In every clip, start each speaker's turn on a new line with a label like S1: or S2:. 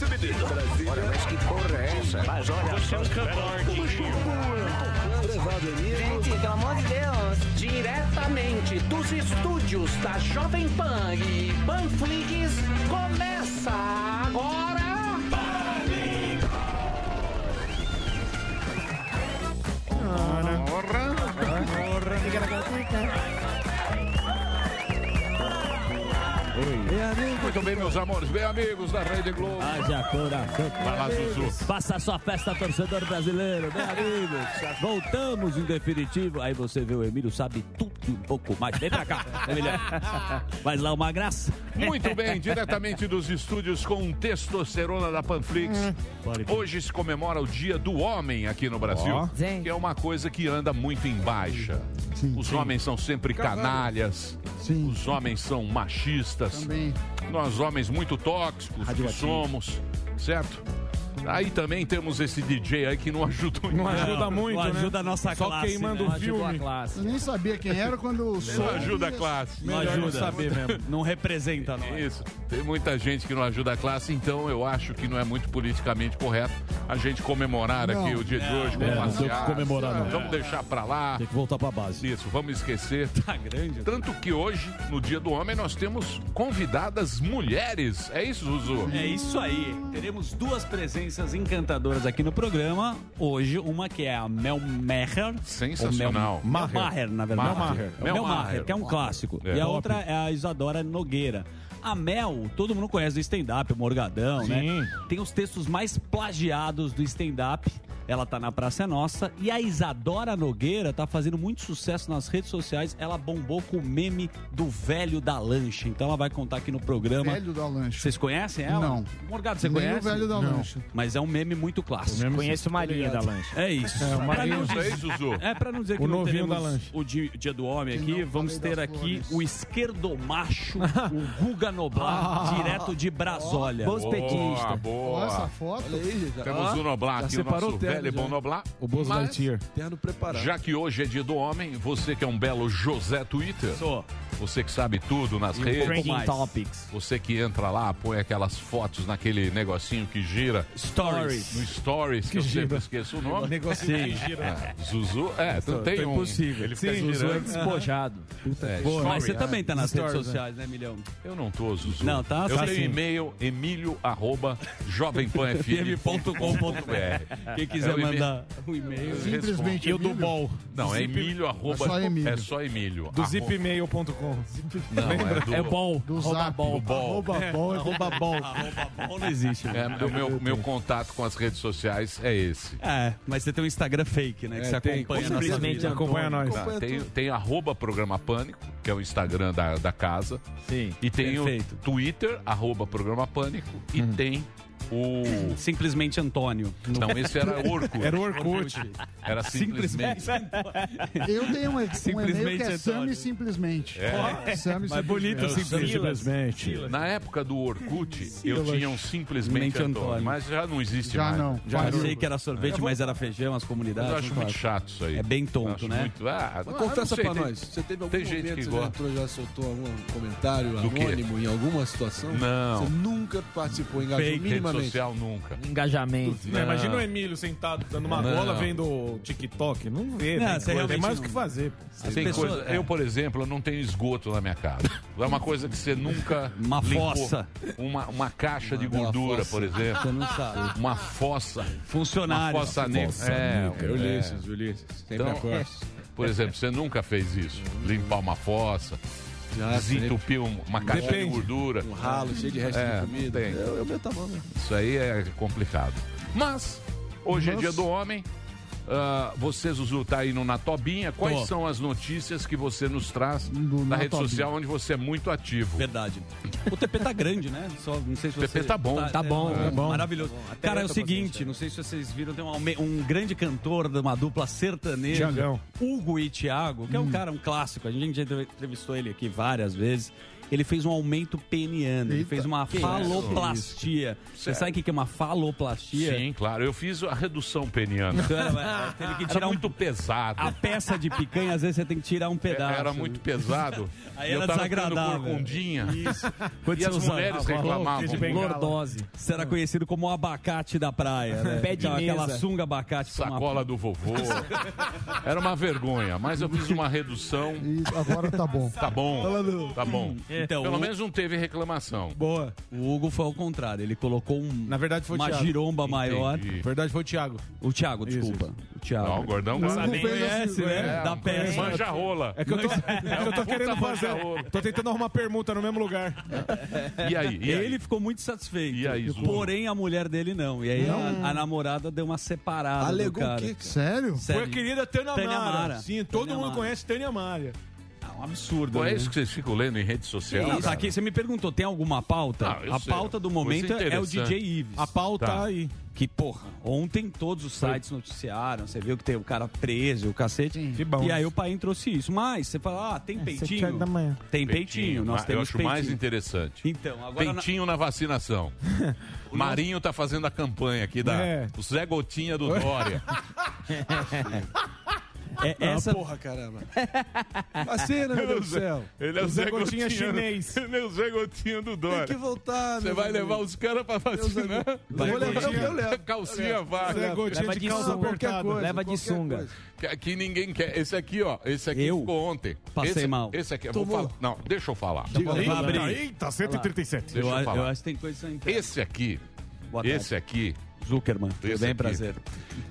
S1: Olha, mas que porra é essa?
S2: Mas olha
S3: Você é um cantor.
S1: Privado amigo.
S4: Gente, pelo amor de Deus, diretamente dos estúdios da Jovem Pan e Panflix, começa agora...
S5: Muito bem, meus amores, bem amigos da Rede Globo.
S6: Haja coração.
S3: Vai lá, Zuzu.
S6: Faça sua festa, torcedor brasileiro, bem amigos. Voltamos em definitivo. Aí você vê o Emílio, sabe tudo e um pouco mais. Vem pra cá, Emílio. Faz lá uma graça.
S5: Muito bem, diretamente dos estúdios com testosterona da Panflix.
S6: Hum.
S5: Hoje se comemora o Dia do Homem aqui no Brasil, que é uma coisa que anda muito em baixa. Os homens são sempre canalhas, os homens são machistas, nós homens muito tóxicos que somos, certo? Aí também temos esse DJ aí que não ajudou em
S7: Não
S5: nada.
S7: ajuda muito,
S6: Não
S7: né?
S6: ajuda a nossa
S7: Só
S6: classe.
S7: queimando
S6: né?
S7: o filme.
S8: Eu nem sabia quem era quando
S5: Não
S8: soube.
S5: ajuda a classe.
S6: Não
S7: Melhor não
S6: ajuda.
S7: saber mesmo. Não representa nós.
S5: Isso. Tem muita gente que não ajuda a classe, então eu acho que não é muito politicamente correto a gente comemorar
S8: Não.
S5: aqui o dia de hoje com
S6: não tem o que
S5: passear.
S6: comemorar, não.
S5: Vamos deixar pra lá.
S6: Tem que voltar pra base.
S5: Isso, vamos esquecer.
S7: Tá grande.
S5: Tanto que hoje, no Dia do Homem, nós temos convidadas mulheres. É isso, Zuzu?
S7: É isso aí. Teremos duas presenças encantadoras aqui no programa. Hoje, uma que é a Mel Maher.
S5: Sensacional.
S7: Ou Mel Maher, Maher, na verdade.
S5: Maher.
S7: É o Mel
S5: Mel Maher.
S7: Maher, que é um clássico.
S5: É.
S7: E a
S5: Top.
S7: outra é a Isadora Nogueira. A Mel, todo mundo conhece do stand-up, o Morgadão, né? Tem os textos mais plagiados do stand-up. Ela tá na Praça é Nossa. E a Isadora Nogueira tá fazendo muito sucesso nas redes sociais. Ela bombou com o meme do velho da lancha. Então ela vai contar aqui no programa.
S8: Velho da lancha.
S7: Vocês
S5: é
S7: conhecem ela?
S8: Não.
S7: Morgado, você
S8: Nem
S7: conhece?
S8: o velho da lancha.
S5: Ah,
S7: Mas é um meme muito clássico.
S9: Conheço Maria da lancha.
S7: É isso.
S8: É, o
S7: pra
S8: Marinho
S7: não
S5: Isso
S7: dizer-
S5: aí, Zuzu?
S7: é pra não dizer que o
S9: novinho
S7: não teremos
S9: da lancha.
S7: o di- dia, do homem
S8: Que
S7: aqui,
S8: não
S7: vamos
S8: falei
S7: ter
S8: das
S7: aqui
S8: flores.
S7: o esquerdomacho, o Guga
S8: Ah.
S7: Noblar, direto de Brasólia.
S9: Bons
S5: Boa,
S9: petistas.
S8: Olha
S5: boa.
S8: essa foto.
S5: Temos o Noblar aqui, o
S9: separou
S5: nosso
S9: o né? terno
S5: velho e
S9: já.
S5: bom Noblar.
S9: O Buzz
S5: Mas,
S9: Lightyear.
S1: Terno preparado.
S5: Já que hoje é dia do homem, você que é um belo José Twitter,
S7: Sou.
S5: você que sabe tudo nas redes,
S7: pouco
S9: Trending
S7: mais.
S9: Topics.
S5: Você que entra lá, põe aquelas fotos naquele negocinho que gira
S7: Stories.
S5: no Stories, que, eu sempre esqueço o nome.
S7: Sim.
S5: É, Zuzu, é, não tem um.
S9: impossível.
S5: Ele fica
S9: Sim,
S5: girando.
S9: Zuzu é despojado.
S5: É,
S7: Mas
S5: story.
S7: você também tá nas
S9: Stories,
S7: redes
S9: né?
S7: sociais, né, Milhão?
S5: Eu não tô, Zuzu.
S7: Não, tá
S5: Eu
S7: assim.
S5: tenho e-mail emílio arroba jovempanfm.com.br.
S7: Quem quiser
S5: É o e-mail.
S7: mandar um e-mail.
S8: Simplesmente.
S9: Eu do bol.
S5: Não, é emílio arroba.
S8: É só Emílio.
S5: É só emílio.
S7: Do
S5: Arro-
S7: zipmail.com.
S5: Não, é do.
S6: É bom.
S8: Do zap.
S5: bol.
S8: Arroba bol.
S7: Arroba bom. não existe. né?
S5: É, o meu, meu contato com as redes sociais é esse.
S7: É, mas você tem um Instagram fake, né? que você acompanha a nossa
S9: Simplesmente
S7: vida.
S9: acompanha nós.
S5: É, Tá, tem, tem arroba Programa Pânico, que é o Instagram da, da casa.
S9: Sim.
S5: E tem
S7: Perfeito.
S5: o Twitter, arroba Programa Pânico. E tem o...
S7: Simplesmente Antônio.
S5: Não, esse era o Orkut. Era,
S9: o Orkut.
S5: simplesmente...
S8: Eu tenho um, um e-mail que
S7: Simplesmente
S8: é Sam
S7: Antônio.
S8: e simplesmente.
S5: É.
S8: Sam e
S7: Mas bonito,
S8: assim, simplesmente.
S9: Simplesmente.
S5: Na época do Orkut, eu tinha um Simplesmente
S7: Simplesmente
S5: Antônio,
S7: Antônio.
S5: mas já É. não existe
S8: Já
S5: mais.
S8: não.
S7: Já
S8: Parou.
S7: achei que era sorvete, mas era feijão, as
S5: Mas
S7: comunidades.
S5: eu acho
S7: não
S5: muito
S7: faz.
S5: chato isso aí.
S7: É bem tonto,
S5: Acho
S7: né?
S5: muito- ah, não-
S1: Confessa
S5: não sei,
S1: pra
S5: tem-
S1: nós, você teve algum
S5: tem gente
S1: momento
S5: que
S1: que
S5: gosta.
S1: você entrou, já soltou algum comentário
S5: Do quê?
S1: anônimo em alguma situação?
S5: Não.
S1: Você nunca participou, engajou
S5: Fake, rede
S1: minimamente.
S5: social nunca.
S9: Engajamento.
S5: Não.
S7: imagina
S9: Né, o Emílio sentado dando
S5: uma bola vendo
S9: o TikTok. Não vê,
S7: né? Tem mais o que
S9: fazer.
S7: As
S5: Tem
S7: pessoas- é.
S5: coisa, é, eu, por exemplo, não tenho esgoto na minha casa. É uma coisa que você nunca.
S7: Uma
S5: limpou.
S7: fossa.
S5: Uma, uma caixa de
S1: bela
S5: gordura,
S1: fossa.
S5: por exemplo.
S7: Você não sabe.
S5: Uma fossa. Uma
S7: Funcionário.
S5: fossa negra. É,
S1: É Ulisses, Ulisses. Sempre
S5: Então,
S1: acorda.
S5: por exemplo, você nunca fez isso. Limpar uma fossa,
S1: Já, sempre
S5: desentupir um- uma caixa de gordura.
S1: com Um ralo, cheio de resto
S5: É,
S1: de comida.
S5: tem.
S1: Eu, eu metava, né?
S5: Isso aí é complicado. Mas, hoje é dia do homem. Ah, você, Zuzu, tá aí no Na Tobinha. Quais
S7: Tô.
S5: são as notícias que você nos traz
S8: Do
S5: na
S8: Na
S5: rede
S8: Tobinha.
S5: social, onde você é muito ativo?
S7: Verdade. O TP tá grande, né? Só, não sei se
S5: O
S7: você...
S5: TP tá bom.
S9: Tá bom, tá bom.
S7: Maravilhoso. é Cara, é o seguinte, não sei se vocês viram, tem um, alme- um grande cantor de uma dupla sertaneja,
S9: Tiagão.
S7: Hugo e Thiago, que é um cara, um clássico, a gente já entrevistou ele aqui várias vezes. ele fez um aumento peniano, ele fez uma
S5: que
S7: faloplastia. Você sabe o que que é uma faloplastia?
S5: Sim, claro. Eu fiz a redução peniana.
S7: Então, ela- teve que
S5: Era
S7: tirar um-
S5: muito pesado.
S7: a peça de picanha, às vezes você tem que tirar um pedaço.
S5: É, Era muito pesado.
S7: Aí
S5: E eu
S7: era
S5: tava tendo
S7: desagradável.
S5: corcundinha.
S6: Quando
S5: E
S6: você
S5: as
S6: usa
S5: mulheres
S6: a- a-
S5: reclamavam.
S6: de bengala. Lordose.
S7: Você era conhecido como o abacate da praia, né?
S6: Pé de
S7: Então, Aquela
S6: mesa.
S7: sunga abacate. com uma-
S5: Sacola do vovô. Era uma vergonha, mas eu fiz uma redução.
S8: E agora tá bom.
S5: Tá bom. Tá bom.
S7: Então,
S5: Pelo
S7: o-
S5: menos não teve reclamação.
S9: Boa.
S7: O Hugo foi ao contrário, ele colocou um,
S9: Na verdade foi o
S7: uma
S9: Thiago.
S7: giromba maior.
S5: Entendi.
S9: Na verdade foi o Thiago.
S7: O Thiago,
S9: Isso,
S7: desculpa. O Thiago.
S5: Não, o gordão
S8: Não
S5: gosta.
S8: fez assim,
S5: É,
S7: né? da peça.
S5: Manja rola.
S9: né? É que eu tô, é que eu tô querendo
S5: puta
S9: fazer.
S5: manjarrola.
S9: Tô tentando arrumar permuta no mesmo lugar.
S5: E aí? E aí?
S7: Ele ficou muito satisfeito.
S5: E aí, Zuzu?
S7: porém, a mulher dele não. E aí a, a namorada deu uma separada.
S2: Alegou
S7: do
S2: o
S7: cara.
S2: quê?
S8: Sério?
S9: Foi
S7: Sério.
S9: a querida Tânia
S7: Tânia
S9: Mara.
S7: Mara.
S9: Sim, todo
S7: Tânia
S9: mundo
S7: Mara.
S9: conhece Tânia Mara.
S7: Ah, um absurdo.
S5: Pô,
S7: né?
S5: É isso que vocês ficam lendo em rede social?
S7: Não, tá
S5: cara?
S7: aqui, você me perguntou, tem alguma pauta?
S5: Ah, eu
S7: a
S5: sei.
S7: pauta do
S5: Coisa
S7: momento é o
S5: interessante.
S7: DJ Ives.
S9: A pauta
S5: Tá.
S9: aí.
S7: Que, porra, ontem todos os sites noticiaram, você viu que tem o cara preso, o cacete.
S9: Que bom.
S7: E aí o pai trouxe isso. Mas você fala, ah, tem peitinho.
S9: É, da manhã.
S7: Tem peitinho, nós
S5: Ah, Eu
S7: temos
S5: acho
S7: peitinho.
S5: mais interessante.
S7: Então, agora. na-
S5: Peitinho na vacinação. O Marinho tá fazendo a campanha aqui da
S9: É.
S5: o Zé Gotinha do Dória.
S7: é,
S1: Ah,
S7: essa,
S2: Porra, caramba. Vacina, meu Deus do céu.
S5: Ele é o
S9: Zé Gotinha chinês.
S5: Ele é o Zé Gotinha do
S2: Tem que
S5: Dória.
S2: voltar,
S5: Você
S2: meu
S5: vai
S2: amigo.
S5: levar os caras pra vacinar?
S2: Eu vou levar, eu, eu levo.
S5: Calcinha vaga.
S9: Zé Gotinha
S2: Leva
S9: de
S2: de
S9: calça
S2: sunga, qualquer
S9: apertada.
S2: coisa.
S9: Leva-
S2: Leva de
S6: de sunga.
S2: sunga.
S5: Que aqui ninguém quer. Esse aqui, ó. Esse aqui
S7: Eu?
S5: ficou ontem.
S7: Passei
S5: esse,
S7: mal.
S5: Esse aqui, eu
S2: Tomou?
S5: vou falar. Não, deixa eu falar.
S9: Eita,
S7: Vai abrir.
S9: Eita, 137.
S5: Deixa
S7: eu,
S5: eu,
S7: a- eu
S5: falar.
S7: acho que tem coisa interna.
S5: Esse aqui,
S7: Boa tarde.
S5: esse aqui,
S7: Zuckerman, tudo
S5: Esse
S7: bem?
S5: aqui.
S7: Prazer.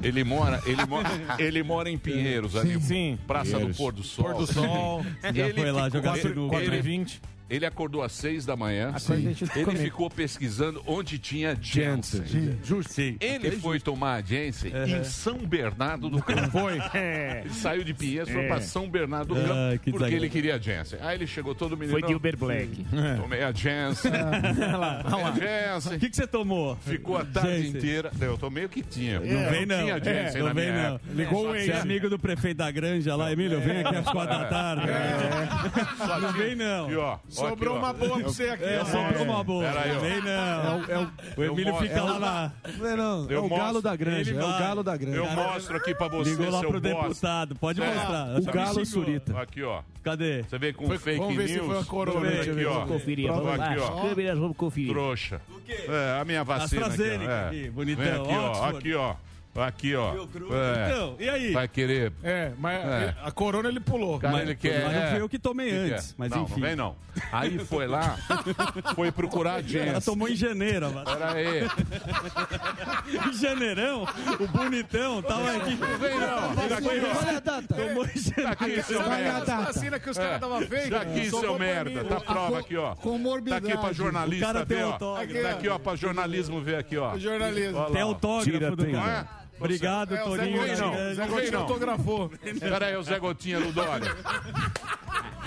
S5: ele mora, ele mora, ele mora em Pinheiros, ali,
S9: sim.
S5: Praça
S9: Pinheiros.
S5: do Pôr do Sol. Pôr do
S9: Sol.
S7: Já foi lá jogar sinuca.
S5: ele,
S9: 4h20.
S5: ele acordou às seis da manhã.
S2: Sim.
S5: Ele ficou pesquisando onde tinha Janssen.
S7: Justo. Sim.
S5: Ele foi tomar a Janssen em São Bernardo do Campo.
S9: Foi. É.
S5: Ele saiu de Pinheiros, foi pra São Bernardo do
S7: Ah,
S5: Campo,
S7: que
S5: porque
S7: desagradável.
S5: ele queria a Janssen. Aí ele chegou todo menino.
S10: Foi
S5: "Não,
S10: Gilbert Black.
S5: Tomei a Janssen. Tomei a Janssen.
S7: O que, que você tomou?
S5: Ficou a tarde
S7: Janssen.
S5: inteira. Não, eu tomei o que tinha.
S7: Não vem não.
S5: tinha Janssen
S7: É,
S5: na
S7: não vem
S5: minha
S7: não.
S5: época.
S9: Ligou o é.
S7: Você é
S9: ex.
S7: amigo do prefeito da Granja lá, Emílio, vem aqui às quatro da tarde.
S9: É.
S5: Só
S7: Não
S5: tinha-
S7: vem não.
S5: Aqui, ó.
S9: Sobrou
S5: Aqui, ó.
S9: uma boa pra você aqui.
S7: É,
S9: ó. É
S7: sobrou uma boa.
S5: Pera aí, ó.
S7: Não vem
S5: É
S7: não. O
S5: eu
S7: Emílio
S5: mostro-
S7: fica lá na...
S2: Não é não, é
S5: Eu
S2: o galo
S5: mostro-
S2: da granja,
S7: ele
S2: é o
S7: vai.
S2: galo da granja.
S5: Eu mostro aqui pra você,
S7: Ligou lá
S5: seu
S7: pro
S5: bosta.
S7: deputado, pode
S5: É,
S7: mostrar.
S2: o galo surita.
S5: Aqui, ó.
S7: Cadê?
S5: Você vem com
S9: Foi-
S5: fake
S9: vamos ver
S5: news.
S9: se foi a corona.
S5: Aqui,
S9: Deixa eu
S5: ó.
S9: ver,
S10: Vamos conferir.
S5: Prova
S10: Vamos
S5: aqui,
S10: lá.
S5: ó.
S10: As câmeras, vamos conferir.
S5: Trouxa. É, a minha vacina.
S7: AstraZeneca
S5: aqui, ó.
S7: aqui,
S5: É.
S7: bonitão,
S5: Vem aqui, ó.
S7: Oxford.
S5: Aqui, ó. Aqui, ó. É.
S7: Então, e aí?
S5: Vai querer.
S9: É, mas
S5: É.
S9: a corona ele pulou.
S5: Cara,
S7: Mas-
S5: ele quer.
S7: mas não
S5: é.
S7: fui eu que tomei
S5: Ele quer.
S7: antes, mas
S5: não,
S7: enfim.
S5: Não vem, não. Aí foi lá, foi procurar a
S7: Ela
S5: Jens.
S7: tomou em janeiro, ó.
S5: Pera aí.
S7: Em janeirão, o bonitão tava aqui.
S5: Não vem, não. Fica aqui,
S2: Olha a data.
S7: Tomou em
S5: ó.
S7: janeiro.
S5: Tá aqui, seu
S9: Sabe aquelas
S5: merda.
S9: vacinas que os caras estavam feitos?
S5: Tá aqui, seu merda. Tá a prova aqui, ó. Tá
S8: Comorbidade.
S5: aqui pra
S7: O
S5: jornalista
S7: cara tem
S5: ver, ó.
S7: autógrafo.
S5: Tá aqui, ó, pra jornalismo ver aqui, ó.
S9: Jornalismo.
S7: Tem autógrafo do
S5: Não
S7: cara.
S5: é?
S7: Obrigado,
S9: É, o Zé
S7: Toninho.
S5: Gotinha,
S7: da
S5: não.
S7: Granja.
S5: Não vem,
S9: Gotinha
S5: não.
S9: autografou.
S5: Pera aí, o Zé Gotinha do Dória.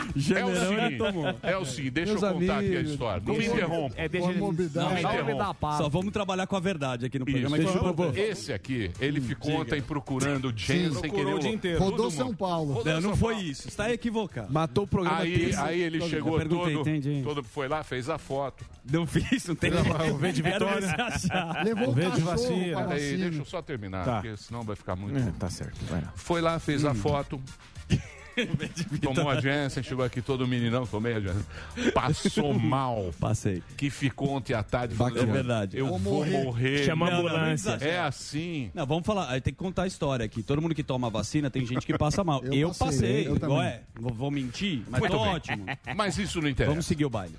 S5: É o
S7: Janeirão ele tomou.
S5: seguinte, é o seguinte, deixa
S2: Meus
S5: eu contar aqui a
S2: amigos.
S5: história. Não me interrompa.
S10: É, deixa ele...
S8: Comorbidade.
S5: Não me interrompa.
S7: Só vamos trabalhar com a verdade aqui no programa. que é importante.
S5: Esse aqui, ele ficou ontem procurando o Jensen sem querer.
S9: Procurou o dia inteiro.
S8: Rodou São Paulo.
S7: Não, não foi isso. Está equivocado.
S2: Matou o programa
S5: Aí,
S2: terça.
S5: aí ele chegou
S7: perguntei,
S5: todo,
S7: entendi.
S5: todo. Foi lá, fez a foto.
S7: Não fiz, não tem
S9: O V de vitória.
S8: Levou o
S9: Verde
S8: cachorro
S9: vacina.
S8: pra
S5: Aí, deixa eu
S8: vacina.
S5: só terminar,
S9: Tá.
S5: porque senão vai ficar muito.
S9: Tá certo, vai lá.
S5: Foi lá, fez
S7: Hum.
S5: a foto. Tomou a Jensen, chegou aqui todo meninão, tomei a Jensen. Passou mal,
S7: Passei.
S5: que ficou ontem à tarde. falando,
S7: É verdade.
S5: Eu vou morrer.
S10: Chama a
S7: Não, não, não
S10: ambulância.
S7: exagera.
S5: É assim.
S7: Não, vamos falar. aí Tem que contar a história aqui. Todo mundo que toma vacina tem gente que passa mal. Eu,
S8: Eu
S7: passei.
S8: passei, eu
S7: igual
S8: também.
S7: é. Vou, vou mentir, mas
S5: Muito
S7: tá
S5: bem.
S7: ótimo.
S5: Mas isso não interessa.
S7: Vamos seguir o baile.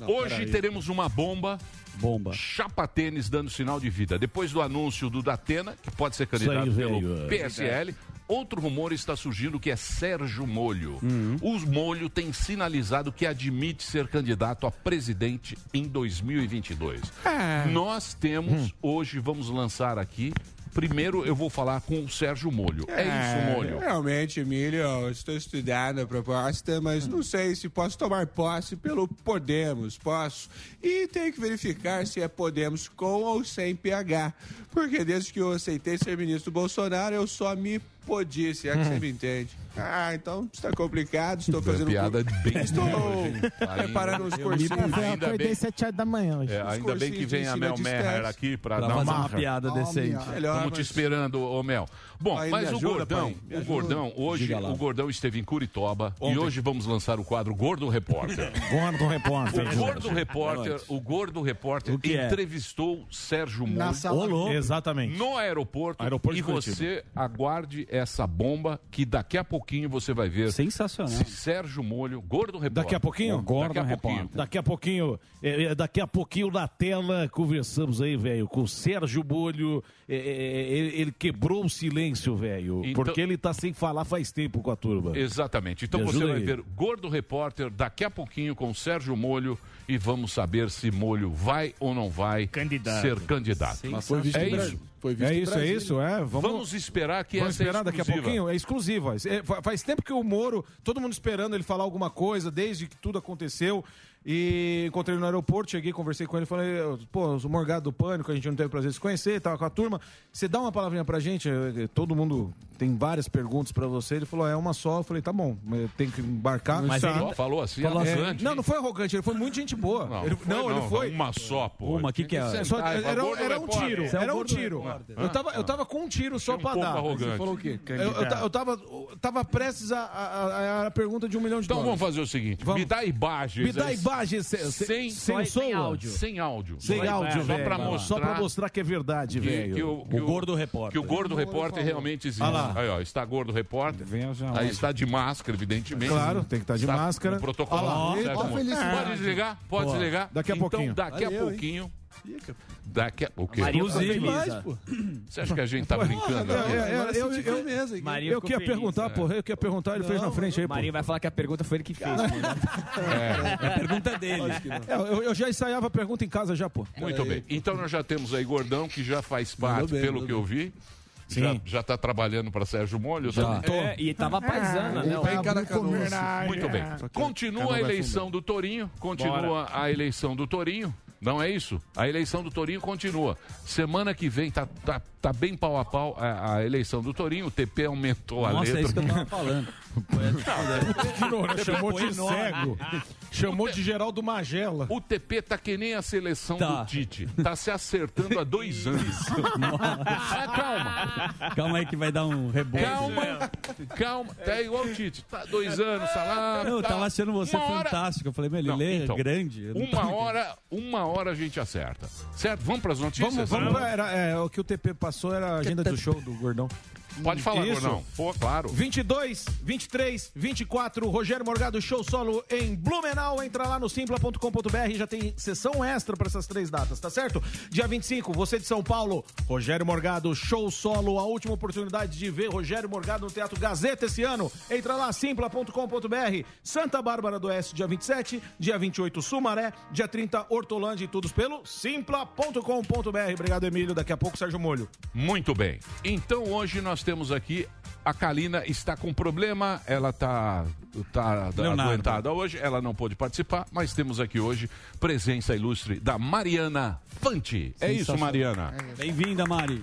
S5: Hoje teremos uma bomba
S7: Bomba.
S5: Chapa Tênis dando sinal de vida. Depois do anúncio do Datena, que pode ser candidato
S10: Isso aí,
S5: pelo
S10: velho.
S5: PSL, outro rumor está surgindo que é Sérgio Molho.
S7: Uhum.
S5: Os Molho tem sinalizado que admite ser candidato a presidente em 2022.
S7: É.
S5: Nós temos,
S7: Hum.
S5: hoje vamos lançar aqui. Primeiro eu vou falar com o Sérgio Molho. É, isso, Molho.
S2: Realmente, Emílio, eu estou estudando a proposta, mas não sei se posso tomar posse pelo Podemos, posso. E tenho que verificar se é Podemos com ou sem PH, porque desde que eu aceitei ser ministro do Bolsonaro, eu só me podia, se é
S5: Hum.
S2: que você me entende. Ah, então está complicado, estou fazendo...
S5: É piada bem
S2: Estou
S5: ruim hoje, hein? Tá
S2: preparando os
S5: Eu me
S2: cursinhos.
S5: Ainda
S8: Eu acordei
S9: tá
S5: bem-
S8: 7 horas da manhã hoje.
S5: É, ainda bem que vem a
S8: é
S5: Mel Meher aqui pra,
S7: Pra
S5: dar
S7: fazer
S5: uma,
S7: uma piada
S8: Dá uma
S7: decente.
S8: amarra.
S9: é
S5: Estamos te esperando, ô Mel. Bom,
S2: Pai,
S5: mas
S2: me
S5: o
S2: ajuda,
S5: Gordão,
S2: pai, me
S5: o
S2: ajuda.
S5: Gordão, hoje,
S7: Diga lá.
S5: o Gordão esteve em Curitiba e hoje vamos lançar o quadro Gordo Repórter.
S9: Gordo repórter.
S5: O Gordo Repórter, o Gordo Repórter
S7: O que é?
S5: entrevistou Sérgio Moro
S8: Na
S9: Ô,
S8: sala.
S9: louco. Exatamente.
S5: no aeroporto,
S9: Aeroporto
S5: e
S9: de Curitiba.
S5: você aguarde essa bomba que daqui a pouquinho você vai ver.
S8: Então,
S7: Sensacional.
S8: né?
S5: Sérgio Molho, Gordo um Repórter.
S9: Daqui a pouquinho?
S5: Gordo
S8: um
S5: Daqui a pouquinho.
S9: Daqui a pouquinho, é, é, daqui a pouquinho na tela conversamos aí, velho, com o Sérgio Bolho. É, é, é, ele, ele quebrou o silêncio, velho,
S5: Então-
S9: porque ele tá sem falar faz tempo com a turma.
S5: Exatamente. Então
S9: Me
S5: você
S9: ajuda
S5: vai
S9: aí.
S5: ver Gordo Repórter daqui a pouquinho com Sérgio Molho e vamos saber se Molho vai ou não vai
S3: Candidato.
S5: ser candidato.
S1: Mas foi visto
S5: É
S1: em Bra-
S5: isso.
S1: Foi visto
S9: É
S1: em
S9: isso, é
S1: Brasília.
S9: isso, é. Vamos,
S5: Vamos esperar que
S9: Vamos
S5: essa
S9: esperar
S5: é
S9: daqui a
S5: exclusiva.
S9: pouquinho? É exclusiva. É, fa- faz tempo que o Moro, todo mundo esperando ele falar alguma coisa, desde que tudo aconteceu. E encontrei ele no aeroporto, cheguei, conversei com ele, falei, eu, pô, eu sou morgado do pânico, a gente não teve prazer de se conhecer, tava com a turma. Você dá uma palavrinha pra gente? Eh, eh, Todo mundo tem várias perguntas pra você. Ele falou, é uma só. Eu falei, tá bom, mas eu tenho que embarcar.
S7: Mas
S9: Tá.
S7: ele-
S5: Só falou assim,
S7: Falou assim.
S5: arrogante.
S9: Não, não foi arrogante, ele foi muito gente boa.
S5: Não,
S9: ele, não, ele foi.
S5: Uma só, pô.
S7: Uma, o que, que é?
S9: Só-
S5: Ah,
S9: era,
S5: favor,
S9: era
S5: não
S9: um
S5: é pobre.
S9: tiro,
S5: Você
S7: é um
S9: era um
S7: gordo
S9: tiro. Eu tava, eu tava com um tiro só pra
S5: pouco
S9: dar.
S5: arrogante.
S1: Você falou o quê?
S9: Eu, eu, ta- eu tava, eu tava prestes a, a, a- a pergunta de um milhão de
S5: Então vamos
S9: dólares.
S5: fazer o seguinte:
S9: Vamos.
S5: me dá imagens.
S9: Me dá
S5: aí,
S9: imagem, se, se,
S5: Sem-
S10: sem
S9: sem, som,
S10: áudio.
S5: Sem áudio.
S9: sem áudio,
S5: Só
S9: velho.
S5: pra
S9: Só pra
S5: mostrar.
S9: mostrar que é verdade,
S5: Que,
S9: velho.
S5: que o, que
S7: O Gordo Repórter.
S5: Que o gordo repórter realmente existe.
S9: lá.
S5: Aí, ó, está gordo repórter. Aí está de máscara, evidentemente.
S9: Claro, tem que estar de
S5: Está
S9: máscara.
S5: com protocolo. tá
S9: Olha lá,
S5: certo,
S9: eita,
S5: amor?
S8: felicidade.
S5: pode desligar, pode
S9: Boa.
S5: desligar.
S9: Daqui a
S5: então,
S9: pouquinho.
S5: Daqui a
S2: Valeu, hein?
S5: pouquinho. Daqui a o quê?
S10: Maria
S7: Inclusive,
S5: Você acha que a gente tá brincando?
S9: É, é,
S5: aqui?
S9: é, eu, eu, eu,
S2: Firmeza, hein?
S10: Maria
S9: eu
S10: ficou
S9: queria
S10: feliz,
S9: perguntar,
S10: né?
S9: porra, eu queria perguntar, ele fez na frente aí, pô.
S10: Maria vai falar que a pergunta foi ele que fez.
S5: É.
S7: a pergunta dele.
S9: É, eu, eu já ensaiava a pergunta em casa já, pô.
S5: Muito bem. Então nós já temos aí Gordão, que já faz parte,
S2: Mandou bem,
S5: pelo
S2: mandou
S5: que eu vi. Já, já tá trabalhando para Sérgio Molho? Já.
S10: É, e
S9: Ah,
S10: tava
S9: é,
S10: paisana, né?
S8: Ele tá muito
S1: assim.
S8: comércio.
S5: Muito bem.
S1: é
S5: Continua a eleição do Torinho, continua a eleição do Torinho. Não é isso? A eleição do Torinho continua. Semana que vem tá, tá, tá bem pau a pau a, a eleição do Torinho. O TP aumentou a
S7: Nossa,
S5: letra.
S7: é isso que eu tava falando.
S9: chamou de cego. Chamou de Geraldo Magela.
S5: O TP tá que nem a seleção
S7: Tá.
S5: do Tite. Tá se acertando há dois anos. Ah, calma,
S7: Calma aí que vai dar um rebote.
S5: calma, calma. Tá igual o Tite. Tá dois anos, tá lá.
S7: Não, eu
S5: tá-
S7: tava achando você
S5: Uma hora-
S7: fantástico. Eu falei, meu, ele
S5: Não,
S7: lê
S5: então,
S7: grande. eu não
S5: Uma hora, uma hora a gente acerta. Certo? Vamos para as notícias? né?
S9: Vamos, vamos pra- era, é, o que o TP passou era a agenda do show do Gordão.
S5: Pode falar,
S9: Isso.
S5: Gordão. Pô, claro.
S9: 22, 23, 24, Rogério Morgado Show Solo em Blumenau. Entra lá no simpla.com.br, já tem sessão extra para essas três datas, tá certo? Dia 25, você de São Paulo, Rogério Morgado Show Solo, a última oportunidade de ver Rogério Morgado no Teatro Gazeta esse ano. Entra lá, simpla.com.br. Santa Bárbara do Oeste, dia 27, dia 28, Sumaré, dia 30, Hortolândia e todos pelo simpla.com.br. Obrigado, Emílio. Daqui a pouco, Sérgio Molho.
S5: Muito bem. Então hoje nós temos aqui a Kalina está com problema, ela está tá
S7: Leonardo.
S5: adoentada hoje, ela não pôde participar, mas temos aqui hoje presença ilustre da Mariana Fanti. É isso, Mariana.
S7: Bem-vinda, Mari.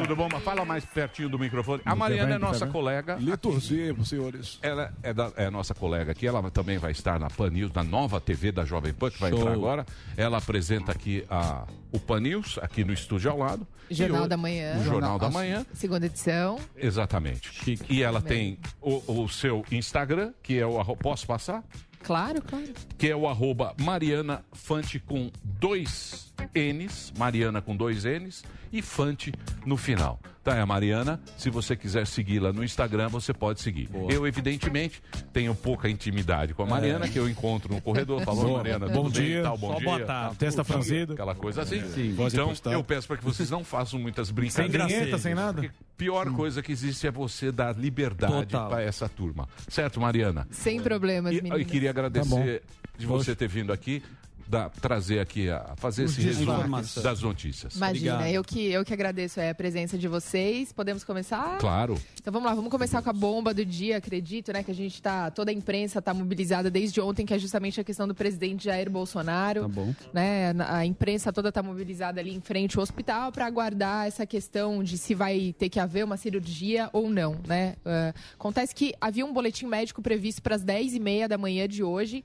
S5: Tudo bom? Mas Fala mais pertinho do microfone. A Mariana é
S9: tá
S11: tá
S5: nossa colega.
S1: Lhe torcer, pros senhores.
S5: Ela é, da- é nossa colega aqui, ela também vai estar na Pan News, na nova TV da Jovem Pan, que vai
S7: Show.
S5: entrar agora. Ela apresenta aqui a, o Pan News, aqui no estúdio ao lado.
S11: Jornal
S5: E o-
S11: da Manhã.
S5: O Jornal da Manhã.
S11: Segunda edição.
S5: Exatamente.
S7: Chique.
S5: E ela tem o, o seu Instagram, que é o arro- posso passar?
S11: Claro, claro.
S5: Que é o arroba Mariana Fante com dois N's, Mariana com dois N's e Fante no final. Tá, é a Mariana. Se você quiser segui-la no Instagram, você pode seguir. Eu, evidentemente, tenho pouca intimidade com a Mariana, que eu encontro no corredor. Falou, Mariana,
S9: É. Bom
S5: tudo bem?
S9: dia.
S5: Tal, bom
S7: Só
S5: dia.
S7: boa tarde.
S9: Testa franzida. É,
S5: Aquela coisa assim.
S1: Voz
S5: Então,
S1: impostada.
S5: eu peço para que vocês não façam muitas
S9: Sem
S5: brincadeiras.
S9: vinheta, sem nada. Hum.
S5: Pior coisa que existe é você dar liberdade
S7: Total.
S5: para essa turma. Certo, Mariana?
S11: Sem problemas,
S5: Hum. E,
S11: meninas.
S5: Tá
S11: Tá
S5: eu queria agradecer de você ter vindo aqui. dar- trazer aqui, a fazer
S11: Os
S5: esse resumo
S11: destaques.
S5: das notícias.
S11: Imagina, eu que, eu que agradeço é, a presença de vocês. Podemos começar?
S5: Claro.
S11: Então vamos lá, vamos começar com a bomba do dia, acredito, né? Que a gente tá, toda a imprensa tá mobilizada desde ontem, que é justamente a questão do presidente Jair Bolsonaro.
S7: Tá bom.
S11: Né, a imprensa toda tá mobilizada ali em frente ao hospital para aguardar essa questão de se vai ter que haver uma cirurgia ou não, né? Ah, acontece que havia um boletim médico previsto para as 10h30 da manhã de hoje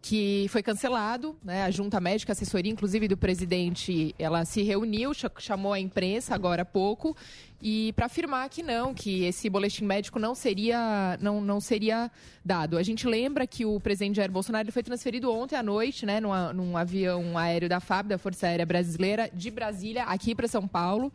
S11: que foi cancelado, né? A junta médica, a assessoria, inclusive, do presidente, ela se reuniu, cha- chamou a imprensa agora há pouco, e para afirmar que não, que esse boletim médico não seria, não, não seria dado. A gente lembra que o presidente Jair Bolsonaro ele foi transferido ontem à noite, né, num, a- num avião aéreo da FAB, da Força Aérea Brasileira, de Brasília aqui para São Paulo,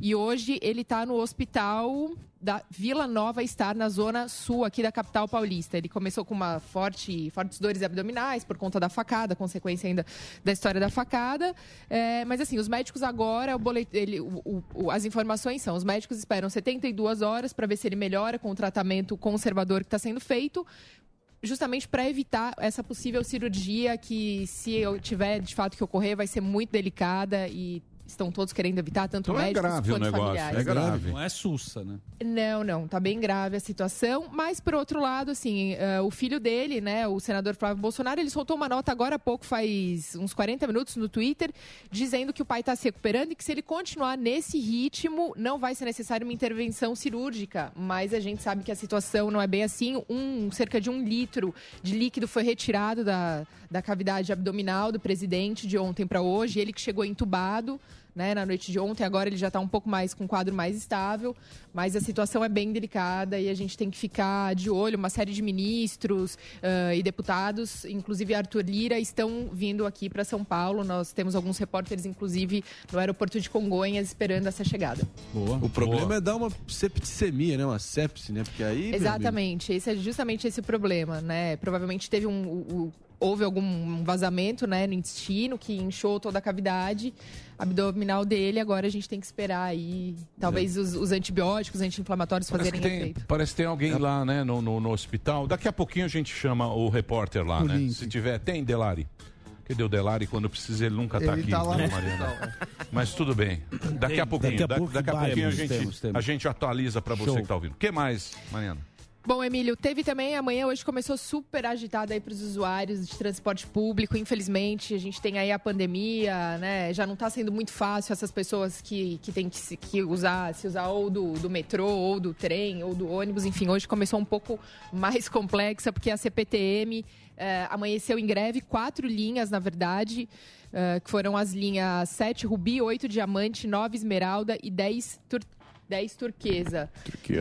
S11: e hoje ele está no hospital da Vila Nova Star, na zona sul aqui da capital paulista. Ele começou com uma forte, fortes dores abdominais por conta da facada, consequência ainda da história da facada. É, mas assim, os médicos agora, o bolet- ele- o- o- o- as informações são, os médicos esperam 72 horas para ver se ele melhora com o tratamento conservador que está sendo feito justamente para evitar essa possível cirurgia que, se eu tiver de fato que ocorrer, vai ser muito delicada e estão todos querendo evitar, tanto
S5: Então é
S11: médicos
S5: grave o
S11: quanto
S5: negócio,
S11: familiares.
S5: é grave.
S7: Não é sussa, né?
S11: Não, não, tá bem grave a situação, mas por outro lado, assim, eh, o filho dele, né, o senador Flávio Bolsonaro, ele soltou uma nota agora há pouco, faz uns 40 minutos no Twitter, dizendo que o pai tá se recuperando e que se ele continuar nesse ritmo, não vai ser necessário uma intervenção cirúrgica, mas a gente sabe que a situação não é bem assim, um, cerca de um litro de líquido foi retirado da, da cavidade abdominal do presidente de ontem para hoje, ele que chegou entubado, né, na noite de ontem. Agora ele já está um pouco mais com um quadro mais estável, mas a situação é bem delicada e a gente tem que ficar de olho. Uma série de ministros ah, e deputados, inclusive Arthur Lira, estão vindo aqui para São Paulo. Nós temos alguns repórteres, inclusive, no aeroporto de Congonhas, esperando essa chegada.
S1: O problema é dar uma septicemia, né? Uma sepse, né? Porque aí. meu amigo,
S11: Exatamente, esse é justamente esse o problema, né? Provavelmente teve um. o- o- houve algum vazamento né, no intestino que inchou toda a cavidade abdominal dele. Agora a gente tem que esperar aí. Talvez
S1: É.
S11: os, os antibióticos, anti-inflamatórios
S5: Parece que,
S11: fazerem
S5: tem,
S11: efeito.
S5: parece que tem alguém lá, né, no, no, no hospital. Daqui a pouquinho a gente chama o repórter lá,
S11: O
S5: né?
S11: link.
S5: Se tiver, tem Delari. Cadê o Delari? Quando precisa, ele nunca tá
S12: Ele
S5: aqui,
S12: tá lá
S5: né,
S12: no
S5: Mariana? Mas tudo bem. Daqui
S12: Tem,
S5: a pouquinho,
S12: daqui a
S5: da-
S12: pouco
S5: daqui a
S12: vai,
S5: pouquinho a
S12: mas
S5: gente,
S12: temos, temos.
S5: a gente atualiza para você
S12: Show.
S5: que tá ouvindo. O que mais, Mariana?
S11: Bom, Emílio, teve também amanhã, hoje começou super agitada aí para os usuários de transporte público. Infelizmente, a gente tem aí a pandemia, né? Já não está sendo muito fácil essas pessoas que, que têm que, se, que usar, se usar ou do, do metrô, ou do trem, ou do ônibus. Enfim, hoje começou um pouco mais complexa, porque a CPTM eh, amanheceu em greve, quatro linhas, na verdade, eh, que foram as linhas 7 Rubi, 8 Diamante, 9 Esmeralda e 10 Tur 10 turquesa.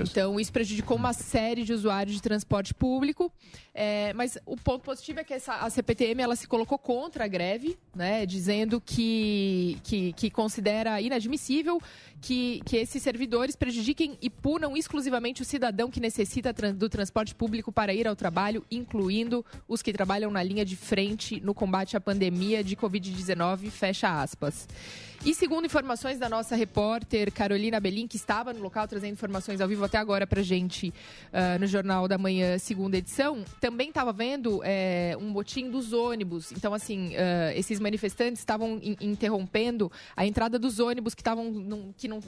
S11: Então, isso prejudicou uma série de usuários de transporte público. É, mas o ponto positivo é que essa, a CPTM ela se colocou contra a greve, né, dizendo que, que, que considera inadmissível que, que esses servidores prejudiquem e punam exclusivamente o cidadão que necessita tran- do transporte público para ir ao trabalho, incluindo os que trabalham na linha de frente no combate à pandemia de Covid-19, fecha aspas. E segundo informações da nossa repórter Carolina Belim, que estava no local trazendo informações ao vivo até agora pra gente ah, no Jornal da Manhã, segunda edição, também estava vendo eh, um botim dos ônibus. Então, assim, ah, esses manifestantes estavam in- interrompendo a entrada dos ônibus que estavam. num- que não-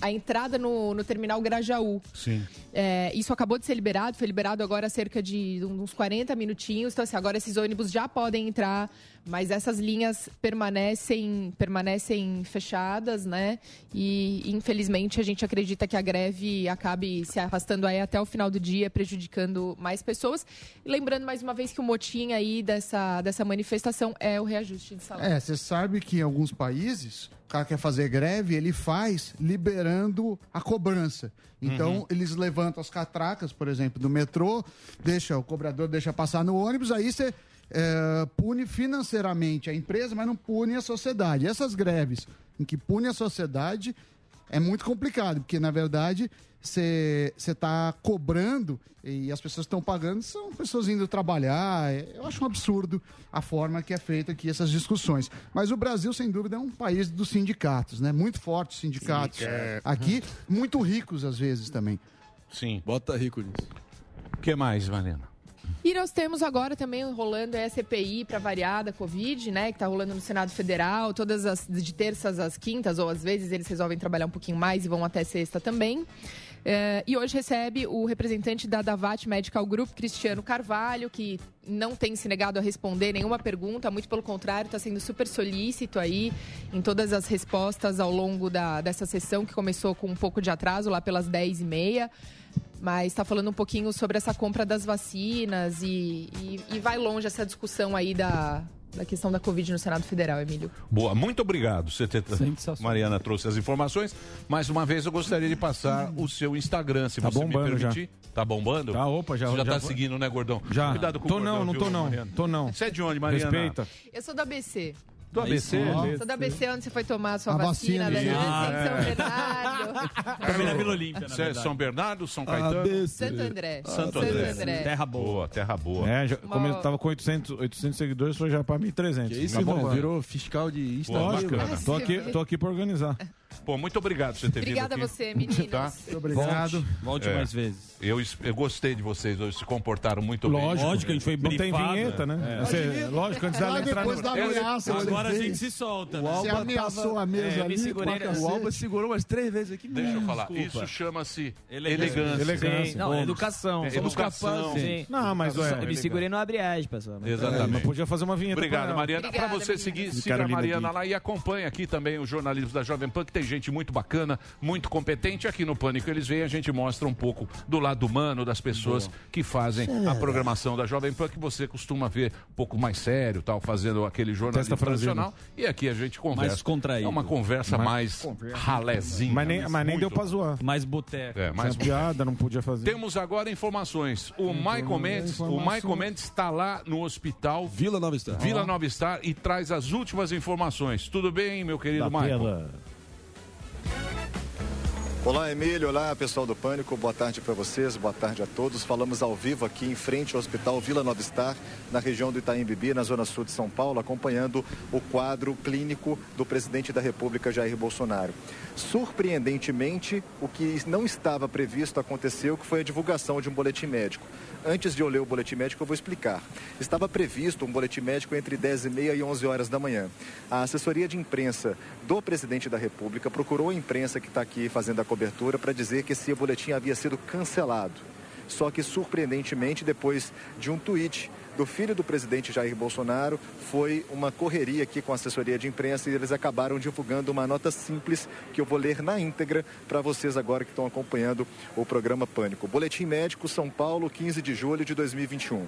S11: A entrada no, no terminal Grajaú.
S5: Sim.
S11: É, isso acabou de ser liberado, foi liberado agora há cerca de um, uns 40 minutinhos. Então, assim, agora esses ônibus já podem entrar, mas essas linhas permanecem, permanecem fechadas, né? E infelizmente a gente acredita que a greve acabe se arrastando aí até o final do dia, prejudicando mais pessoas. E lembrando mais uma vez que o motim aí dessa, dessa manifestação é o reajuste de salário.
S8: É, você sabe que em alguns países, o cara quer fazer greve, ele faz liberando a cobrança. Então,
S13: Uhum.
S8: eles levantam as catracas, por exemplo, do metrô, deixa o cobrador deixa passar no ônibus, aí você é, pune financeiramente a empresa, mas não pune a sociedade. Essas greves em que pune a sociedade é muito complicado, porque na verdade você está cobrando e as pessoas estão pagando, são pessoas indo trabalhar. É- Eu acho um absurdo a forma que é feita aqui essas discussões. Mas o Brasil, sem dúvida, é um país dos sindicatos, né? Muito fortes os sindicatos
S5: Sindicato.
S8: aqui, muito ricos às vezes também.
S5: Sim.
S1: Bota rico nisso.
S5: O que mais, Mariana?
S11: E E nós temos agora também rolando a CPI para variar da Covid, né? Que está rolando no Senado Federal, todas as de terças às quintas, ou às vezes eles resolvem trabalhar um pouquinho mais e vão até sexta também. Eh, e hoje recebe o representante da Davat Medical Group, Cristiano Carvalho, que não tem se negado a responder nenhuma pergunta, muito pelo contrário, está sendo super solícito aí em todas as respostas ao longo da, dessa sessão, que começou com um pouco de atraso, lá pelas 10h30. Mas está falando um pouquinho sobre essa compra das vacinas e, e- e vai longe essa discussão aí da, da questão da Covid no Senado Federal, Emílio.
S5: Boa, muito obrigado. Você ter... Mariana trouxe as informações. Mais uma vez, eu gostaria de passar o seu Instagram, se
S9: Hum. Tá
S5: você me
S9: bombando já.
S5: permitir. Tá bombando? Tá,
S9: opa, já-
S5: Você já,
S9: já
S5: tá
S9: vou-
S5: seguindo, né, gordão?
S9: Já.
S5: Cuidado com o
S9: Tô
S5: gordão,
S9: não, não
S5: viu,
S9: tô não.
S5: Mariana?
S9: Tô não.
S5: Você é de onde, Mariana?
S9: Respeita.
S11: Eu sou do ABC.
S5: Do ABC?
S11: Sou do ABC, onde você foi tomar a sua
S5: A
S11: vacina,
S5: vacina,
S11: da
S5: né?
S11: Janssen,
S5: Ah,
S11: São
S5: é.
S11: Bernardo.
S5: Também na Vila Olímpia, Você é São Bernardo, São Caetano?
S11: ABC. Santo André.
S5: Santo
S11: Santo
S5: André.
S11: André.
S5: Terra boa. Terra boa.
S9: É, já,
S11: Uma-
S9: como eu tava com 800, 800 seguidores, foi já pra 1.300.
S5: Que isso,
S9: Tá
S5: irmão,
S9: bombando.
S5: virou
S1: fiscal de
S5: Instagram.
S9: Lógico,
S5: Bacana.
S9: tô aqui, tô aqui pra organizar.
S5: É. Pô, muito obrigado por você ter
S11: Obrigada a
S5: vindo aqui.
S11: você, meninos.
S5: Tá?
S9: obrigado. Volte,
S5: É.
S9: volte mais
S5: vezes. Eu, es- eu gostei de vocês, hoje se comportaram muito bem.
S9: Lógico. Lógico, a gente foi
S5: Não tem
S9: brifado.
S5: vinheta, né?
S9: É.
S5: Você-
S9: Pode vir.
S5: lógico, antes dela
S9: Lá
S5: entrar
S9: depois
S5: no-
S9: da ameaça,
S5: Ela-
S9: Agora
S5: ele
S9: a gente
S5: fez.
S9: se solta,
S1: O
S9: né?
S1: Alba
S9: Você ameaçou
S1: tava-
S9: a mesa
S1: é,
S9: ali,
S1: me segurei
S9: pra
S1: na- O
S9: cacete.
S1: Alba segurou umas três vezes aqui.
S5: Deixa eu falar,
S1: Desculpa.
S5: isso chama-se
S1: Elegância.
S5: elegância.
S1: Elegância, Sim. Não,
S10: Não, educação.
S5: É,
S10: Somos
S5: educação.
S10: capazes, hein?
S9: Não, mas,
S10: Eu
S9: ué,
S10: só-
S9: é
S10: Me
S9: legal.
S10: segurei no abre aspas. É, pessoal.
S5: Exatamente.
S9: mas podia fazer uma vinheta pra
S5: Obrigado,
S9: ela.
S5: Mariana. Para você seguir, siga
S9: Carolina
S5: a Mariana
S9: Gui.
S5: lá e acompanha aqui também o jornalismo da Jovem Pan, que tem gente muito bacana, muito competente. Aqui no Pânico eles vêm, a gente mostra um pouco do lado humano das pessoas que fazem
S9: é
S5: a programação da Jovem Pan, que você costuma ver um pouco mais sério, tal, fazendo aquele jornalismo
S9: Testa franzina.
S5: tradicional. E aqui a gente conversa.
S9: Mais contraído.
S5: É uma conversa mais, ralézinha.
S9: Mas nem, mas nem deu pra zoar.
S7: Mais boteco.
S5: né? É, mais
S9: Tinha piada, não podia fazer.
S5: Temos agora informações. O Michael Mendes, o
S9: informações.
S5: Michael Mendes está lá no hospital
S1: Vila Nova Star.
S5: Vila Nova Star e traz as últimas informações. Tudo bem, meu querido Michael?
S12: Olá, Emílio. Olá, pessoal do Pânico. Boa tarde para vocês, boa tarde a todos. Falamos ao vivo aqui em frente ao Hospital Vila Nova Star, na região do Itaim Bibi, na zona sul de São Paulo, acompanhando o quadro clínico do presidente da República, Jair Bolsonaro. Surpreendentemente, o que não estava previsto aconteceu, que foi a divulgação de um boletim médico. Antes de eu ler o boletim médico, eu vou explicar. Estava previsto um boletim médico entre 10 e meia e 11 horas da manhã. A assessoria de imprensa do presidente da República procurou a imprensa que está aqui fazendo a cobertura para dizer que esse boletim havia sido cancelado. Só que, surpreendentemente, depois de um tweet do filho do presidente Jair Bolsonaro, foi uma correria aqui com a assessoria de imprensa e eles acabaram divulgando uma nota simples que eu vou ler na íntegra para vocês agora que estão acompanhando o programa Pânico. Boletim Médico São Paulo, 15 de julho de 2021.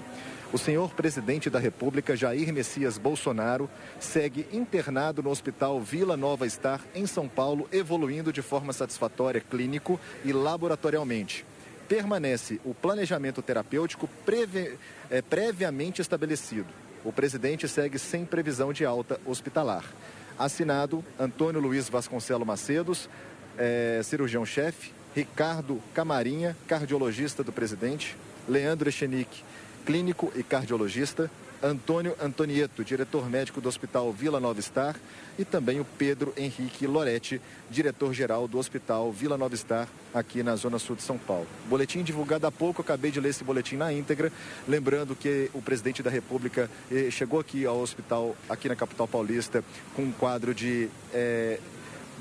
S12: O senhor presidente da República, Jair Messias Bolsonaro, segue internado no Hospital Vila Nova Star, em São Paulo, evoluindo de forma satisfatória clínico e laboratorialmente permanece o planejamento terapêutico preve- eh, previamente estabelecido. O presidente segue sem previsão de alta hospitalar. Assinado Antônio Luiz Vasconcelos Macedos, eh, cirurgião-chefe, Ricardo Camarinha, cardiologista do presidente, Leandro Echenique, clínico e cardiologista, Antônio Antonieto, diretor médico do Hospital Vila Nova Star, e também o Pedro Henrique Loretti, diretor-geral do Hospital Vila Nova Star, aqui na Zona Sul de São Paulo. Boletim divulgado há pouco, acabei de ler esse boletim na íntegra, lembrando que o presidente da República eh, chegou aqui ao hospital, aqui na capital paulista, com um quadro de. eh,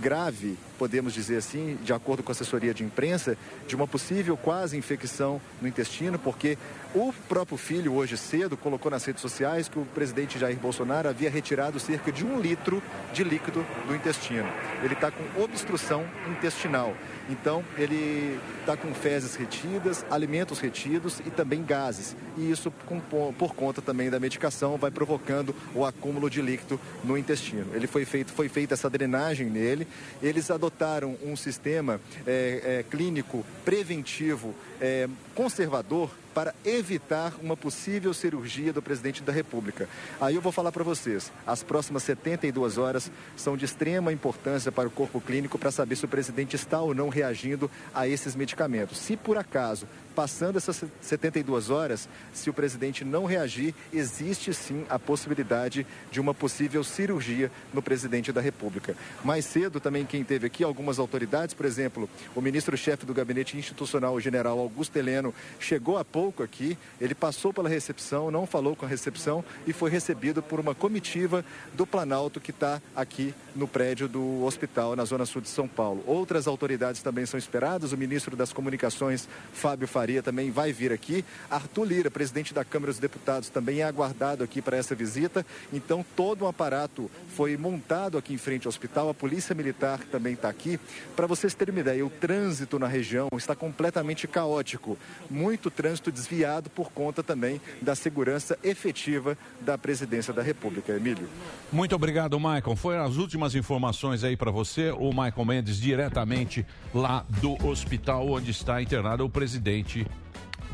S12: grave, podemos dizer assim, de acordo com a assessoria de imprensa, de uma possível quase infecção no intestino, porque o próprio filho, hoje cedo, colocou nas redes sociais que o presidente Jair Bolsonaro havia retirado cerca de um litro de líquido do intestino. Ele está com obstrução intestinal. Então, ele está com fezes retidas, alimentos retidos e também gases. E isso, com- por conta também da medicação, vai provocando o acúmulo de líquido no intestino. Ele foi feito, foi feita essa drenagem nele. Eles adotaram um sistema eh, eh, clínico preventivo eh, conservador para evitar uma possível cirurgia do presidente da República. Aí eu vou falar para vocês, as próximas 72 horas são de extrema importância para o corpo clínico para saber se o presidente está ou não reagindo a esses medicamentos. Se por acaso, passando essas 72 horas, se o presidente não reagir, existe sim a possibilidade de uma possível cirurgia no presidente da República. Mais cedo também quem teve aqui algumas autoridades, por exemplo, o ministro-chefe do gabinete institucional, o general Augusto Heleno, chegou há pouco pouco aqui. Ele passou pela recepção, não falou com a recepção e foi recebido por uma comitiva do Planalto que está aqui no prédio do hospital, na zona sul de São Paulo. Outras autoridades também são esperadas. O ministro das Comunicações, Fábio Faria, também vai vir aqui. Arthur Lira, presidente da Câmara dos Deputados, também é aguardado aqui para essa visita. Então, todo um aparato foi montado aqui em frente ao hospital. A Polícia Militar também está aqui. Para vocês terem uma ideia, o trânsito na região está completamente caótico. Muito trânsito desviado por conta também da segurança efetiva da presidência da República. Emílio.
S5: Muito obrigado, Maicon. Foram as últimas informações aí para você. O Maicon Mendes, diretamente lá do hospital onde está internado o presidente,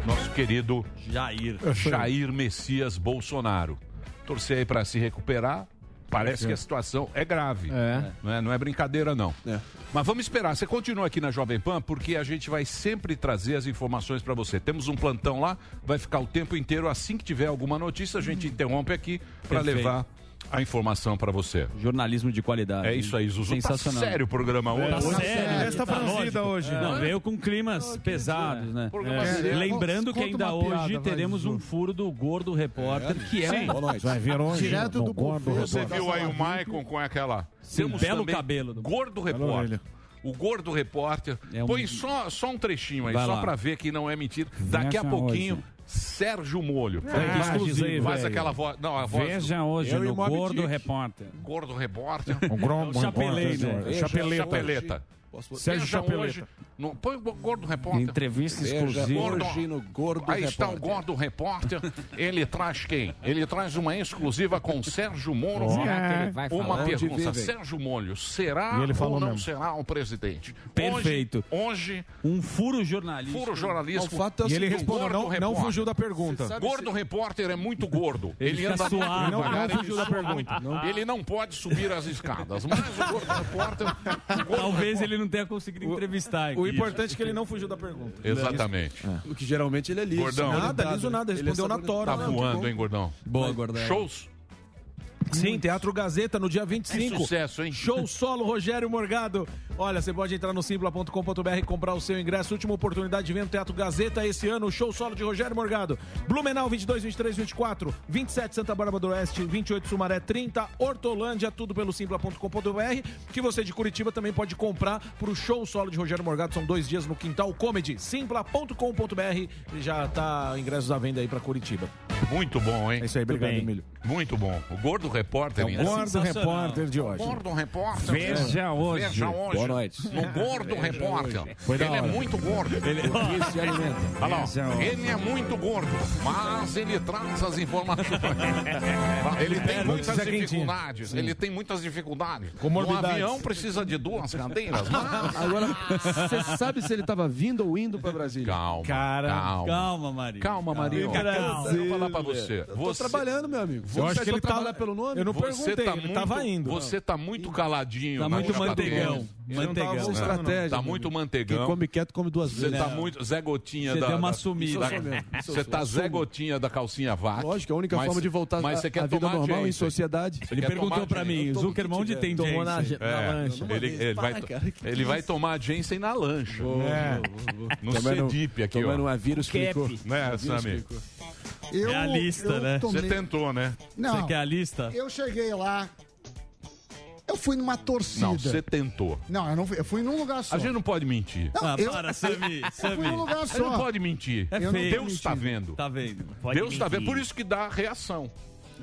S5: nosso querido Jair, Jair Messias Bolsonaro. Torcer aí para se recuperar. Parece que a situação é grave. Não, é, não é brincadeira, não. Mas vamos esperar. Você continua aqui na Jovem Pan, porque a gente vai sempre trazer as informações para você. Temos um plantão lá, vai ficar o tempo inteiro. Assim que tiver alguma notícia, a gente interrompe aqui para
S7: Perfeito.
S5: levar a informação para você.
S7: Jornalismo de qualidade.
S5: É isso aí, Zuzu. Tá
S7: Sensacional.
S5: sério o programa hoje.
S7: Tá
S5: Tá
S7: sério.
S5: sério.
S7: Festa
S5: Tá
S7: franzida hoje.
S5: lógico. É.
S7: Não, veio com climas pesados, né?
S5: Programa
S7: É.
S5: sério.
S7: Lembrando que
S5: Conta
S7: ainda
S5: uma piada,
S7: hoje
S5: vai,
S7: teremos um furo do Gordo Repórter, que é
S5: Sim.
S7: um...
S5: Direto do gordo. Você viu aí o Maicon com aquela.
S7: Sim, belo
S5: também
S7: cabelo do-
S5: Gordo
S7: Bela
S5: repórter.
S7: orelha.
S5: O gordo repórter.
S7: um-
S5: Põe só, só um trechinho aí,
S7: Vai
S5: só
S7: lá.
S5: pra ver que não é mentira. Daqui a
S13: Veja
S5: pouquinho,
S13: hoje.
S5: Sérgio Molho.
S13: Foi
S5: Faz-
S13: exclusivo, hein,
S5: É, Faz
S13: velho.
S5: aquela voz. Não, a voz.
S13: Veja
S5: do-
S13: hoje
S5: Eu e
S13: no
S5: o Mob
S13: Gordo
S5: Dick.
S13: Repórter.
S5: Gordo repórter.
S9: Um
S13: O Gordo
S5: É o Chapelei,
S13: Repórter,
S5: né?
S13: Jorge.
S5: Veja
S13: Chapeleta.
S5: Chapeleta.
S13: Posso- Sérgio
S5: Veja
S13: Chapeleta.
S5: hoje no- Põe o Gordo Repórter.
S13: Entrevista
S5: Veja
S13: exclusiva.
S5: Gordo-
S13: Hoje no Gordo
S5: Aí está o
S13: Repórter.
S5: Gordo Repórter. Ele traz quem? Ele traz uma exclusiva com Sérgio Moro.
S13: Será que ele vai
S5: é Uma
S13: falar? Onde
S5: pergunta.
S13: vive?
S5: Sérgio Molho, será
S13: E ele falou
S5: ou não
S13: mesmo.
S5: será o presidente?
S7: Perfeito.
S5: Hoje,
S7: um furo jornalista.
S5: Furo jornalístico.
S9: E ele respondeu, não-
S5: é Gordo
S9: não
S5: Repórter.
S9: fugiu da pergunta.
S5: Você sabe Gordo se- repórter é muito gordo.
S9: Ele
S5: Ele
S9: fica
S5: anda
S9: suado,
S5: muito
S9: não- não
S5: devagar, ele
S9: fugiu da
S5: sua
S9: pergunta.
S5: muito. Ele não pode subir as escadas. Mas o Gordo Repórter...
S7: Talvez ele não tenha conseguido entrevistar aqui.
S9: O importante é que ele não fugiu da pergunta.
S5: Exatamente.
S1: O que geralmente ele é liso.
S5: Gordão.
S9: Nada, liso nada,
S1: Ele é
S9: respondeu na
S1: sabonetado.
S9: tora.
S5: Tá
S9: né? Que
S5: voando,
S9: bom.
S5: hein, Gordão?
S9: Boa, Gordão.
S5: Shows?
S9: Sim, Teatro Gazeta no dia 25.
S5: Que sucesso, hein?
S9: Show solo Rogério Morgado. Olha, você pode entrar no simpla.com.br e comprar o seu ingresso. Última oportunidade de ver no Teatro Gazeta esse ano. o Show solo de Rogério Morgado. Blumenau 22, 23, 24, 27 Santa Bárbara do Oeste, 28 Sumaré, 30 Hortolândia, tudo pelo simpla.com.br, que você de Curitiba também pode comprar pro show solo de Rogério Morgado. São dois dias no Quintal Comedy. simpla.com.br já tá ingressos à venda aí pra Curitiba.
S5: Muito bom, hein?
S9: É isso aí, obrigado,
S5: Muito bem.
S9: Emílio.
S5: Muito bom. O Gordo Repórter.
S13: É o
S9: um
S5: menina.
S13: Gordo Repórter de hoje.
S5: Gordo Repórter.
S13: Veja hoje.
S5: né? Veja hoje.
S13: Boa noite.
S5: No Gordo
S13: Veja
S5: Repórter.
S13: hoje. Foi da
S5: ele é
S13: hora. é
S5: muito gordo. Ele...
S13: que se alimenta.
S5: Olha lá,
S13: Veja
S5: ó.
S13: hoje.
S5: ele é muito gordo, mas ele traz as informações. ele tem
S13: É,
S5: muitas
S13: notícia quentinha.
S5: dificuldades.
S13: Sim.
S5: Ele tem muitas dificuldades. Um
S13: Comorbidades.
S5: avião precisa de duas cadeiras. Mas...
S13: Agora,
S1: Você sabe se ele tava vindo ou indo pra Brasília?
S5: Calma.
S1: Cara,
S5: calma.
S1: calma,
S7: Maria.
S5: Calma, Maria.
S1: Fica
S5: Calma.
S1: calma.
S5: Eu vou falar pra você.
S1: Eu tô
S5: Você-
S1: trabalhando, meu amigo.
S5: Eu acho que ele tá-
S1: trabalha pelo nome?
S5: Você tá muito, Você tá muito caladinho.
S1: Tá
S5: na
S1: muito
S5: sua
S1: mantegão.
S5: cabeça.
S1: Ele não tava usando estratégia,
S5: Tá
S1: meu
S5: muito
S1: amigo.
S5: mantegão.
S1: Quem come quieto, come duas
S5: Você
S1: vezes.
S5: tá
S1: É.
S5: muito Zé Gotinha
S1: Você
S5: da.
S1: deu uma
S5: da-
S1: sumida.
S5: da-
S1: Isso eu sou mesmo. Isso eu
S5: Você
S1: sou.
S5: tá Zé
S1: Assumo.
S5: Gotinha da calcinha vaca.
S1: Lógico, é a única forma de voltar
S5: mas você
S1: à-
S5: quer
S1: à vida
S5: tomar
S1: normal
S5: gente.
S1: em sociedade.
S5: Você
S1: Ele
S5: quer
S1: perguntou
S5: tomar
S1: pra
S5: gente.
S1: mim,
S5: Eu tomo o que
S1: Zuckerman, onde
S5: tiver.
S1: tem Tomou na Janssen? na- na
S5: É.
S1: lancha.
S5: Ele, ele
S1: Para,
S5: vai,
S1: cara, que
S5: ele vai tomar Jensen na lancha.
S1: É.
S5: No
S1: Tomando-
S5: CEDIP aqui, ó.
S1: tomando uma vírus
S5: Cap.
S1: clicou.
S5: Né,
S1: Vírus
S5: Sammy?
S1: clicou.
S8: Eu- É a lista, eu né? tomei-
S5: Você tentou, né?
S8: Não. Você quer
S7: a lista?
S8: Eu cheguei lá, eu fui numa torcida.
S5: Não, você tentou.
S8: Não, eu não fui, eu fui num lugar só.
S5: A gente não pode mentir.
S8: Não, Ah, eu- para,
S7: Sammy,
S8: eu fui Sammy. num lugar
S5: Você não
S8: só.
S5: pode mentir.
S8: É Eu não feio.
S5: Deus
S8: tô
S5: está vendo.
S7: Tá vendo.
S5: Deus está vendo. Por isso que dá a reação.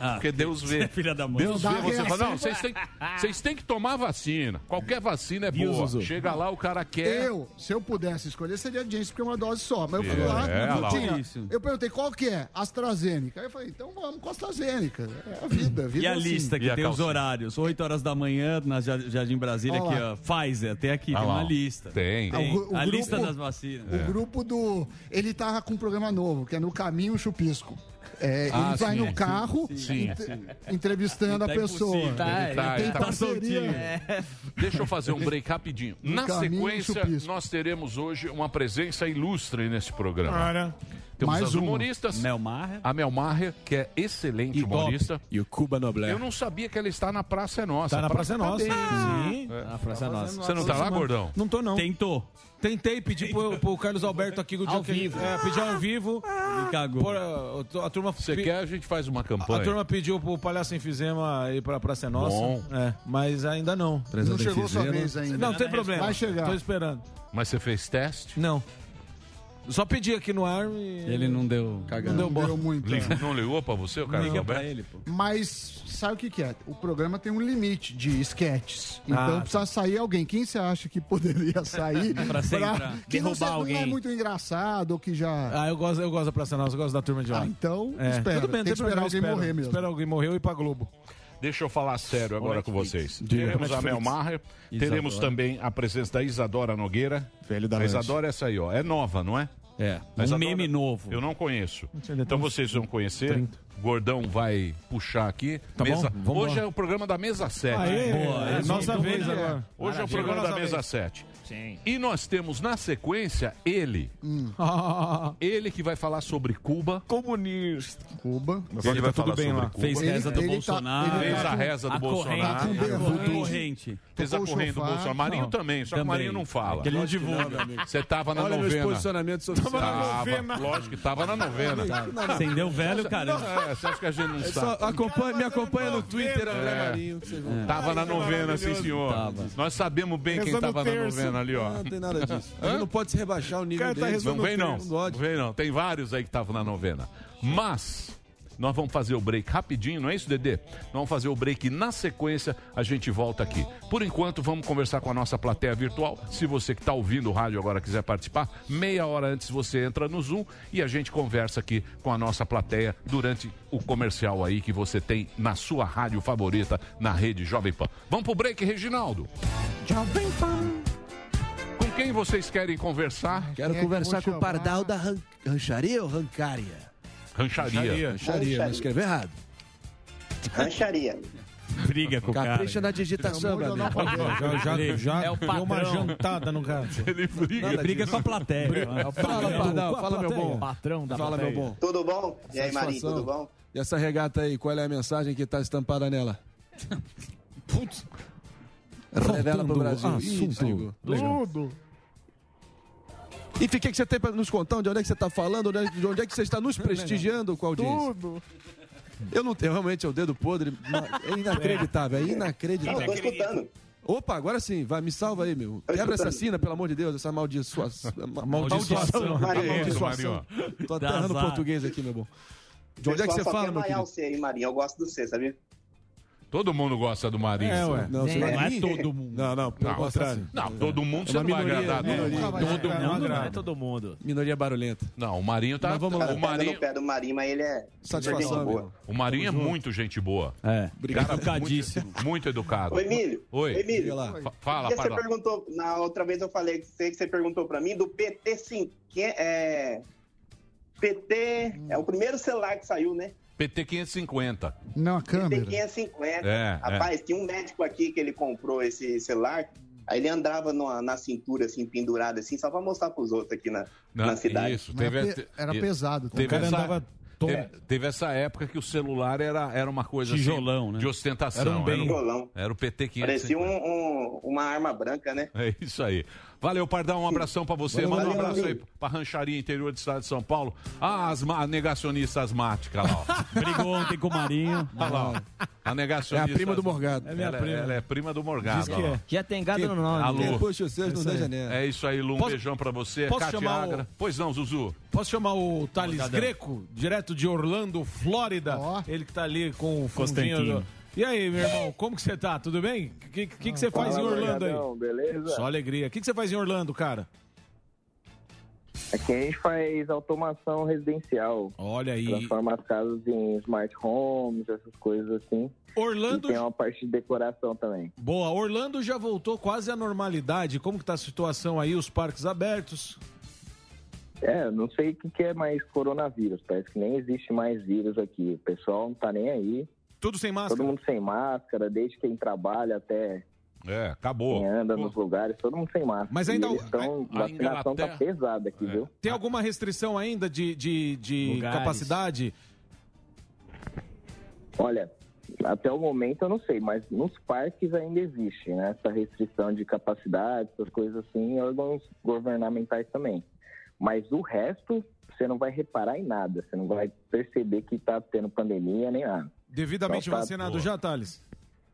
S8: Ah,
S5: Porque Deus vê.
S7: Filha da mãe.
S5: Deus
S7: Dá
S5: vê você
S7: reação.
S5: fala, não, vocês têm, vocês têm que tomar vacina. Qualquer vacina é
S8: Viu,
S5: boa.
S8: Zuzu?
S5: Chega lá, o cara quer.
S8: Eu, se eu pudesse escolher, seria Janssen, porque é uma dose só. Mas eu fui
S5: É,
S8: lá,
S5: é,
S8: não
S5: lá, ó.
S8: tinha.
S5: Isso.
S8: Eu perguntei, qual que é? AstraZeneca. Aí eu falei, então vamos com AstraZeneca. É a vida, a vida
S7: E
S8: é
S7: a
S8: assim.
S7: lista que tem os horários. 8 horas da manhã, na Ja- Jardim Brasília,
S8: Olha
S7: aqui,
S8: lá.
S7: ó. Pfizer, tem aqui,
S5: Ah
S7: tem
S5: lá,
S7: uma
S5: ó.
S7: lista.
S5: Tem.
S8: Ah, o gru- o
S7: a
S8: grupo-
S7: lista das vacinas.
S5: É.
S8: O grupo do. Ele tava com um programa novo, que é No Caminho Chupisco. É,
S7: Ah,
S8: ele vai
S7: sim,
S8: no
S7: sim,
S8: carro
S5: sim,
S8: ent-
S5: sim.
S8: entrevistando a pessoa.
S5: tá Ele tá-
S8: tem É.
S5: ele tá-
S8: parceria.
S5: Deixa eu fazer um break rapidinho.
S8: No
S5: Na
S8: caminho,
S5: sequência,
S8: chupisco.
S5: nós teremos hoje uma presença ilustre nesse programa.
S9: Cara.
S5: Temos
S6: Mais
S5: as
S6: uma.
S5: humoristas.
S6: Mel Maher.
S5: A Mel Maher, que é excelente
S6: E
S5: humorista.
S6: E o Cuba Noble.
S5: Eu não sabia que ela está na Praça é Nossa.
S9: É. Tá na Praça é Nossa.
S5: Sim.
S9: Na Praça é Nossa.
S5: Ah, Você não tá lá,
S9: Semana.
S5: gordão?
S9: Não tô, não. Tentou. Tentei pedir pro, pro Carlos Alberto aqui o dia que vivo. É, pedir ao vivo.
S5: cagou.
S9: Por, uh, a, a turma
S5: Você quer, a gente faz uma
S9: a
S5: campanha.
S9: turma pediu pro Palhaço Enfisema ir pra Praça é Nossa.
S5: Bom.
S9: É, mas ainda não.
S5: Transando Não chegou sua Enfisema. vez ainda.
S9: Não, tem problema.
S5: Vai chegar.
S9: Tô esperando.
S5: Mas você fez teste?
S9: Não. Só pedi aqui no ar e.
S5: Ele não deu.
S9: Não deu bola. Deu muito,
S5: Ligou- não ligou pra você, o cara?
S9: Liga pra
S5: ele, pô.
S8: Mas sabe o que, que é? O programa tem um limite de esquetes.
S5: Ah,
S8: Então
S5: tá.
S8: precisa sair alguém. Quem você acha que poderia sair
S9: Pra sair, pra
S8: que não,
S9: derrubar
S8: se- não é
S9: alguém.
S8: muito engraçado ou que já.
S9: Ah, eu gosto, eu gosto da Praça é Nossa, eu gosto da turma de lá. É.
S8: Ah, então, espera.
S9: Tudo bem,
S8: Tem que
S9: não problema,
S8: esperar alguém
S9: espero.
S8: morrer mesmo.
S9: Espera alguém morrer e ir pra Globo.
S5: Deixa eu falar sério agora com vocês.
S9: Diga.
S5: Teremos a
S9: Netflix.
S5: Mel
S9: Isadora.
S5: Maher, teremos também a presença da Isadora Nogueira. Velho
S9: da
S5: a
S9: lanche.
S5: Isadora é essa aí, ó. É nova, não é?
S7: É.
S5: Um meme novo. Eu não conheço.
S9: um
S5: Então vocês vão conhecer. Gordão vai puxar aqui.
S9: Tá bom?
S5: Mesa-
S9: Vamos
S5: Hoje
S9: lá.
S5: é o programa da mesa 7.
S9: Aê, Boa, é nossa vez agora.
S5: Hoje é o
S9: Maravilha.
S5: programa da
S9: Nossa
S5: mesa
S9: vez.
S5: 7. E nós temos na sequência ele. Ele que vai falar sobre Cuba. Comunista.
S8: Cuba.
S5: Ele vai falar sobre Cuba.
S6: Fez reza do Bolsonaro.
S5: Fez a reza do
S6: a
S5: Bolsonaro.
S6: Corrente, a corrente.
S5: Fez a
S6: Tocou o
S5: corrente do
S6: chofar.
S5: Bolsonaro. Marinho
S6: Não.
S5: também, só que o Marinho não fala.
S6: Que ele não
S5: Lógico que
S9: né?
S6: divulga.
S5: meu amigo. Você tava na
S1: Olha meus
S5: novena.
S1: posicionamentos sociais.
S5: Tava na
S1: Tava.
S5: novena. Lógico que tava na novena.
S1: Tava. Acendeu velho, caramba.
S5: É, você acha que a gente não
S1: É
S5: sabe? Tá.
S1: só acompanha- me acompanha no Twitter, André Marinho. que vocês vão-
S5: É. Tava na novena, sim, senhor. Nós sabemos bem quem
S1: Rezando
S5: tava
S1: terço. Ah,
S5: na novena ali, ó.
S1: Não tem nada disso. A
S5: Hã? tá
S1: gente não pode se rebaixar o nível deles.
S5: não vem,
S1: tá
S5: não.
S1: Não
S5: Não
S1: pode.
S5: vem, não. Tem vários aí que estavam na novena. Mas. Nós vamos fazer o break rapidinho, não é isso, Dedê? Nós vamos fazer o break e na sequência a gente volta aqui. Por enquanto, vamos conversar com a nossa plateia virtual. Se você que está ouvindo o rádio agora quiser participar, meia hora antes você entra no Zoom e a gente conversa aqui com a nossa plateia durante o comercial aí que você tem na sua rádio favorita, na rede Jovem Pan. Vamos pro break, Reginaldo. Jovem Pan. Com quem vocês querem conversar?
S1: é
S14: Quero conversar com o Pardal da Ran- Rancharia ou Rancária?
S5: Rancharia.
S14: Rancharia, mas escreveu errado.
S15: Rancharia.
S7: Briga com o cara.
S14: Capricha na digitação, meu amigo.
S9: Já, já, já
S7: É o
S9: deu uma
S7: padrão.
S9: jantada no cara. é
S5: Ele
S7: briga. Ele briga com a plateia. né?
S1: Fala, Pardal. Fala, meu bom.
S7: Patrão da
S1: Fala, meu
S7: plateia.
S1: bom.
S15: Tudo bom? E aí, Marinho,
S1: Satisfação.
S15: tudo bom?
S1: E essa regata aí, qual é a mensagem que tá estampada nela?
S15: Putz.
S1: Revela pro
S15: Voltando
S1: Brasil.
S15: ao
S1: Ih,
S15: assunto.
S1: desligou.
S15: Legal.
S1: Tudo. E o que, que você tem pra nos contar? Onde é que você tá falando? Onde é, de onde é que você está nos prestigiando com a audiência?
S15: Tudo.
S1: Eu não tenho, realmente, é o dedo podre. mas É inacreditável, é
S15: Não,
S1: inacreditável.
S15: tô escutando.
S1: Opa, agora sim, vai, me salva aí, meu. Quebra essa
S15: escutando.
S1: sina, pelo amor de Deus, essa maldissua... ma-
S15: Maldição. Maria.
S1: Amaldiçoação.
S15: Maria.
S1: Tô
S15: Dá
S1: aterrando
S15: azar.
S1: português aqui, meu bom. De onde é que
S15: Pessoal
S1: você
S15: só
S1: fala,
S15: quer
S1: meu
S15: vaiar
S1: querido?
S15: o C, hein, Marinho? Eu gosto do C, sabia?
S5: Todo mundo gosta do Marinho.
S1: É, ué. Não,
S5: Sim.
S1: senão-
S5: Não é todo
S1: mundo. Não, não, pelo
S5: Não, assim,
S1: contrário.
S5: não, todo
S15: Um
S5: mundo
S1: É
S5: você
S1: uma
S5: não vai
S1: minoria,
S15: né?
S5: agradar.
S1: minoria.
S5: todo mundo.
S1: Todo mundo não
S5: agrada.
S1: é
S7: todo mundo.
S1: Minoria barulhenta.
S5: Não, o Marinho tá.
S1: Mas vamos lá.
S5: o Marinho,
S15: No pé do Marinho, mas ele é... ele é gente boa.
S5: o Marinho é muito gente boa.
S7: É.
S5: Cara, Educadíssimo. Muito, muito educado.
S15: Ô, Emílio.
S5: Oi.
S15: Ô, Emílio.
S5: Fa- Fala,
S15: Porque você
S5: Pardal.
S15: perguntou, na outra vez eu falei que você, que você perguntou pra mim do PT 50, é, PT, é o primeiro celular que saiu, né?
S5: PT 550.
S8: Não, a
S15: PT
S8: câmera.
S15: 550.
S5: É,
S15: Rapaz, tinha um médico aqui que ele comprou esse celular, aí ele andava numa- na cintura, assim, pendurado, assim, só pra mostrar pros outros aqui né? na,
S5: Não,
S15: na cidade.
S5: Isso,
S8: Mas
S5: teve-
S8: era pe- era
S5: te-
S8: pesado, tá?
S5: Teve
S8: O cara
S5: essa,
S8: andava
S5: teve, teve essa época que o celular era, era uma coisa assim,
S7: Tijolão, né?
S5: de ostentação.
S7: Era um bem.
S5: era,
S15: Tijolão.
S5: era o PT 550.
S15: Parecia um- um- uma arma branca, né?
S5: É isso aí. Valeu, Pardal, um abração pra você.
S15: Valeu,
S5: Manda um
S15: valeu,
S5: abraço aí
S15: amigo.
S5: pra Rancharia Interior do Estado de São Paulo. Ah, asma, a negacionista asmática lá, ó.
S7: Brigou ontem com o Marinho.
S5: Olha lá, ó. A negacionista.
S1: É a prima do Morgado.
S5: É minha ela, prima.
S1: prima.
S5: Ela é prima do Morgado. ó.
S10: Já tem gado no nome. né?
S5: A Lu.
S1: Puxa, vocês não dão janela.
S5: É isso aí, Lu. Um
S1: Posso-
S5: beijão pra você.
S9: posso
S5: Cátia
S9: chamar o-
S5: Agra. Pois não, Zuzu.
S9: Posso chamar o Thales
S5: Obrigadão.
S9: Greco, direto de Orlando, Flórida. Ele que tá ali com o fundinho.
S16: Constantino.
S9: do- E aí, meu irmão, como que você tá? Tudo bem? O que, que, que você faz em
S16: Fala,
S9: Orlando
S16: Morgadão,
S9: aí?
S16: beleza?
S9: Só alegria. O que, que você faz em Orlando, cara?
S16: Aqui a gente faz automação residencial.
S9: Olha aí.
S16: Transforma as casas em smart homes, essas coisas assim.
S9: Orlando-
S16: E tem uma parte de decoração também.
S9: Boa, Orlando já voltou quase à normalidade. Como que tá a situação aí? Os parques abertos?
S16: É, não sei o que, que é mais coronavírus. Parece que nem existe mais vírus aqui. O pessoal não tá nem aí.
S9: Tudo sem máscara?
S16: Todo mundo sem máscara, desde quem trabalha até
S5: É, acabou.
S16: Quem anda nos lugares, todo mundo sem máscara.
S9: Mas ainda
S16: E eles
S9: o-
S16: tão-
S9: a- a
S16: a vacinação tá
S9: Inglaterra-
S16: pesada aqui, viu?
S7: Ah.
S9: Tem alguma restrição ainda de, de, de
S16: Lugares.
S9: capacidade?
S16: Olha, até o momento eu não sei, mas nos parques ainda existe, né? Essa restrição de capacidade, essas coisas assim, em órgãos governamentais também. Mas o resto, você não vai reparar em nada, você não vai perceber que tá tendo pandemia nem nada.
S9: Devidamente
S16: Então tá-
S9: vacinado já, Thales?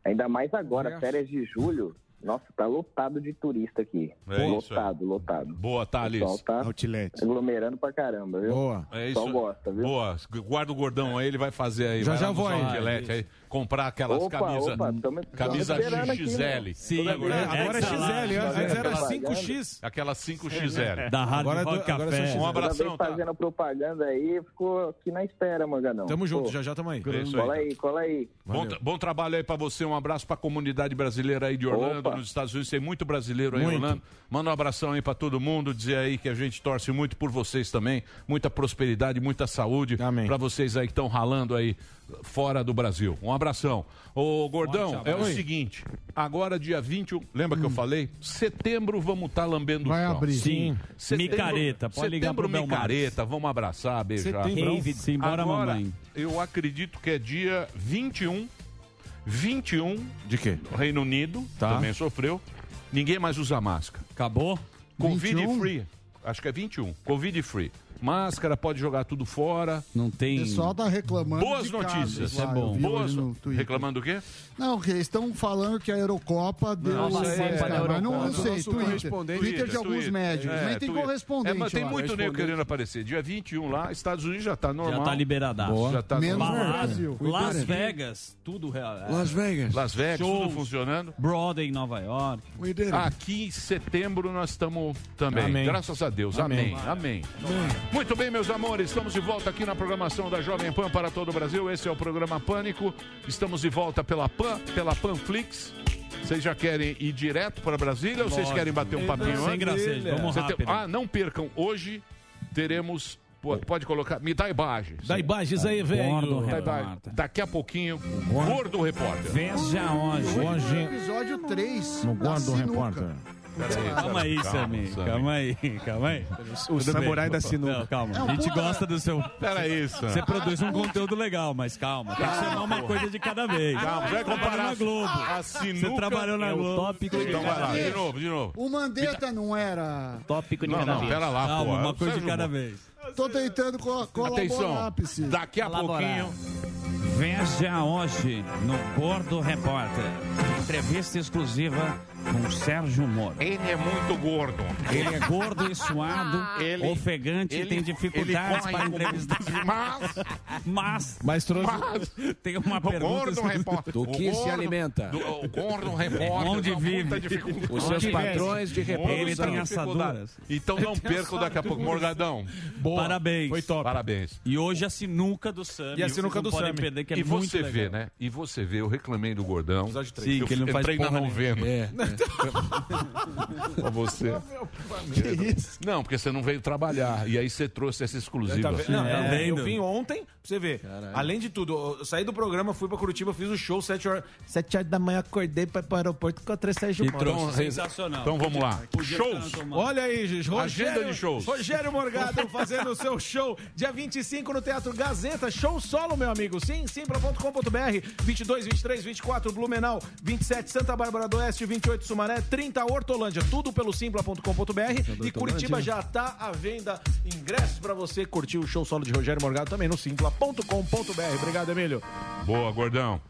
S16: Ainda mais agora,
S9: Nossa.
S16: férias de julho. Nossa, tá lotado de turista aqui.
S5: É isso aí.
S16: lotado, lotado.
S5: Boa, Thales.
S16: O pessoal tá aglomerando pra caramba, viu?
S5: É
S16: Só
S5: isso.
S16: gosta, viu?
S5: Boa. Guarda o gordão aí, ele vai fazer aí.
S16: Já,
S5: vai
S16: já
S5: lá no
S16: vou aí.
S5: Outlet aí. Comprar aquelas
S16: Opa,
S5: camisas.
S16: opa, tamo-
S5: camisa
S16: tamo esperando aqui,
S5: XL.
S16: né? Sim,
S5: Toda
S16: agora-
S5: vez-
S16: agora é
S5: Essa lá,
S16: XL, antes
S5: XL.
S16: era
S9: 5X.
S5: Aquela 5XL.
S16: Da Rádio
S5: Agora é do-
S16: Rock
S5: agora
S16: Café.
S5: é só
S16: Toda
S5: Um abração,
S16: vez
S5: tá?
S16: fazendo propaganda aí, ficou aqui na espera, Morgadão.
S5: Tamo junto,
S16: Pô,
S5: já já tamo aí. É isso aí.
S16: Cola aí, cola aí.
S5: Bom, tra- bom trabalho aí pra você, um abraço pra comunidade brasileira aí de Orlando,
S16: Opa.
S5: nos Estados Unidos, tem muito brasileiro aí em
S16: Muito.
S5: Orlando. Manda um abração aí pra todo mundo, dizer aí que a gente torce muito por vocês também, muita prosperidade, muita saúde pra vocês aí que estão ralando aí fora do Brasil. Um abração. Ô Gordão,
S1: Forte
S5: é o
S1: abraço. Hum.
S5: seguinte, agora dia 21, lembra que eu falei? Setembro vamos estar lambendo
S1: Vai
S5: o chão.
S1: abrir. Sim.
S7: Micareta, pode ligar
S5: setembro,
S7: pro Belmonte.
S5: micareta, vamos abraçar, beijar.
S7: Setembro, simbora,
S5: Agora,
S7: mamãe.
S5: eu acredito que é dia 21. 21.
S9: De quê?
S5: Reino Unido
S9: Tá.
S5: também sofreu. Ninguém mais usa máscara.
S7: Acabou?
S5: Covid
S9: 21?
S5: free. Acho que é 21. Covid free. Máscara, pode jogar tudo fora.
S7: Não tem.
S8: O pessoal tá reclamando
S5: Boas
S8: de casos
S5: notícias. É
S8: lá, eu vi
S5: Boas...
S8: hoje no Twitter.
S5: Reclamando do quê?
S8: Não, que eles estão falando que a Eurocopa deu
S5: Não, isso aí é
S8: mas
S5: da
S8: não,
S5: Eurocopa.
S8: não sei,
S5: Nosso
S8: Twitter.
S5: correspondente-
S8: Twitter de alguns
S5: Twitter.
S8: médicos,
S5: É,
S8: mas tem
S5: Twitter.
S8: correspondente.
S5: É, mas tem
S8: eu
S5: muito né?
S8: acho.
S5: nego querendo aparecer. Dia 21 lá, Estados Unidos já tá normal.
S7: tá liberadaço.
S5: Boa. Já tá
S7: Menos
S5: normal.
S7: Brasil. Las Vegas, tudo real. É.
S5: Las Vegas. Las Vegas, tudo
S7: Shows.
S5: funcionando.
S7: Broadway em Nova York.
S9: Um
S5: Aqui em setembro nós estamos também.
S7: Amém.
S5: Graças a Deus.
S7: Amém.
S5: Amém. Amém. Muito bem, meus amores. Estamos de volta aqui na programação da Jovem Pan para todo o Brasil. Esse é o programa Pânico. Estamos de volta pela Pan, pela Panflix. Vocês já querem ir direto para Brasília ou vocês
S7: Lógico.
S5: querem bater um papinho
S7: Sem
S5: antes?
S7: gracejo, vamos
S5: Você tem-
S7: rápido.
S5: Ah, não percam. Hoje teremos. Pô, Pode colocar. Me dá imagens.
S9: Dá imagens aí, velho.
S5: Gordo Repórter. Daqui a pouquinho, Gordo Repórter.
S7: Veja onde.
S8: Hoje, episódio 3.
S5: No
S8: da
S5: Guarda o
S8: sinuca.
S5: Repórter. Peraí,
S7: Calma aí, Sammy. Calma um aí, calma aí.
S6: O
S7: Tudo
S6: samurai
S7: bem.
S6: da sinuca.
S7: Não, calma.
S6: É um
S7: A gente
S6: porra.
S7: gosta do seu.
S5: Pera aí, Sam.
S7: Você produz um conteúdo legal, mas calma. Tem que
S5: Calma,
S7: chamar uma
S5: porra.
S7: coisa de cada vez.
S5: Calma, vai
S7: Você trabalhou
S5: comparar
S7: na Globo.
S5: a sinuca
S7: Você trabalhou na
S5: é o
S7: Globo.
S5: tópico de Então vai lá, cada de vez. novo, de novo.
S8: O Mandetta não era.
S7: Tópico
S5: de Não, cada não, vez. pera lá,
S7: calma,
S5: pô.
S7: uma coisa de
S5: Sérgio
S7: cada
S5: Moro.
S7: vez.
S8: Tô tentando co colaborar,
S7: Atenção,
S8: Piscina.
S5: daqui a
S7: Colaborar.
S5: pouquinho.
S7: Veja hoje no Gordo Repórter. Entrevista exclusiva com Sérgio Moro.
S5: Ele é muito gordo.
S7: Ele é gordo e suado,
S5: Ele-
S7: ofegante,
S5: ele-
S7: tem dificuldades
S5: ele corre
S7: para
S5: com-
S7: entrevistar.
S5: Mas,
S7: mas,
S6: Mas trouxe-
S7: tem uma pergunta.
S5: gordo
S7: sobre-
S5: repórter.
S6: Do que
S5: O
S6: se
S5: gordo-
S6: alimenta?
S5: do- o gordo repórter.
S7: Onde
S5: dá
S7: vive?
S5: muita dificuldade.
S6: Os seus
S5: Onde
S6: padrões de
S5: vive?
S6: reprodução.
S5: Ele tem assaduras. Então não perco daqui a pouco. Morgadão.
S7: Parabéns. Foi top.
S5: Parabéns.
S7: E hoje a sinuca assim do Sam.
S5: E a
S9: sinuca do
S7: podem
S9: Sammy.
S7: perder, que é
S5: e
S7: muito
S5: você
S7: legal.
S5: vê, né? E você vê, eu reclamei do gordão.
S7: três. Sim,
S5: eu
S7: que ele não faz
S5: entrei na
S7: porra nenhuma.
S5: novena.
S6: É.
S5: pra você. que isso? Não, porque você não veio trabalhar. E aí você trouxe essa exclusiva.
S9: Tá vendo? Não,
S5: É.
S9: é, eu vim ontem, pra você ver. Além de tudo, eu saí do programa, fui pra Curitiba, fiz o show, 7 horas, 7 horas da manhã, acordei pra ir pro aeroporto, encontrei Sérgio
S5: E
S9: Moro.
S5: trouxe- Sensacional. então vamos lá.
S9: Podia
S5: Shows.
S9: estar na tomada. Olha aí, gente, Rogério,
S5: Agenda de shows.
S9: Rogério Morgado fazendo o seu show dia 25 no Teatro Gazeta. Show solo, meu amigo. Sim, simpla.com.br. 22, 23, 24, Blumenau. 27, Santa Bárbara do Oeste. 28, Sumaré. 30, Hortolândia. Tudo pelo simpla.com.br. E Curitiba já tá à venda. Ingressos pra você curtir o show solo de Rogério Morgado também no simpla.com.br. Obrigado, Emílio.
S5: Boa, gordão.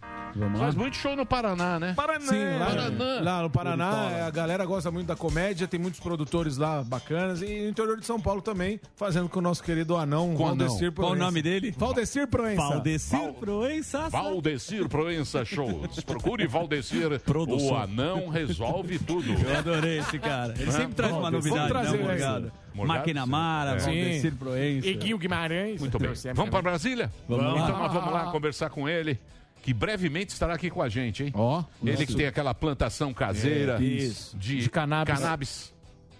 S5: Faz muito show no Paraná, né?
S9: Paraná. Sim, lá, lá no Paraná, é, a galera gosta muito da comédia, tem muitos produtores lá bacanas. E no interior de São Paulo também, fazendo com o nosso querido anão,
S5: Com o anão.
S9: Valdecir
S5: Qual o nome
S7: dele?
S9: Valdecir Proença.
S7: Valdecir Proença.
S5: Valdecir Proença Shows. Procure Valdecir. O anão resolve tudo.
S7: Eu adorei esse cara. Ele sempre traz uma novidade, né, Morgado?
S5: um.
S7: Máquina Mara, Valdecir Proença.
S5: Guilherme Guimarães. É. Muito bem. Vamos para Brasília?
S7: Vamos
S5: Então
S7: lá.
S5: nós vamos lá conversar com ele, que brevemente estará aqui com a gente, hein? Ó. ele que
S7: isso.
S5: tem aquela plantação caseira
S7: É, isso.
S5: de,
S7: De cannabis.
S5: cannabis.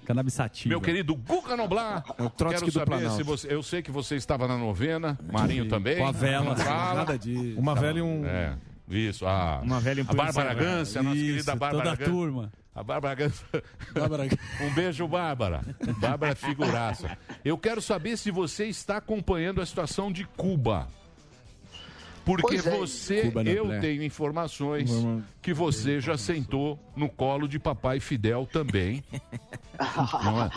S7: Cannabis sativa.
S5: Meu querido Guca Noblar,
S7: É o Trotsky
S5: quero
S7: do
S5: saber
S7: Planalto.
S5: se você. Eu sei que você estava na novena, Marinho também.
S7: Com a vela.
S5: Não fala.
S7: disso.
S9: Uma vela e um.
S5: É. Isso, a,
S17: Uma
S7: um
S17: velha
S5: a Bárbara
S17: influenciadora.
S5: Gância, a nossa
S17: Isso,
S5: querida Bárbara
S17: toda a
S5: Gância.
S17: turma.
S5: A Bárbara Gância. um beijo, Bárbara. Bárbara é figuraça. Eu quero saber se você está acompanhando a situação de Cuba. Porque
S17: Pois é.
S5: você,
S17: Cuba na
S5: eu
S17: praia.
S5: tenho informações
S17: Vamos-
S5: que você já sentou no colo de Papai Fidel também. Não é?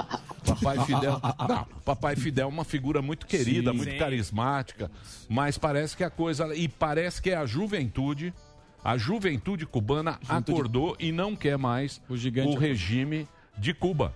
S5: Papai Fidel, não, Papai Fidel é uma figura muito querida,
S17: Sim.
S5: muito
S17: Sim.
S5: carismática, mas parece que a coisa e parece que é a juventude, a juventude cubana acordou e não quer mais o, regime de Cuba.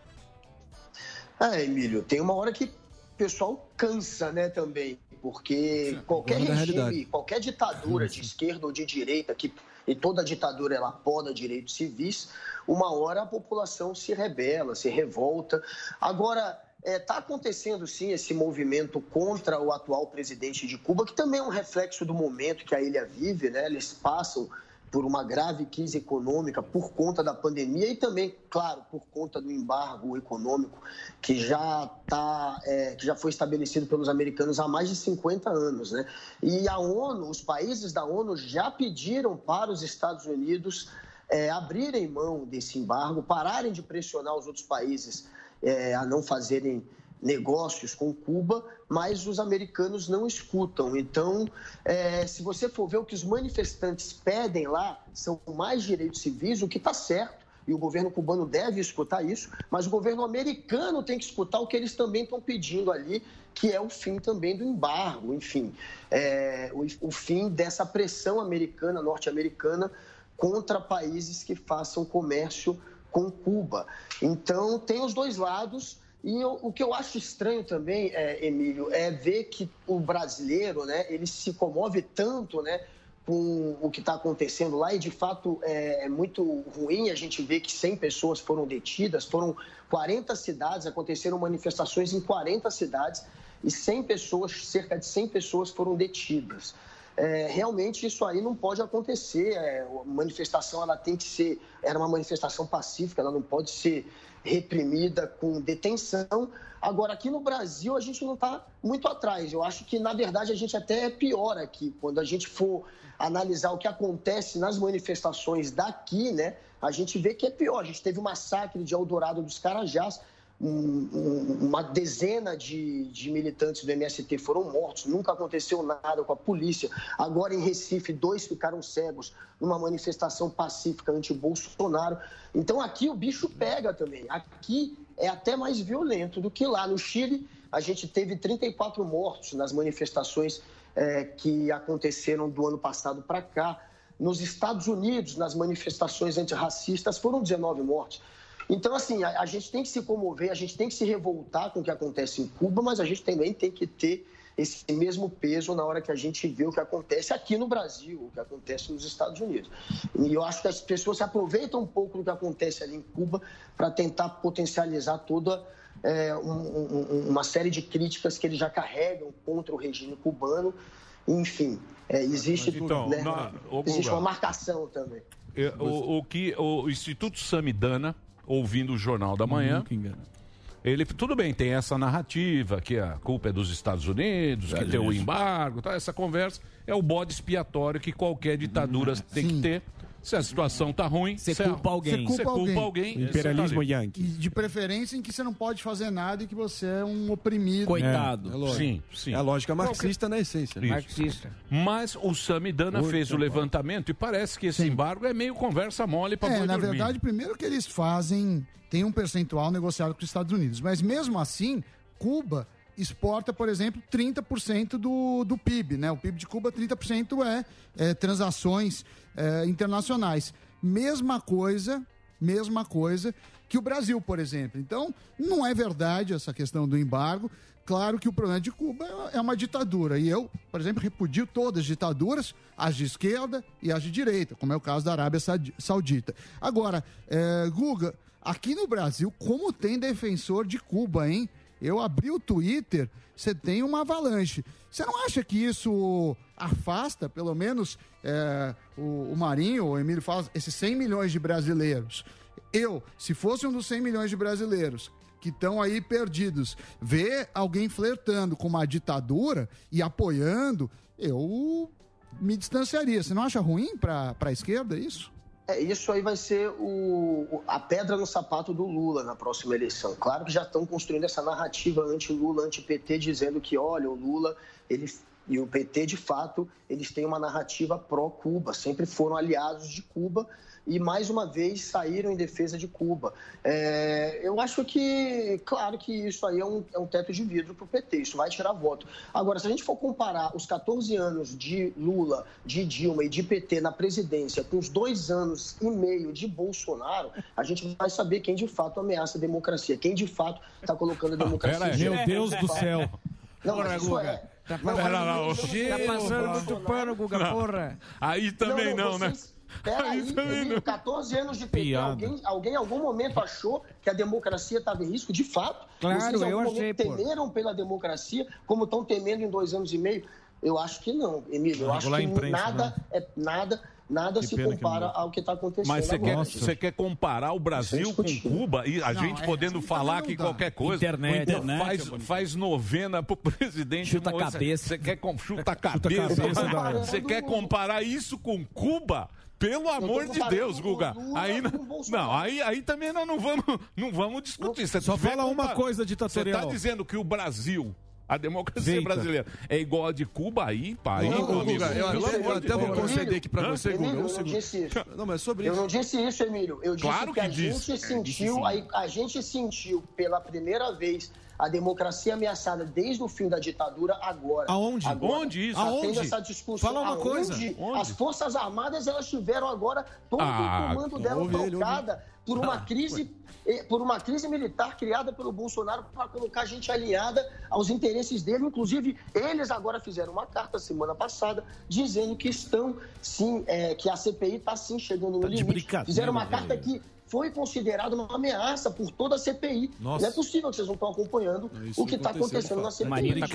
S18: Ah, Emílio, tem uma hora que o pessoal cansa, né, também. Porque qualquer
S14: agora é a
S18: regime,
S14: realidade.
S18: qualquer ditadura de esquerda ou de direita, que, e toda ditadura ela poda direitos civis, uma hora a população se rebela, se revolta. Agora, está acontecendo sim esse movimento contra o atual presidente de Cuba, que também é um reflexo do momento que a ilha vive, né? Eles passam por uma grave crise econômica por conta da pandemia e também, claro, por conta do embargo econômico que já tá, é, que já foi estabelecido pelos americanos há mais de 50 anos, né? E a ONU, os países da ONU já pediram para os Estados Unidos é, abrirem mão desse embargo, pararem de pressionar os outros países é, a não fazerem negócios com Cuba, mas os americanos não escutam. Então, é, se você for ver o que os manifestantes pedem lá, são mais direitos civis, o que está certo. E o governo cubano deve escutar isso, mas o governo americano tem que escutar o que eles também estão pedindo ali, que é o fim também do embargo, enfim, é, o, o fim dessa pressão americana, norte-americana, contra países que façam comércio com Cuba. Então, tem os dois lados. E eu- o que eu acho estranho também, é, Emílio, é ver que o brasileiro, né, ele se comove tanto, né, com o que está acontecendo lá e de fato é, é muito ruim a gente vê que 100 pessoas foram detidas, foram 40 cidades, aconteceram manifestações em 40 cidades e 100 pessoas, cerca de 100 pessoas foram detidas. É, realmente isso aí não pode acontecer. É, a manifestação ela tem que ser, era uma manifestação pacífica, ela não pode ser reprimida com detenção. Agora aqui no Brasil a gente não está muito atrás. Eu acho que na verdade a gente até é pior aqui. Quando a gente for analisar o que acontece nas manifestações daqui, né, a gente vê que é pior. A gente teve o massacre de Eldorado dos Carajás um- um- uma dezena de, de militantes do MST foram mortos, nunca aconteceu nada com a polícia. Agora em Recife, dois ficaram cegos numa manifestação pacífica anti-Bolsonaro. Então aqui o bicho pega também. Aqui é até mais violento do que lá. No Chile, a gente teve 34 mortos nas manifestações eh, que aconteceram do ano passado para cá. Nos Estados Unidos, nas manifestações antirracistas, foram 19 mortes. Então, assim, a, a gente tem que se comover, a gente tem que se revoltar com o que acontece em Cuba, mas a gente também tem que ter esse mesmo peso na hora que a gente vê o que acontece aqui no Brasil, o que acontece nos Estados Unidos. E eu acho que as pessoas se aproveitam um pouco do que acontece ali em Cuba para tentar potencializar toda é, um- um- um- uma série de críticas que eles já carregam contra o regime cubano. Enfim, é, existe,
S5: Mas, então,
S18: né,
S5: na- ô,
S18: existe
S5: Guga.
S18: uma marcação também.
S5: É, O, o que o Instituto Samidana, ouvindo o Jornal da Manhã,
S7: Nunca engana.
S5: ele tudo bem, tem essa narrativa que a culpa é dos Estados Unidos, que tem o embargo, tá? essa conversa é o bode expiatório que qualquer ditadura tem que ter. Se a situação tá ruim, você
S8: culpa alguém. Você
S5: Você tá
S8: culpa
S5: culpa
S8: alguém.
S5: alguém.
S8: Imperialismo
S5: yankee.
S8: E de preferência em que você não pode fazer nada e que você é um oprimido.
S1: Coitado. É, é lógico.
S5: Sim, sim.
S1: É a lógica marxista na essência. né?
S5: Isso. Mas o Samidana
S1: Muito
S5: fez o
S1: bom.
S5: levantamento e parece que esse embargo é meio conversa mole para
S8: É,
S5: boi
S8: na
S5: dormir.
S8: verdade, primeiro que eles fazem, tem um percentual negociado com os Estados Unidos. Mas mesmo assim, Cuba exporta, por exemplo, 30% do, do PIB, né? O PIB de Cuba, 30% é, é, transações é, internacionais. Mesma coisa, mesma coisa que o Brasil, por exemplo. Então, não é verdade essa questão do embargo. Claro que o problema de Cuba é uma ditadura. E eu, por exemplo, repudio todas as ditaduras, as de esquerda e as de direita, como é o caso da Arábia Saudi- Saudita. Agora, eh, Guga, aqui no Brasil, como tem defensor de Cuba, hein? Eu abri o Twitter, você tem uma avalanche. Você não acha que isso afasta, pelo menos, eh, o, o Marinho, o Emílio fala, esses 100 milhões de brasileiros? Eu, se fosse um dos 100 milhões de brasileiros que estão aí perdidos, ver alguém flertando com uma ditadura e apoiando, eu me distanciaria. Você não acha ruim para a esquerda isso?
S18: É, isso aí vai ser o, o- a pedra no sapato do Lula na próxima eleição. Claro que já estão construindo essa narrativa anti-Lula, anti-PT, dizendo que, olha, o Lula ele, e o PT, de fato, eles têm uma narrativa pró-Cuba, sempre foram aliados de Cuba e, mais uma vez, saíram em defesa de Cuba. É, eu acho que, claro que isso aí é um, é um teto de vidro para o PT, isso vai tirar voto. Agora, se a gente for comparar os 14 anos de Lula, de Dilma e de PT na presidência com os dois anos e meio de Bolsonaro, a gente vai saber quem de fato ameaça a democracia, quem de fato está colocando a democracia. em
S13: Ah, Meu
S18: jogo.
S13: Deus do céu.
S18: Não, mas isso é.
S13: Tá
S18: Não,
S13: passando,
S18: olha,
S13: muito-
S5: é
S18: Gil,
S13: tá passando muito
S18: Bolsonaro.
S13: pano, Guga,
S18: Não.
S13: porra.
S5: Aí também não, né?
S18: Peraí, teve 14 anos de PT.
S13: Piada.
S18: Alguém, alguém em algum momento achou que a democracia estava em risco? De fato.
S13: Claro,
S18: Vocês em algum
S13: eu
S18: momento
S13: achei, pô.
S18: temeram pela democracia, como estão temendo em dois anos e meio? Eu acho que não, Emílio. Eu
S5: Ah,
S18: acho
S5: regular
S18: que
S5: a imprensa,
S18: nada, é, nada, nada
S5: Que
S18: se
S5: pena que
S18: compara
S5: não
S18: ao que está acontecendo
S5: Mas você quer,
S18: agora.
S5: você quer comparar o Brasil com Cuba e a
S18: Não,
S5: gente
S18: é,
S5: podendo falar que qualquer coisa.
S18: Internet, né, é
S5: Ou então
S18: internet,
S5: faz, faz novena pro presidente.
S13: Chuta a
S5: moça,
S13: cabeça.
S5: Você quer com- chuta a cabeça.
S13: cabeça da-
S5: Você quer comparar isso com Cuba? Pelo amor de
S13: comparando
S5: Deus,
S13: com
S5: Guga.
S13: Lula,
S5: Aí não,
S13: com Bolsonaro.
S5: não, aí, aí também nós não vamos, não vamos discutir. Você
S9: Só
S5: vê
S9: fala uma
S5: compa-
S9: coisa, ditatorial.
S5: Você está dizendo que o Brasil, a democracia
S9: Eita.
S5: brasileira, é igual a de Cuba aí, pai?
S1: Não, Guga, eu até- eu até vou conceder aqui pra você, Guga, um
S18: Emílio, eu não
S1: segundo.
S18: disse isso.
S1: Não, mas é sobre
S18: Eu
S1: isso.
S18: não disse isso, Emílio. Eu disse
S1: Claro
S18: que, a
S1: que disse.
S18: gente
S1: É, disse
S18: sentiu,
S1: sim.
S18: a, a gente sentiu pela primeira vez a democracia ameaçada desde o fim da ditadura agora.
S9: Aonde?
S18: Agora.
S9: Onde isso?
S18: Tá
S9: Aonde?
S18: tendo essa discussão.
S9: Fala uma
S18: Aonde?
S9: coisa.
S18: As Forças Armadas elas tiveram agora todo
S5: Ah,
S18: o comando dela
S5: ouve ele,
S18: trocada por uma
S5: Ah,
S18: crise eh, por uma crise militar criada pelo Bolsonaro para colocar a gente alinhada aos interesses dele. Inclusive, eles agora fizeram uma carta semana passada dizendo que estão sim, eh, que a CPI está sim chegando no
S5: Tá
S18: limite.
S9: brincadeira,
S18: Fizeram
S5: né,
S18: uma
S9: velho.
S18: carta que foi considerada uma ameaça por toda a CPI.
S1: Nossa.
S18: Não é possível que vocês não estão acompanhando o que está acontecendo na CPI.
S5: tá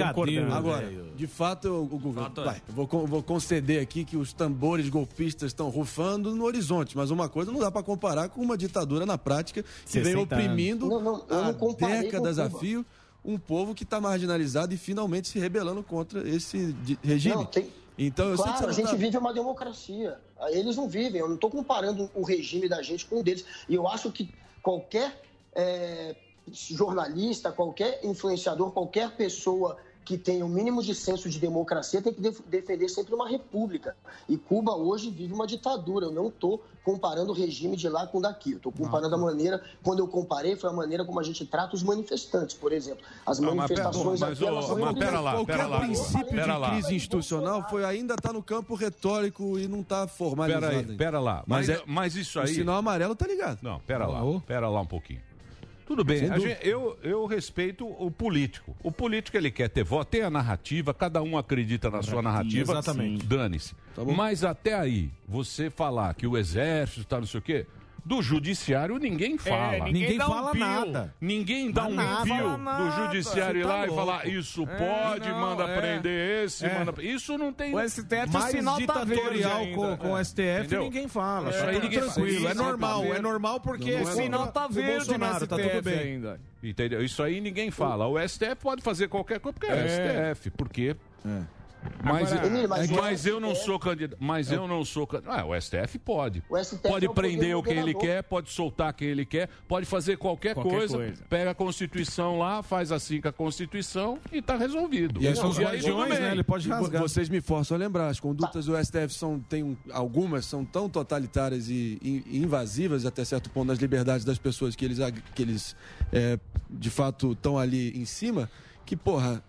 S1: Agora, de fato, eu, o Guga, vai, eu vou, con- vou conceder aqui que os tambores golpistas estão rufando no horizonte, mas uma coisa não dá para comparar com uma ditadura na prática que
S9: 60
S1: vem oprimindo
S18: Não, não, eu
S1: há
S18: não comparei com
S1: décadas a
S18: Cuba.
S1: fio um povo que está marginalizado e finalmente se rebelando contra esse di- regime.
S18: Não, tem-
S1: Então, eu sei que
S18: claro,
S1: você
S18: a
S1: não
S18: gente
S1: tá-
S18: vive uma democracia. Eles não vivem. Eu não estou comparando o regime da gente com o deles. E eu acho que qualquer eh, jornalista, qualquer influenciador, qualquer pessoa que tenha o mínimo de senso de democracia tem que def- defender sempre uma república. E Cuba hoje vive uma ditadura. Eu não estou comparando o regime de lá com o daqui. Eu estou comparando
S5: tá.
S18: a maneira... Quando eu comparei, foi a maneira como a gente trata os manifestantes, por exemplo. As
S5: Não, mas pera-
S18: manifestações
S5: mas,
S18: aqui...
S5: ô,
S18: elas são
S5: mas pera lá,
S1: Qualquer
S5: pera lá.
S1: princípio
S5: Pera
S1: de
S5: lá.
S1: crise institucional foi ainda tá no campo retórico e não tá formalizado.
S5: Pera aí,
S1: ainda.
S5: pera lá. Mas,
S1: Mas é-
S5: mas isso
S1: o
S5: aí.
S1: sinal amarelo tá ligado.
S5: Não, pera lá. Pera lá um pouquinho. Tudo bem,
S1: Sem
S5: a
S1: dúvida.
S5: gente- eu, eu respeito o político. O político ele quer ter voto, tem a narrativa, cada um acredita na sua narrativa.
S9: Exatamente.
S5: Dane-se.
S13: Tá
S5: Mas até aí, você falar que o exército tá não sei o quê, do judiciário ninguém fala.
S13: É, ninguém Ninguém dá um fala pio. nada.
S5: Ninguém dá
S13: Dá
S5: um
S13: nada.
S5: pio
S13: Fala
S5: do
S13: nada.
S5: judiciário ir
S13: Você tá
S5: lá e
S13: louco.
S5: falar isso
S13: É,
S5: pode,
S13: não,
S5: manda
S13: é.
S5: prender esse,
S13: É.
S5: manda. Isso não tem.
S13: O é STF,
S9: mais
S5: mais
S9: ditatorial com, com o STF ninguém fala.
S5: É,
S9: tá tudo
S5: ninguém fala.
S9: tranquilo, é
S5: Isso,
S9: normal,
S5: tá
S9: é
S5: vendo?
S9: normal porque
S5: Não, não é
S9: contra
S5: normal.
S9: o Bolsonaro, tá tudo bem.
S5: né? Entendeu? Isso aí ninguém fala. O STF pode fazer qualquer coisa, porque é,
S13: É.
S5: STF, porque.
S18: É.
S5: Mas,
S13: Agora, Emílio, mas
S5: mas,
S13: o
S5: eu não sou candidato. Mas eu não sou candidato. Ah, o STF pode.
S18: É. O STF
S5: pode
S18: é o poder
S5: prender o que ele
S18: governador.
S5: quer, pode soltar quem ele quer, pode fazer qualquer,
S13: Qualquer
S5: coisa,
S13: coisa.
S5: Pega a Constituição lá, faz assim com a Constituição e tá resolvido.
S1: E aí são os
S5: tudo
S1: guardiões,
S5: bem.
S1: né? Ele pode rasgar. Vocês me forçam a lembrar, as condutas do STF são, tem um- algumas são tão totalitárias e, e- e invasivas até certo ponto nas liberdades das pessoas que eles, ag- que eles é, de fato estão ali em cima, que porra,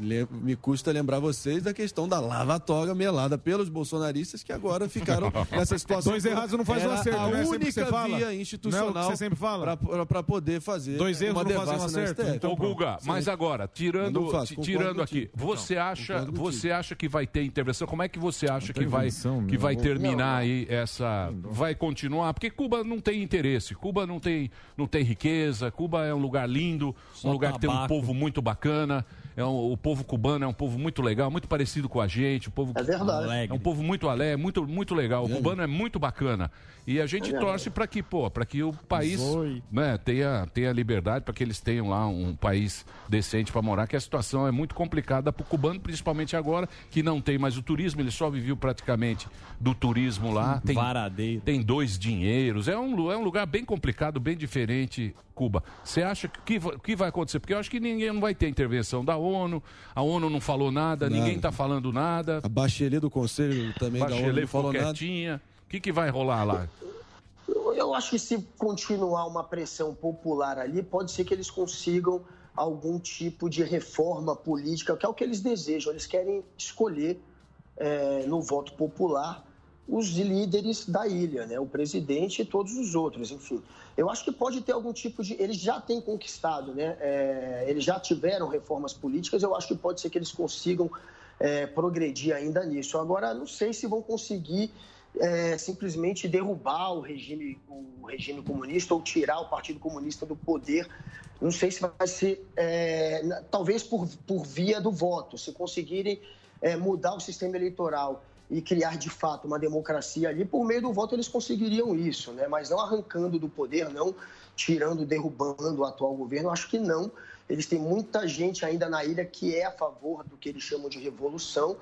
S1: le- me custa lembrar vocês da questão da lava-toga melada pelos bolsonaristas que agora ficaram nessa situação.
S9: Dois errados não faz um
S1: Era
S9: acerto,
S1: a
S9: não é sempre que
S1: única
S9: você fala? Não é o
S1: via
S9: que
S1: institucional
S9: você sempre fala?
S1: para poder fazer
S9: Dois erros
S1: uma
S9: não fazem um
S1: devassa no
S9: acerto?
S1: STF.
S5: Ô, Guga, mas agora,
S1: Eu
S5: tirando,
S1: não faço,
S5: ti-
S1: concordo
S5: tirando aqui,
S1: contigo.
S5: você acha,
S1: concordo
S5: você acha que vai ter intervenção? Como é que você acha que vai,
S13: Intervenção,
S5: que
S13: meu
S5: vai
S13: amor.
S5: terminar aí essa vai continuar? Porque Cuba não tem interesse, Cuba não tem, não tem riqueza, Cuba é um lugar lindo, um lugar que tem um
S13: tabaco.
S5: povo muito bacana. É um- o povo cubano é um povo muito legal, muito parecido com a gente. O povo
S18: É verdade.
S5: É um povo muito alegre, muito, muito legal. O cubano é muito bacana. E a gente
S18: É.
S5: torce para que, pô, para que o país
S18: Zoe.
S5: né, tenha, tenha liberdade, para que eles tenham lá um país decente para morar, que a situação é muito complicada para o cubano, principalmente agora, que não tem mais o turismo, ele só viveu praticamente do turismo lá. Tem, tem dois dinheiros. É um, lu- é um lugar bem complicado, bem diferente, Cuba. Você acha que, que va- que vai acontecer? Porque eu acho que ninguém não vai ter intervenção da ONU, a ONU não falou
S1: Nada.
S5: nada, ninguém está falando nada.
S1: A Bachelet do Conselho também da ONU
S5: Bachelet
S1: não falou
S5: ficou
S1: nada.
S5: quietinha. O que, que vai rolar lá?
S18: Eu, eu acho que se continuar uma pressão popular ali, pode ser que eles consigam algum tipo de reforma política, que é o que eles desejam. Eles querem escolher eh, no voto popular os líderes da ilha, né? o presidente e todos os outros, enfim. Eu acho que pode ter algum tipo de. Eles já têm conquistado, né? Eh, eles já tiveram reformas políticas, eu acho que pode ser que eles consigam eh, progredir ainda nisso. Agora, não sei se vão conseguir eh, simplesmente derrubar o regime, o regime comunista ou tirar o Partido Comunista do poder. Não sei se vai ser, eh, na- talvez por, por via do voto, se conseguirem eh, mudar o sistema eleitoral e criar de fato uma democracia ali, por meio do voto eles conseguiriam isso, né? mas não arrancando do poder, não tirando, derrubando o atual governo, acho que não. Eles têm muita gente ainda na ilha que é a favor do que eles chamam de revolução,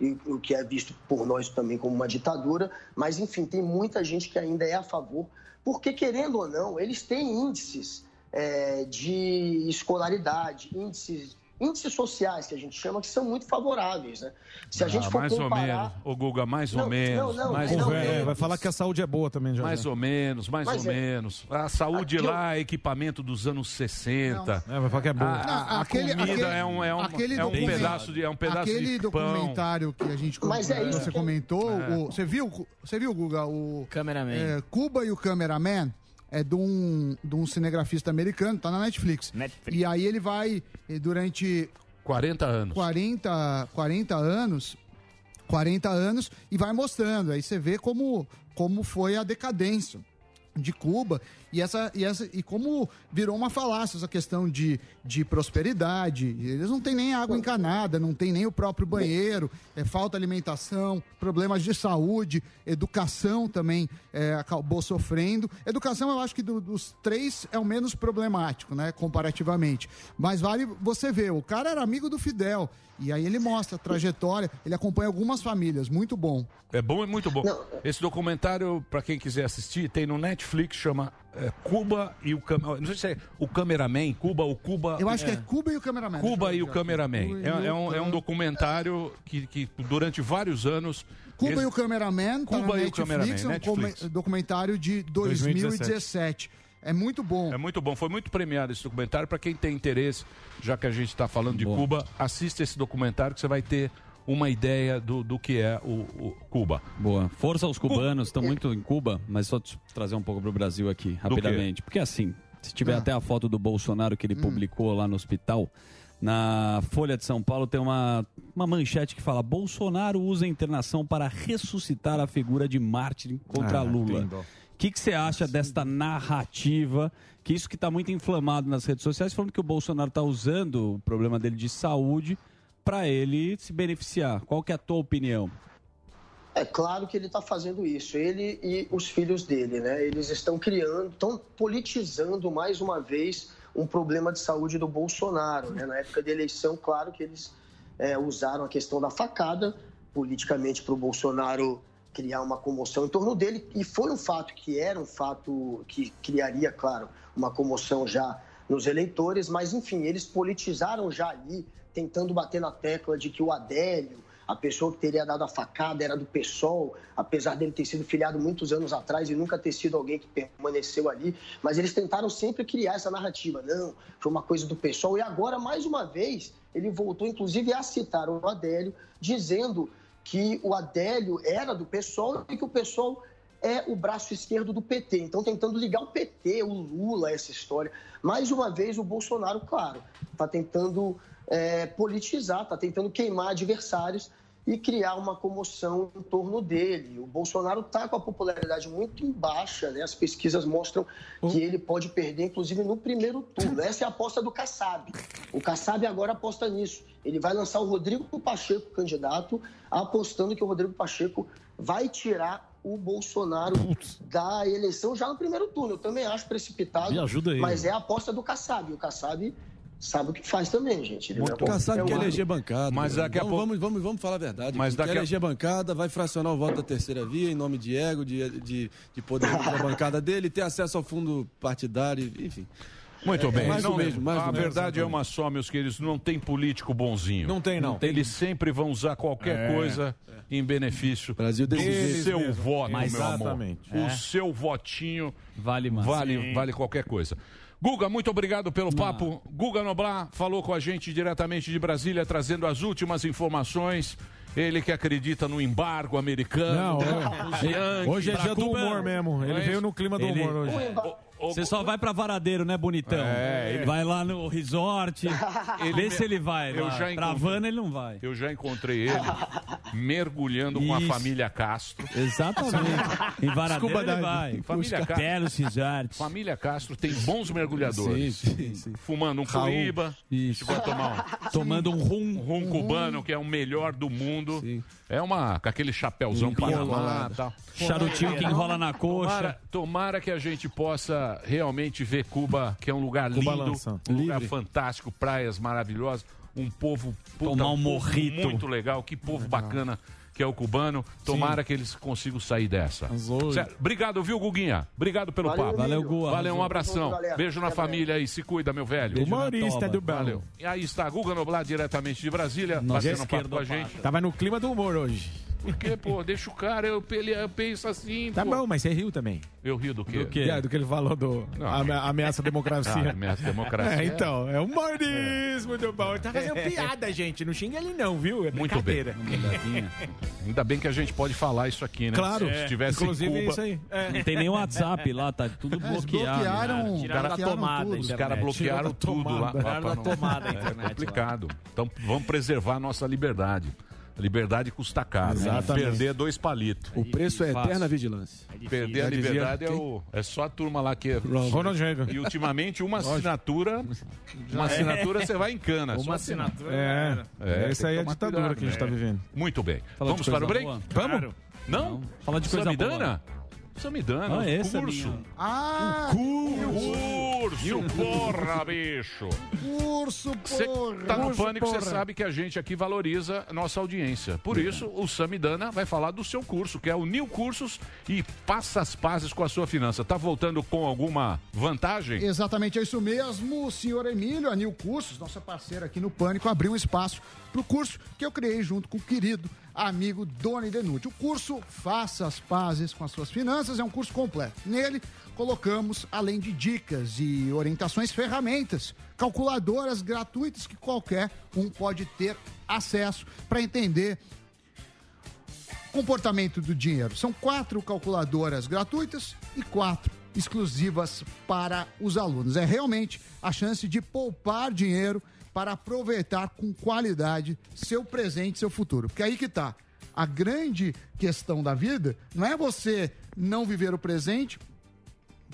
S18: e o que é visto por nós também como uma ditadura, mas enfim, tem muita gente que ainda é a favor, porque querendo ou não, eles têm índices eh, de escolaridade, índices, índices sociais que a gente chama que são muito favoráveis, né? Se a gente
S5: Ah,
S18: for
S5: mais ou
S18: comparar
S5: menos. Ô, Guga, mais
S18: Não, não,
S5: ou menos.
S18: não,
S5: mais
S18: não,
S5: ou
S18: não,
S5: menos.
S18: é,
S9: Vai falar que a saúde é boa também, já.
S5: Mais um
S9: já.
S5: ou menos, mais
S9: Mas
S5: ou
S9: é.
S5: menos. A
S8: Ah,
S5: saúde
S9: Aqui eu-
S5: lá, equipamento dos anos 60.
S9: É, vai falar que é boa.
S5: A, Ah, a- a
S8: Ah, Aquele-
S5: comida
S8: aquele-
S5: é um, é um,
S8: aquele
S5: é um
S8: documentário-
S5: pedaço de, é um pedaço
S8: aquele
S5: de pão.
S8: documentário que a gente
S18: Mas é
S8: que
S18: isso
S8: você
S18: que-
S8: comentou,
S18: É.
S8: o- você viu, você viu Guga, o é, Cuba e o Cameraman é de um, de um cinegrafista americano, tá na Netflix. E aí ele vai eh, durante
S5: 40 anos.
S8: 40, 40 anos, 40 anos e vai mostrando. Aí você vê como, como foi a decadência de Cuba e essa e essa e como virou uma falácia essa questão de, de prosperidade eles não têm nem água encanada não tem nem o próprio banheiro é falta alimentação problemas de saúde educação também é, acabou sofrendo educação eu acho que do- dos três é o menos problemático né comparativamente mas vale você ver o cara era amigo do Fidel e aí ele mostra a trajetória ele acompanha algumas famílias muito bom
S5: É bom e muito bom. Esse documentário, pra quem quiser assistir, tem no Netflix, chama é, Cuba e o Cam... Não sei se é o Cameraman, Cuba, o Cuba.
S8: eu acho que é Cuba e o cameraman
S5: Cuba
S8: Deixa
S5: e
S8: eu
S5: o Cameraman.
S8: Cuba
S5: É,
S8: e
S5: é
S8: o
S5: um, é um documentário que, que durante vários anos.
S8: Cuba
S5: eles-
S8: e o Cameraman, tá
S5: Cuba
S8: na
S5: e o
S8: Netflix,
S5: Cameraman,
S8: é um
S5: Netflix.
S8: come- documentário de 2017. É muito bom.
S5: É muito bom, foi muito premiado esse documentário. Para quem tem interesse, já que a gente está falando de Cuba, assista esse documentário que você vai ter uma ideia do, do que é o, o Cuba.
S7: Boa. Força aos cubanos, estão muito em Cuba, mas só te trazer um pouco pro Brasil aqui, rapidamente. Porque assim, se
S9: Ah.
S7: tiver até a foto do Bolsonaro
S9: Hum.
S7: que ele publicou lá no hospital, na Folha de São Paulo tem uma, uma manchete que fala: Bolsonaro usa a internação para ressuscitar a figura de mártir contra
S9: Ah,
S7: Lula.
S9: tem dó.
S7: O que, que você acha desta narrativa? Que isso que está muito inflamado nas redes sociais, falando que o Bolsonaro está usando o problema dele de saúde para ele se beneficiar. Qual que é a tua opinião?
S18: É claro que ele está fazendo isso, ele e os filhos dele, né? Eles estão criando, estão politizando mais uma vez um problema de saúde do Bolsonaro, né? Na época da eleição, claro que eles eh, usaram a questão da facada politicamente para o Bolsonaro criar uma comoção em torno dele e foi um fato que era um fato que criaria, claro, uma comoção já nos eleitores, mas enfim, eles politizaram já ali, tentando bater na tecla de que o Adélio, a pessoa que teria dado a facada, era do PSOL, apesar dele ter sido filiado muitos anos atrás e nunca ter sido alguém que permaneceu ali, mas eles tentaram sempre criar essa narrativa, não, foi uma coisa do PSOL, e agora, mais uma vez, ele voltou, inclusive, a citar o Adélio, dizendo que o Adélio era do PSOL e que o PSOL é o braço esquerdo do PT. Então, tentando ligar o PT, o Lula, a essa história. Mais uma vez, o tá é, Bolsonaro, claro, está tentando eh, politizar, está tentando queimar tá adversários. e criar uma comoção em torno dele. O Bolsonaro está com a popularidade muito em baixa, né? As pesquisas mostram que ele pode perder, inclusive, no primeiro turno. Essa é a aposta do Kassab. O Kassab agora aposta nisso. Ele vai lançar o Rodrigo Pacheco candidato, apostando que o Rodrigo Pacheco vai tirar o Bolsonaro da eleição já no primeiro turno. Eu também acho precipitado,
S9: Me ajuda aí.
S18: mas é a aposta do Kassab. O Kassab sabe o que faz também, gente. Ele não é
S1: O cara sabe
S18: qualquer
S1: que
S18: um.
S1: eleger bancada.
S5: Mas
S1: né?
S5: daqui a
S1: Vamos-
S5: pouco-
S1: vamos, vamos, vamos falar a verdade. é
S5: Mas
S1: Mas
S5: daqui a-
S1: Tá, eleger bancada, vai fracionar o voto da terceira via em nome de ego, de, de, de poder da bancada dele, ter acesso ao fundo partidário, enfim.
S5: Muito
S1: É,
S5: bem.
S1: Mais
S5: Não,
S1: do mesmo, mais
S5: a
S1: do mesmo.
S5: verdade é uma só, meus queridos. Não tem político bonzinho.
S1: Não tem, não.
S5: Eles sempre vão usar qualquer
S1: É.
S5: coisa em benefício
S1: Brasil
S5: do
S1: desse jeito
S5: seu
S1: mesmo.
S5: voto,
S1: Mas
S5: meu
S1: exatamente.
S5: amor.
S1: É.
S5: O seu votinho
S7: vale
S1: mais.
S5: Vale,
S1: Sim.
S5: vale qualquer coisa. Guga, muito obrigado pelo papo. Guga Noblar falou com a gente diretamente de Brasília, trazendo as últimas informações. Ele que acredita no embargo
S9: Não,
S5: americano. Os
S9: hoje-
S5: Yankees.
S9: hoje é dia do
S5: Bracuba.
S9: humor mesmo. Ele
S5: Não é
S9: veio
S5: isso?
S9: no clima do humor hoje.
S7: Você só vai pra Varadeiro, né, bonitão?
S5: É, ele-
S7: Vai lá no resort,
S5: Ele
S7: vê
S5: me-
S7: se ele vai.
S5: Eu
S7: lá.
S5: já
S7: Pra
S5: encontrei-
S7: Havana ele não vai.
S5: Eu já encontrei ele mergulhando com a
S7: Isso.
S5: família Castro.
S7: Exatamente. Em Varadeiro
S5: Scuba
S7: ele
S5: diving.
S7: vai.
S5: Família
S7: Os
S5: Castro.
S7: belos resorts.
S5: Família Castro tem bons mergulhadores. Fumando um
S7: Raul.
S5: curiba.
S7: Isso.
S5: Vai tomar um.
S7: Tomando um rum.
S5: rum cubano, que é o melhor do mundo. É uma. com aquele chapéuzão panamá e tal.
S7: Charutinho que enrola na coxa.
S5: Tomara, tomara que a gente possa realmente ver Cuba, que é um lugar
S7: Cuba
S5: lindo,
S7: lança.
S5: um lugar
S7: Livre.
S5: fantástico, praias maravilhosas, um povo puta,
S7: Tomar um
S5: povo
S7: morrito.
S5: muito legal, que povo bacana que é o cubano. Tomara que eles consigam sair dessa. Certo? Obrigado, viu, Guguinha? Obrigado pelo
S7: Valeu,
S5: papo.
S7: Valeu, Guga.
S5: Valeu, um
S7: Arrasou.
S5: abração.
S7: Valeu, galera.
S5: Beijo na
S7: Até
S5: família aí, se cuida, meu velho.
S9: Beijo na Humorista toba. do bom.
S5: Valeu. E aí está Guga Noblar, diretamente de Brasília,
S9: Nossa,
S5: batendo papo com a gente.
S9: Tava no clima do humor hoje.
S5: Porque, pô, deixa o cara, eu, ele- eu penso assim,
S9: Tá
S5: pô.
S9: bom, mas você riu também.
S5: Eu rio do quê?
S9: É, do que ele falou do
S5: Não.
S9: ame- ameaça à democracia.
S5: Ah, ameaça à democracia.
S9: É, então, é humorismo do bom. Ele tá fazendo
S5: É.
S9: piada, gente. Não xinga ele não, viu? É
S5: Muito bem.
S9: brincadeira.
S5: Ainda bem que a gente pode falar isso aqui, né?
S9: Claro.
S5: Se
S9: É.
S5: tivesse
S9: Inclusive,
S5: em Cuba,
S9: isso aí. É.
S7: Não tem nem WhatsApp lá, tá tudo
S9: É,
S7: bloqueado.
S9: bloquearam-
S7: né?
S5: Os caras os caras bloquearam tudo lá.
S7: Tiraram da
S5: Pra não-
S7: tomada a
S5: É
S7: internet.
S5: complicado. Então vamos preservar a nossa liberdade. A liberdade custa caro. né?
S1: Exatamente.
S5: Perder dois palitos.
S1: O preço é
S5: Fácil.
S1: eterna vigilância.
S5: Perder a
S1: Já dizia
S5: liberdade é,
S1: quem?
S5: o, é só a turma lá que.
S1: Ronald
S9: Reagan.
S5: E ultimamente uma assinatura. Uma
S9: É.
S5: assinatura você vai em cana.
S9: Uma
S5: Só
S9: assinatura, É. É, essa
S5: tem
S9: aí é a
S5: tomar né?
S9: ditadura que a gente tá vivendo.
S5: Muito bem.
S9: Falar
S5: Vamos
S9: de coisa
S5: para o break?
S9: boa?
S5: Vamos?
S9: Claro.
S5: Não?
S9: Falar de coisa
S5: Samidana? Samidana,
S9: Ah,
S5: um
S9: esse é
S5: curso.
S9: minha.
S8: Ah,
S5: Curso, porra, bicho.
S8: Urso,
S5: Você
S8: porra!
S5: tá no
S8: Urso,
S5: pânico, você
S8: porra.
S5: sabe que a gente aqui valoriza a nossa audiência.
S9: É.
S5: Por isso, o Samidana vai falar do seu curso, que é o New Cursos e passa as pazes com a sua finança. Tá voltando com alguma vantagem?
S8: Exatamente, é isso mesmo. O senhor Emílio, a Nil Cursos, nossa parceira aqui no Pânico, abriu um espaço para o curso que eu criei junto com o querido amigo Doni Denucci. O curso Faça as Pazes com as Suas Finanças é um curso completo. Nele, colocamos, além de dicas e orientações, ferramentas, calculadoras gratuitas que qualquer um pode ter acesso para entender comportamento do dinheiro. São quatro calculadoras gratuitas e quatro exclusivas para os alunos. É realmente a chance de poupar dinheiro para aproveitar com qualidade seu presente, seu futuro. Porque aí que tá. A grande questão da vida não é você não viver o presente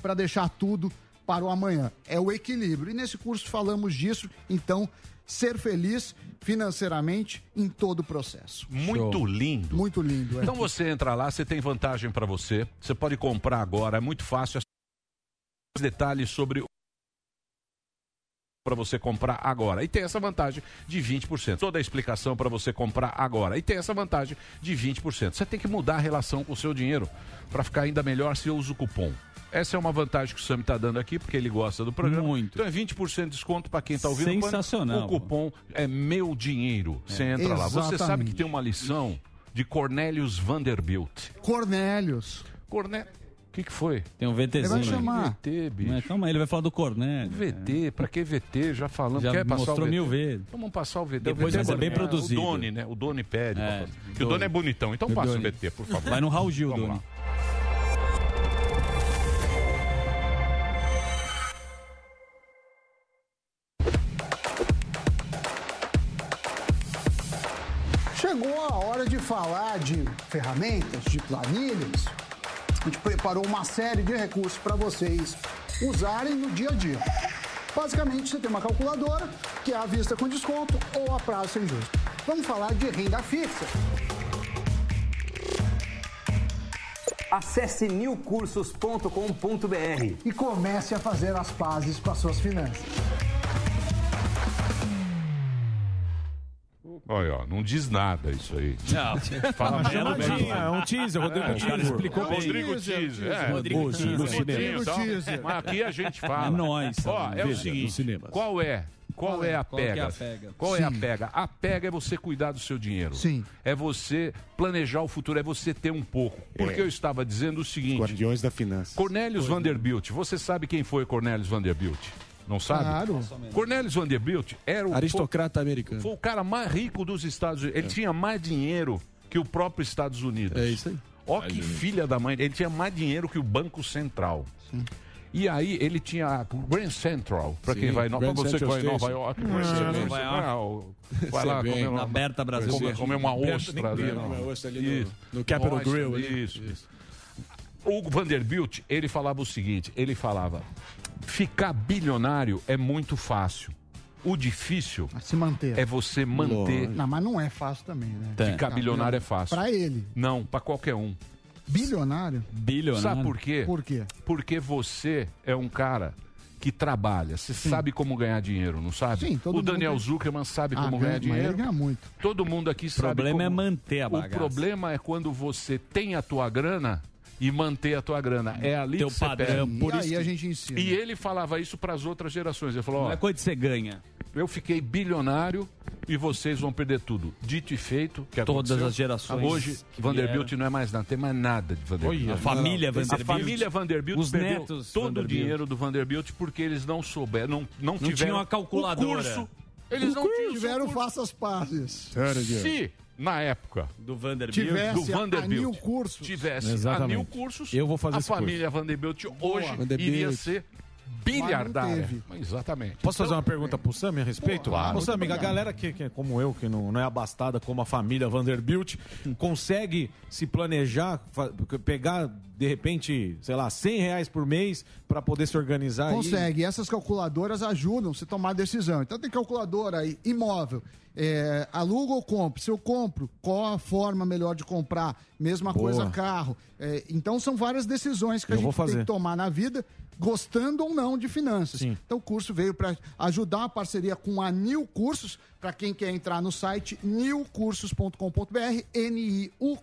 S8: para deixar tudo para o amanhã. É o equilíbrio. E nesse curso falamos disso, então, ser feliz financeiramente em todo o processo.
S5: Muito lindo.
S8: Muito lindo, é.
S5: Então você entra lá, você tem vantagem para você. Você pode comprar agora, é muito fácil. É só Detalhes sobre para você comprar agora. E tem essa vantagem de 20%. Toda a explicação para você comprar agora. E tem essa vantagem de 20%. Você tem que mudar a relação com o seu dinheiro para ficar ainda melhor se eu uso o cupom. Essa é uma vantagem que o Sam está dando aqui, porque ele gosta do programa. Muito. Então é 20% de desconto para quem está ouvindo. o Pânico.
S7: Sensacional,
S5: O cupom é meu dinheiro. Você entra lá. Você sabe que
S8: Exatamente.
S5: tem uma lição de Cornelius Vanderbilt.
S8: Cornélios.
S5: Corné... O que, que foi?
S7: Tem um VTzinho.
S5: Ele vai
S7: aí.
S5: chamar. VT, bicho.
S7: Não, Calma aí, ele vai falar do Cornélio.
S5: VT, pra que VT? Já falamos.
S7: Já
S5: Quer passar
S7: mostrou
S5: o VT? Então
S7: mil vezes.
S5: Vamos passar o VT.
S7: Depois,
S5: O VT
S7: mas é bem
S5: bonito.
S7: produzido.
S5: O Doni, né? O Doni pede. pra fazer. Porque o
S7: Doni.
S5: Doni é bonitão. Então
S7: O
S5: passa
S7: Doni.
S5: o VT, por favor.
S7: Vai no Raul Gil,
S5: Vamos lá.
S7: Doni.
S8: Chegou a hora de falar de ferramentas, de planilhas. A gente preparou uma série de recursos para vocês usarem no dia a dia. Basicamente, você tem uma calculadora, que é à vista com desconto ou a prazo sem juros. Vamos falar de renda fixa.
S19: Acesse milcursos.com.br
S8: e comece a fazer as pazes com as suas finanças.
S5: Olha, ó, não diz nada isso aí.
S9: Não.
S5: Fala
S9: Uma
S5: bem,
S9: chamadinha,
S5: bem.
S9: é um teaser, Rodrigo
S5: É, o
S9: Teaser.
S5: cara explicou
S9: É um
S5: bem.
S9: Rodrigo
S5: Rodrigo
S9: teaser,
S5: Teaser. É,
S9: Rodrigo
S5: Rodrigo
S9: teaser.
S5: Teaser.
S9: Rodrigo
S5: Então,
S9: teaser.
S5: Mas aqui a gente fala.
S9: É nóis,
S5: Ó, é
S9: veja,
S5: o
S9: nos
S5: seguinte:
S9: cinemas.
S5: qual é? Qual é a
S9: Qual que é
S5: pega?
S9: a pega?
S5: Qual é a
S9: Sim.
S5: pega? A pega é você cuidar do seu dinheiro. Sim. É você planejar o futuro, é você ter um pouco. Porque
S20: É.
S5: eu estava dizendo o seguinte:
S20: Guardiões da Finança.
S5: Cornelius Vanderbilt. Você sabe quem foi Cornelius Vanderbilt? Não sabe?
S1: Claro.
S5: Cornelius Vanderbilt era o
S1: Aristocrata americano.
S5: Foi o cara mais rico dos Estados Unidos. Ele
S9: É.
S5: tinha mais dinheiro que o próprio Estados Unidos. É isso aí. Ó que filha da mãe. Ele tinha mais dinheiro que o Banco Central. E aí ele tinha a Grand Central, para
S9: Sim,
S5: quem vai em Nova
S9: Grand
S5: York, você que
S9: Central
S5: vai em Nova
S9: Station.
S5: York,
S9: Ah,
S5: Grand Central
S9: Nova
S5: Station,
S9: York.
S5: vai, vai lá
S9: Você
S5: comer
S9: vem.
S5: uma,
S9: Aberta Brasil.
S5: comer, comer uma
S9: Aberta,
S5: né? ostra
S9: nem
S5: ali,
S9: tem,
S5: não.
S9: uma ostra ali no-
S5: Isso.
S9: no Capital
S5: Ostra,
S1: né?
S9: Grill ali.
S5: Isso. O Vanderbilt, ele falava o seguinte, ele falava, ficar bilionário é muito fácil. O difícil
S8: Ah, Se manter.
S5: é você manter
S8: Não, mas não é fácil também, né?
S5: Ficar bilionário é fácil.
S8: Pra ele.
S5: Não, pra qualquer um.
S8: Bilionário?
S5: Bilionário. Sabe por quê?
S8: Por quê?
S5: Porque você é um cara que trabalha. Você sabe como ganhar dinheiro, não sabe?
S8: Sim, todo
S5: o Daniel
S8: mundo- Ah,
S5: Zuckerman sabe como
S8: ganha-
S5: ganhar
S8: mas ele
S5: dinheiro.
S8: ganha muito.
S5: Todo mundo aqui sabe.
S8: problema
S5: como-
S8: é manter a bagaça.
S5: O problema é quando você tem a tua grana e manter a tua grana. É ali
S8: Teu
S5: que você
S8: padrão,
S5: pega.
S8: por E isso aí que- a gente né? ensina.
S5: E ele falava isso para as outras gerações. Ele falou: ó,
S8: Não é
S5: coisa que você ganha. Eu fiquei bilionário e vocês vão perder tudo. Dito e feito, que
S7: Todas
S5: aconteceu.
S7: as gerações
S5: Hoje,
S7: que
S5: Vanderbilt não é mais nada, tem mais nada de Vanderbilt.
S7: Olha, A família
S5: Não, não.
S7: Vanderbilt.
S5: A família Vanderbilt
S7: Os
S5: perdeu
S7: netos
S5: todo o
S7: Vanderbilt.
S5: dinheiro do Vanderbilt porque eles não souberam, não, não,
S7: tinham
S5: tiveram
S7: a calculadora.
S5: o curso. Eles não tinham
S8: tiveram faça as pazes.
S5: Se, na época do Vanderbilt,
S8: Tivesse
S5: do
S8: a
S5: Vanderbilt
S8: New Cursos.
S5: tivesse a
S8: Exatamente.
S5: mil cursos,
S8: Eu vou fazer
S5: a
S8: esse curso.
S5: família Vanderbilt hoje
S9: Vanderbilt.
S5: iria ser bilhardária.
S9: Mas não
S5: Mas Exatamente.
S9: Posso fazer uma pergunta pro Sami a respeito?
S5: Claro.
S9: Ô, Sami, a
S5: Obrigado.
S9: galera que, que é como eu, que não, não é abastada como a família Vanderbilt, consegue se planejar, fa- pegar, de repente, sei lá, 100 reais por mês para poder se organizar? e-
S8: Consegue. E essas calculadoras ajudam você a tomar decisão. Então tem calculadora aí, imóvel. É, alugo ou compro? Se eu compro, qual a forma melhor de comprar? Mesma
S9: Boa.
S8: coisa, carro. É, então são várias decisões que
S9: Eu
S8: a
S9: vou
S8: gente tem
S9: fazer.
S8: que tomar na vida, gostando ou não de finanças. Então o curso veio para ajudar a parceria com a Nil Cursos, para quem quer entrar no site nilcursos.com.br, N-I-U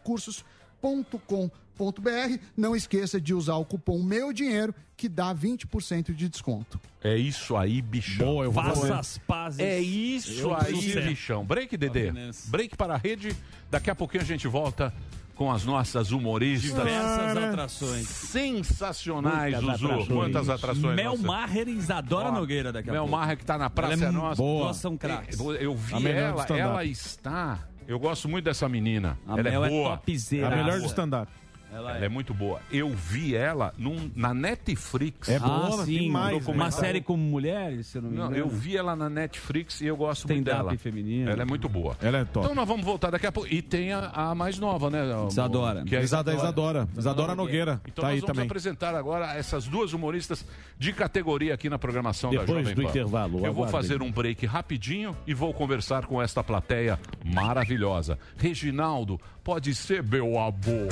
S8: cursos.com.br. Não esqueça de usar o cupom Meu Dinheiro, que dá 20% de desconto.
S5: É isso aí, bichão.
S9: eu
S8: vou Faça fazer. as pazes.
S5: É isso
S8: Eu
S5: aí,
S8: preciso.
S5: bichão. Break, Dedê. Break para a rede. Daqui a pouquinho a gente volta com as nossas humoristas.
S7: Diversas atrações.
S5: Sensacionais,
S7: Muitas
S5: Zuzu.
S7: atrações.
S5: Quantas atrações.
S7: Mel
S5: nossa.
S7: Maher e Isadora
S5: Ó,
S7: Nogueira daqui a
S5: Mel
S7: pouco.
S5: Maher que tá na Praça
S7: Ela
S5: é
S7: é
S5: Nossa.
S7: boa. Elas são craques.
S5: Eu, eu
S7: A
S5: vi
S7: melhor do
S5: ela, é
S7: stand-up.
S5: ela está... Eu gosto muito dessa menina. ela
S7: Mel
S5: é
S7: é
S5: boa.
S7: topzera. A melhor do stand-up.
S5: Ela, é. muito boa. Eu vi ela num- na Netflix.
S7: É boa, ah, sim. Uma
S5: documentário.
S7: série com mulheres, se eu não me
S5: Não,
S7: engano.
S5: eu vi ela na Netflix e eu gosto muito
S7: Stand-up
S5: dela.
S7: feminino.
S5: Ela é muito boa.
S9: Ela é top.
S5: Então nós vamos voltar daqui a pouco. E tem a, a mais nova, né? amor?
S9: Isadora.
S5: Que é a
S9: Isada- Isadora. Isadora Nogueira. Tá
S5: Então nós
S9: aí
S5: vamos
S9: também.
S5: apresentar agora essas duas humoristas de categoria aqui na programação da
S20: Depois
S5: Jovem
S20: do
S5: Pan.
S20: intervalo,
S5: Eu vou
S20: aguardem.
S5: fazer um break rapidinho e vou conversar com esta plateia maravilhosa. Reginaldo, pode ser meu amor.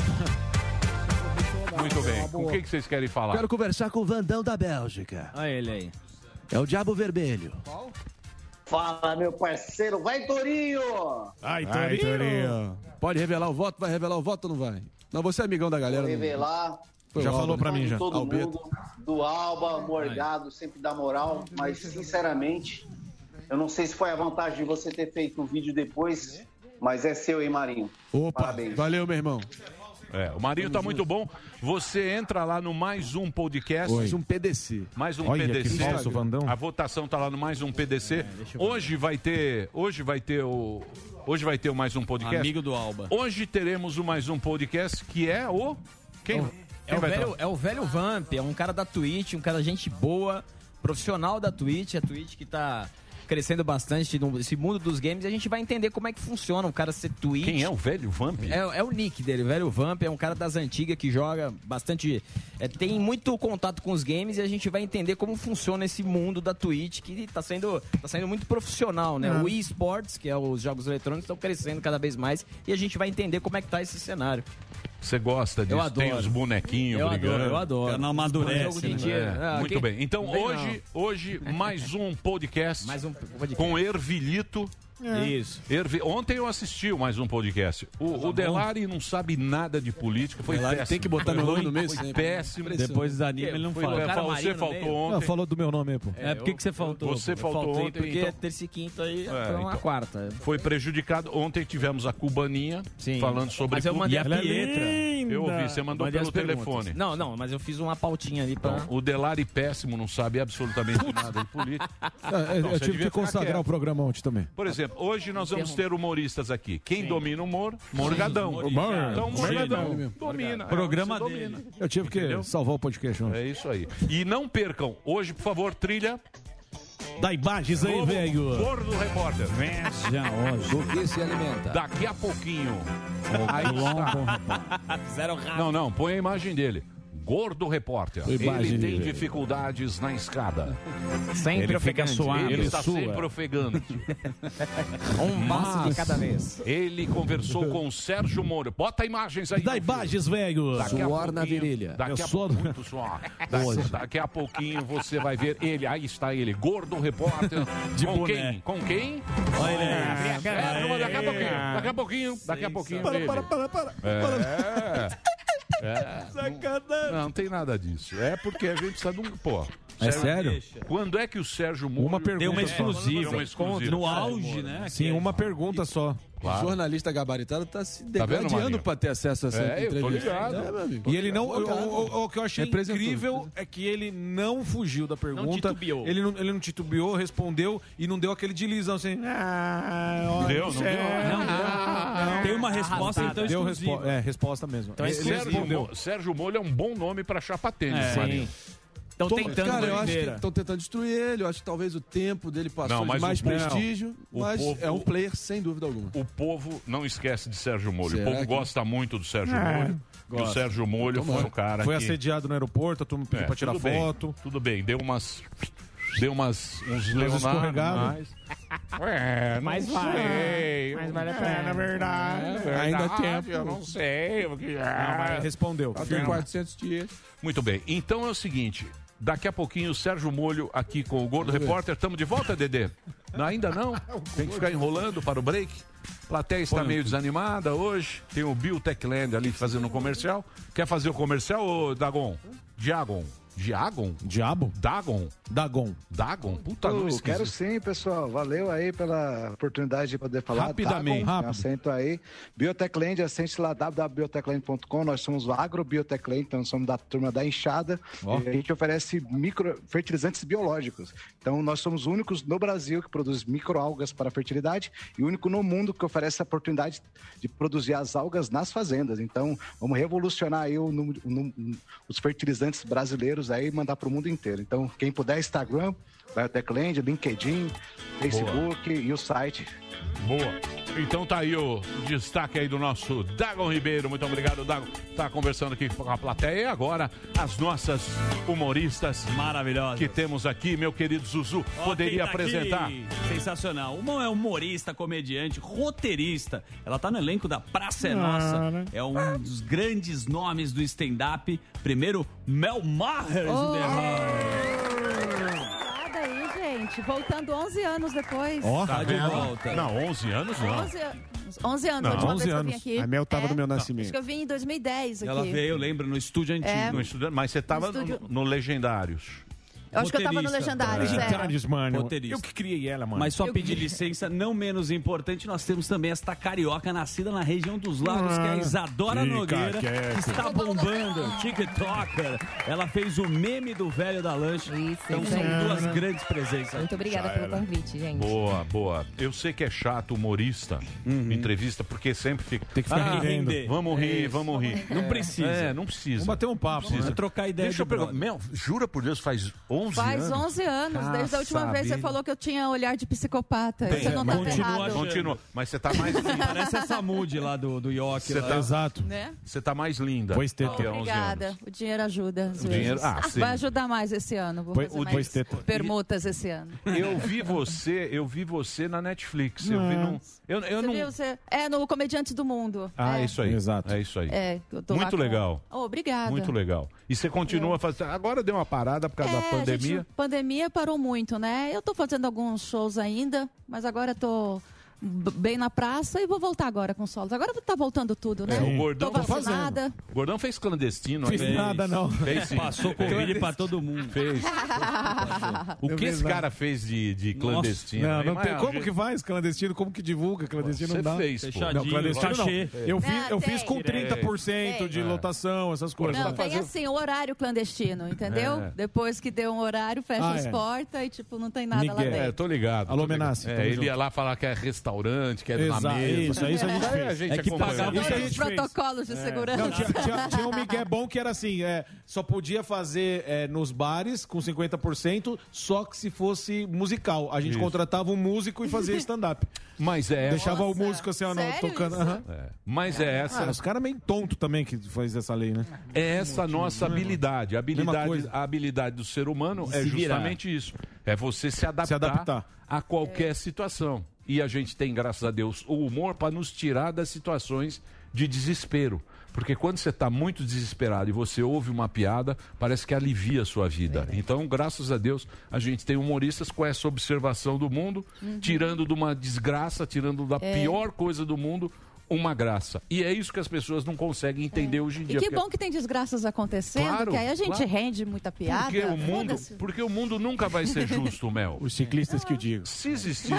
S5: Muito bem. Com o que, que vocês querem falar?
S21: Quero conversar com o Vandão da Bélgica.
S10: Olha Ah, ele aí.
S21: É o Diabo Vermelho.
S22: Fala, meu parceiro. Vai, Torinho!
S1: Ai,
S22: Torinho.
S1: Pode revelar o voto? Vai revelar o voto ou não vai? Não, você é amigão da galera.
S22: Vou
S1: não-
S22: revelar.
S1: Foi
S9: Já
S1: o
S9: falou
S1: Alba.
S9: pra mim, já.
S22: Todo
S1: Albeto.
S22: mundo, do Alba, Morgado, sempre dá moral, mas sinceramente, eu não sei se foi a vantagem de você ter feito o vídeo depois, mas é seu, hein, Marinho?
S1: Opa,
S22: Parabéns.
S1: valeu, meu irmão.
S5: É, o Marinho tá muito bom. Você entra lá no mais um podcast.
S1: Mais um PDC.
S5: Mais um
S1: Olha, que
S5: PDC.
S1: falso, Vandão. É,
S5: A votação tá lá no mais um PDC. hoje vai ter, hoje vai ter o hoje vai ter o mais um podcast.
S7: Amigo do Alba.
S5: Hoje teremos o mais um podcast que é o quem,
S10: É
S5: quem
S10: o,
S5: vai
S10: velho, é o velho Vamp, é um cara da Twitch, um cara gente boa, profissional da Twitch, a Twitch que tá crescendo bastante nesse mundo dos games e a gente vai entender como é que funciona o cara ser Twitch.
S5: Quem é o velho Vamp?
S10: É, é o nick dele, o velho Vamp, é um cara das antigas que joga bastante. é, tem muito contato com os games e a gente vai entender como funciona esse mundo da Twitch, que tá sendo, tá sendo muito profissional, né?
S23: É.
S10: O eSports, que é os jogos eletrônicos, estão crescendo cada vez mais e a gente vai entender como é que tá esse cenário.
S5: Você gosta disso?
S10: Eu adoro.
S5: Tem os bonequinhos
S10: Eu
S5: brigando.
S10: adoro, eu adoro. Cara, não amadurece, Jogo de né? dia.
S5: É,
S10: Ah,
S5: Muito
S10: que-
S5: bem. Então,
S10: Bem
S5: hoje, hoje mais um podcast. mais um Com Ervilito.
S10: É. Isso.
S5: Ervi- Ontem eu assisti mais um podcast. O, o Delari não sabe nada de política. Foi
S1: Delari
S5: péssimo.
S1: tem que botar
S5: Foi
S1: meu nome
S5: ruim,
S1: no meio
S5: foi
S13: né?
S1: sempre.
S5: péssimo.
S1: Depois dos animes ele não
S5: Foi-
S1: fala.
S5: foi-
S1: Colocar
S5: Você
S1: Marinho no
S5: faltou
S1: meio.
S5: ontem.
S9: Não, falou do meu nome aí, pô.
S5: É, por que que você faltou? Você faltou
S10: Faltei
S5: ontem,
S10: porque
S5: então-
S10: terça e quinta
S5: É,
S10: aí foi uma
S5: então.
S10: quarta.
S5: Foi prejudicado. Ontem tivemos a cubaninha falando sobre
S10: Mas eu
S5: tudo.
S10: mandei a Pietra.
S5: Eu ouvi, você mandou
S10: Mandei
S5: pelo
S10: as perguntas.
S5: telefone.
S10: Não, não, mas eu fiz uma pautinha ali pra. um
S5: Então, o Delari péssimo não sabe absolutamente nada de política.
S13: É,
S5: Então,
S13: eu tive
S5: você devia
S13: que
S5: ficar
S13: consagrar
S5: quieto.
S13: o programa ontem também.
S5: Por exemplo, hoje nós vamos ter humoristas aqui. Quem domina o humor? Morgadão.
S13: Sim, humorista.
S5: Então,
S13: Sim,
S5: Morgadão
S13: né?
S5: domina.
S13: Programa
S5: Você domina.
S13: Eu tive que
S5: Entendeu?
S13: salvar o podcast ontem.
S5: É isso aí. E não percam, hoje, por favor, trilha.
S9: Da imagens
S13: aí, velho.
S5: Gordo Repórter.
S13: Já, ó, do que se alimenta?
S5: Daqui a pouquinho.
S13: Ô,
S5: Aí
S13: Colombo,
S5: está. Não, não, põe a imagem dele. Gordo Repórter.
S13: A imagem
S5: Ele tem
S13: dele.
S5: dificuldades na escada.
S10: Sempre
S5: Ele fica
S10: ofegante.
S5: suado. Ele
S10: Ele
S5: está
S10: sua.
S5: sempre ofegante.
S10: Um passo de cada vez.
S5: Ele conversou com o Sérgio Moro. Bota imagens aí.
S9: Dá imagens, velho.
S5: Daqui a
S9: Suor
S5: pouquinho-
S9: na virilha.
S5: Daqui
S9: Eu
S5: a,
S9: sou-
S5: pouco- muito suor. Daqui, daqui a pouquinho você vai ver ele. Aí está ele, gordo repórter.
S9: De
S5: com
S9: boné.
S5: quem? Com quem?
S9: Olha ele aí.
S5: É, turma, daqui a
S9: Aê.
S5: pouquinho. Daqui a pouquinho. Daqui a pouquinho. ele.
S9: para.
S5: É. É. Não, não tem nada disso. É porque a gente precisa de um. Pô.
S13: É sério?
S5: Quando é que o Sérgio Moro.
S13: Uma pergunta.
S5: Deu uma
S13: só.
S5: exclusiva. Deu uma exclusiva. No
S1: auge, né?
S13: Sim, uma pergunta só.
S1: O jornalista gabaritado está se
S13: Tá vendo,
S1: degradando
S13: Marinho?
S1: para ter acesso a essa
S13: É, eu tô
S1: entrevista.
S13: ligado.
S1: Então, meu amigo,
S9: E ele não.
S1: tá ligado.
S9: O, o- o que eu achei
S1: Representou.
S9: incrível é que ele não fugiu da pergunta. titubeou. Ele não, ele não titubeou, respondeu e não deu aquele deslizão assim. "Ah, olha,
S5: Deu, né? Ah, não
S9: é,
S5: deu?
S9: não deu.
S5: Tem uma resposta, então,
S9: Deu
S5: exclusiva.
S9: respo é, resposta mesmo.
S5: Então,
S9: Ele- ele
S5: Sérgio,
S9: respondeu.
S5: Moro, Sérgio Moro é um bom nome para chapa tênis,
S9: É. Então
S5: Marinho.
S1: Tô- Cara, eu acho que
S5: Oliveira.
S1: estão tentando destruir tá ele. Eu acho que talvez o tempo dele passou
S5: Não,
S1: de
S5: mas
S1: mais
S5: o-
S1: prestígio.
S5: não. O
S1: Mas
S5: povo-
S1: é um player sem dúvida alguma.
S5: O povo não esquece de Sérgio Molho.
S1: Será
S5: o povo
S1: que-
S5: gosta muito do Sérgio
S1: É,
S5: Molho. E o
S1: gosta.
S5: Sérgio Molho foi um cara
S9: Foi
S5: que...
S9: assediado no aeroporto, a turma pediu
S5: É,
S9: pra tirar
S5: tudo bem,
S9: foto.
S5: tudo bem, deu umas... Deu umas, uns Leonardo,
S9: escorregadas.
S5: mas... É, não
S9: Mas
S5: sei.
S9: vale, É,
S5: Mas vale a pena, É, na verdade.
S9: né? Ainda há tempo.
S5: Eu não sei. é. Porque...
S9: Não, mas respondeu.
S5: Ela
S9: Firma.
S5: 400 Tá dias. Muito bem, então é o seguinte... Daqui a pouquinho o Sérgio Molho aqui com o Gordo Repórter. Estamos de volta, Dedê? Não, ainda não? Tem que ficar enrolando para o break. A plateia está meio desanimada hoje. Tem o Bill Techland ali fazendo um comercial. Quer fazer o comercial, ô Dagon? Diagon. Diagon?
S9: Diabo?
S5: Dagon.
S9: Dagon.
S5: Dagon. Puta,
S24: Eu
S5: não esquece.
S24: quero sim, pessoal. Valeu aí pela oportunidade de poder falar.
S5: Rapidamente,
S24: Tá bom,
S5: rápido.
S24: Assento aí. Biotecland, assente lá www.biotecland.com. Nós somos o Agrobiotecland, então somos da turma da enxada.
S25: Ó.
S24: E a gente oferece micro fertilizantes biológicos. Então nós somos únicos no Brasil que produz microalgas para fertilidade e único no mundo que oferece a oportunidade de produzir as algas nas fazendas. Então vamos revolucionar aí o número- o número- os fertilizantes brasileiros aí e mandar para o mundo inteiro. Então quem puder Instagram Biotechland, LinkedIn, Facebook e o site.
S5: Boa. Então tá aí o destaque aí do nosso Dagon Ribeiro. Muito obrigado, Dagon. Tá conversando aqui com a plateia. E agora, as nossas humoristas maravilhosas que temos aqui, meu querido Zuzu,
S7: Ó, quem
S5: poderia
S7: tá
S5: apresentar.
S7: aqui. Sensacional. Uma é humorista, comediante, roteirista. Ela tá no elenco da Praça é
S6: Ah,
S7: Nossa.
S6: né?
S7: É um dos grandes nomes do stand-up. Primeiro, Mel Maher.
S26: Oh.
S7: in the house.
S5: Oh!
S26: Nada aí, gente. Voltando 11 anos depois.
S5: Tá vendo? Não, 11 anos não.
S26: 11, anos. 11 anos, a última vez que eu vim aqui. É.
S5: A Mel tava no meu
S26: Acho que eu vim em 2010 aqui.
S5: Ela veio, lembra, no estúdio
S26: antigo. É.
S5: No estúdio, mas você tava
S26: No estúdio-
S5: no, no Legendários.
S26: Eu acho que eu tava no
S7: Roteirista.
S26: Legendário, sério.
S9: mano.
S7: Roteirista.
S9: Eu que criei ela, mano.
S7: Mas só pedir licença, não menos importante, nós temos também esta carioca nascida na região dos lagos, que é a Isadora
S9: Fica
S7: Nogueira,
S9: Ah. quieto.
S7: que está bombando, TikToker. Ela fez o meme do velho da lanche. então
S27: isso
S7: são
S27: aí.
S7: duas grandes presenças.
S27: Muito obrigada
S5: Já
S27: pelo
S5: era.
S27: convite, gente.
S5: Boa, boa. Eu sei que é chato humorista entrevista, porque sempre fica. É Tem
S9: que ficar rendendo.
S5: Uhum. Ah. Vamos rir,
S9: Isso.
S5: vamos rir.
S9: Não precisa.
S5: É, não precisa.
S9: Vamos bater um papo,
S5: Não precisa.
S9: né? Trocar ideia
S5: Deixa eu
S9: de
S5: perguntar.
S9: brother.
S5: Mel, jura por Deus, faz 11
S26: Faz 11 anos,
S5: Ah,
S26: desde a última vez você falou que eu tinha olhar de psicopata.
S5: Tem,
S26: você não tá ferrado.
S5: continua. Mas você tá mais linda.
S7: Parece essa Mude lá do, do York.
S5: Você
S7: lá.
S5: tá,
S26: Né?
S5: Você tá mais linda.
S7: Pois
S5: do
S7: teta.
S5: que há 11 anos.
S26: Obrigada. O dinheiro ajuda. às
S5: O dinheiro-
S26: vezes.
S5: ah, sim.
S26: Vai ajudar mais esse ano. Vou
S5: Pois-
S26: fazer
S5: o-
S26: mais
S5: pois teta.
S26: permutas esse ano.
S5: Eu vi você, eu vi você na Netflix. Eu vi
S26: Ah.
S5: num, eu, eu
S26: Você
S5: não.
S26: viu? Você- É no Comediante do Mundo.
S5: Ah,
S26: é.
S5: isso aí. Exato. É isso aí.
S26: É, eu tô lá
S5: Muito
S26: com-
S5: legal.
S26: Oh, obrigada.
S5: Muito legal. E você continua fazendo. Agora deu uma parada por causa da
S26: É,
S5: pandemia.
S26: gente, pandemia parou muito, né? Eu tô fazendo alguns shows ainda, mas agora tô b- bem na praça e vou voltar agora com solos. Agora tá voltando tudo, né?
S5: É, o gordão
S26: tô
S5: tá fazendo.
S26: vacinada.
S5: O Gordão fez clandestino.
S7: Fiz
S5: aí.
S7: nada, não.
S5: Fez sim.
S7: Passou
S5: Fez.
S7: Covid pra todo mundo.
S5: Fez. O
S13: Eu
S5: que
S13: vi
S5: esse
S13: lá.
S5: cara fez de, de clandestino?
S13: É Não,
S5: hein?
S13: não
S5: Mas
S13: tem,
S5: é um
S13: como
S5: jeito-
S13: que faz clandestino? Como que divulga clandestino?
S5: Você
S13: não dá.
S5: fez, pô.
S13: Não,
S5: Fechadinho,
S13: clandestino não.
S5: cachê.
S13: Eu, fi-
S26: Não,
S13: eu
S26: tem.
S13: fiz com 30% de
S26: Tem.
S13: lotação, essas coisas.
S5: tá
S26: Não, tem assim, o horário clandestino, entendeu?
S13: É.
S26: Depois que deu um horário, fecha
S13: Ah,
S26: as
S13: é.
S26: portas e, tipo, não tem nada lá
S5: Ninguém.
S26: dentro.
S5: É, tô ligado.
S13: Alô,
S5: tô ligado.
S13: Menassi,
S5: É,
S13: tamo
S5: ele
S13: junto.
S5: ia lá falar que é restaurante, que é na
S13: Exato,
S5: mesa.
S13: isso, é isso a gente
S5: Aí
S13: fez.
S5: gente
S13: É que
S5: acompanhou.
S13: pagava
S5: Isso a gente fez. É.
S26: protocolos de segurança.
S9: Não, tinha, tinha- tinha um migué bom que era assim, é, só podia fazer é, nos bares com 50%, só que se fosse musical. A gente
S5: Isso.
S9: contratava um músico e fazia stand-up.
S5: Mas é...
S9: Deixava o músico assim, ó, no-
S26: sério
S9: tocando.
S26: isso?
S9: aham.
S5: É. Mas é essa.
S13: Ah, os caras meio tonto também que faz essa lei, né?
S5: É essa nossa habilidade. A
S13: Mesma
S5: habilidade,
S13: coisa.
S5: a habilidade do ser humano
S13: De
S5: é
S13: se virar.
S5: justamente isso. É você se adaptar,
S13: adaptar.
S5: a qualquer
S26: É.
S5: situação. E a gente tem, graças a Deus, o humor para nos tirar das situações de desespero. Porque quando você está muito desesperado e você ouve uma piada, parece que alivia a sua vida. Então, graças a Deus, a gente tem humoristas com essa observação do mundo, tirando de uma desgraça, tirando da
S26: Uhum. É.
S5: pior coisa do mundo, uma graça. E é isso que as pessoas não conseguem entender hoje em
S26: É. E
S5: dia.
S26: que
S5: porque-
S26: bom que tem desgraças acontecendo,
S5: Claro,
S26: que aí a gente
S5: claro.
S26: rende muita piada.
S5: Porque o, mundo,
S26: Foda-se.
S5: porque o mundo nunca vai ser justo, Mel.
S13: Os ciclistas que eu digo.
S5: Se existisse,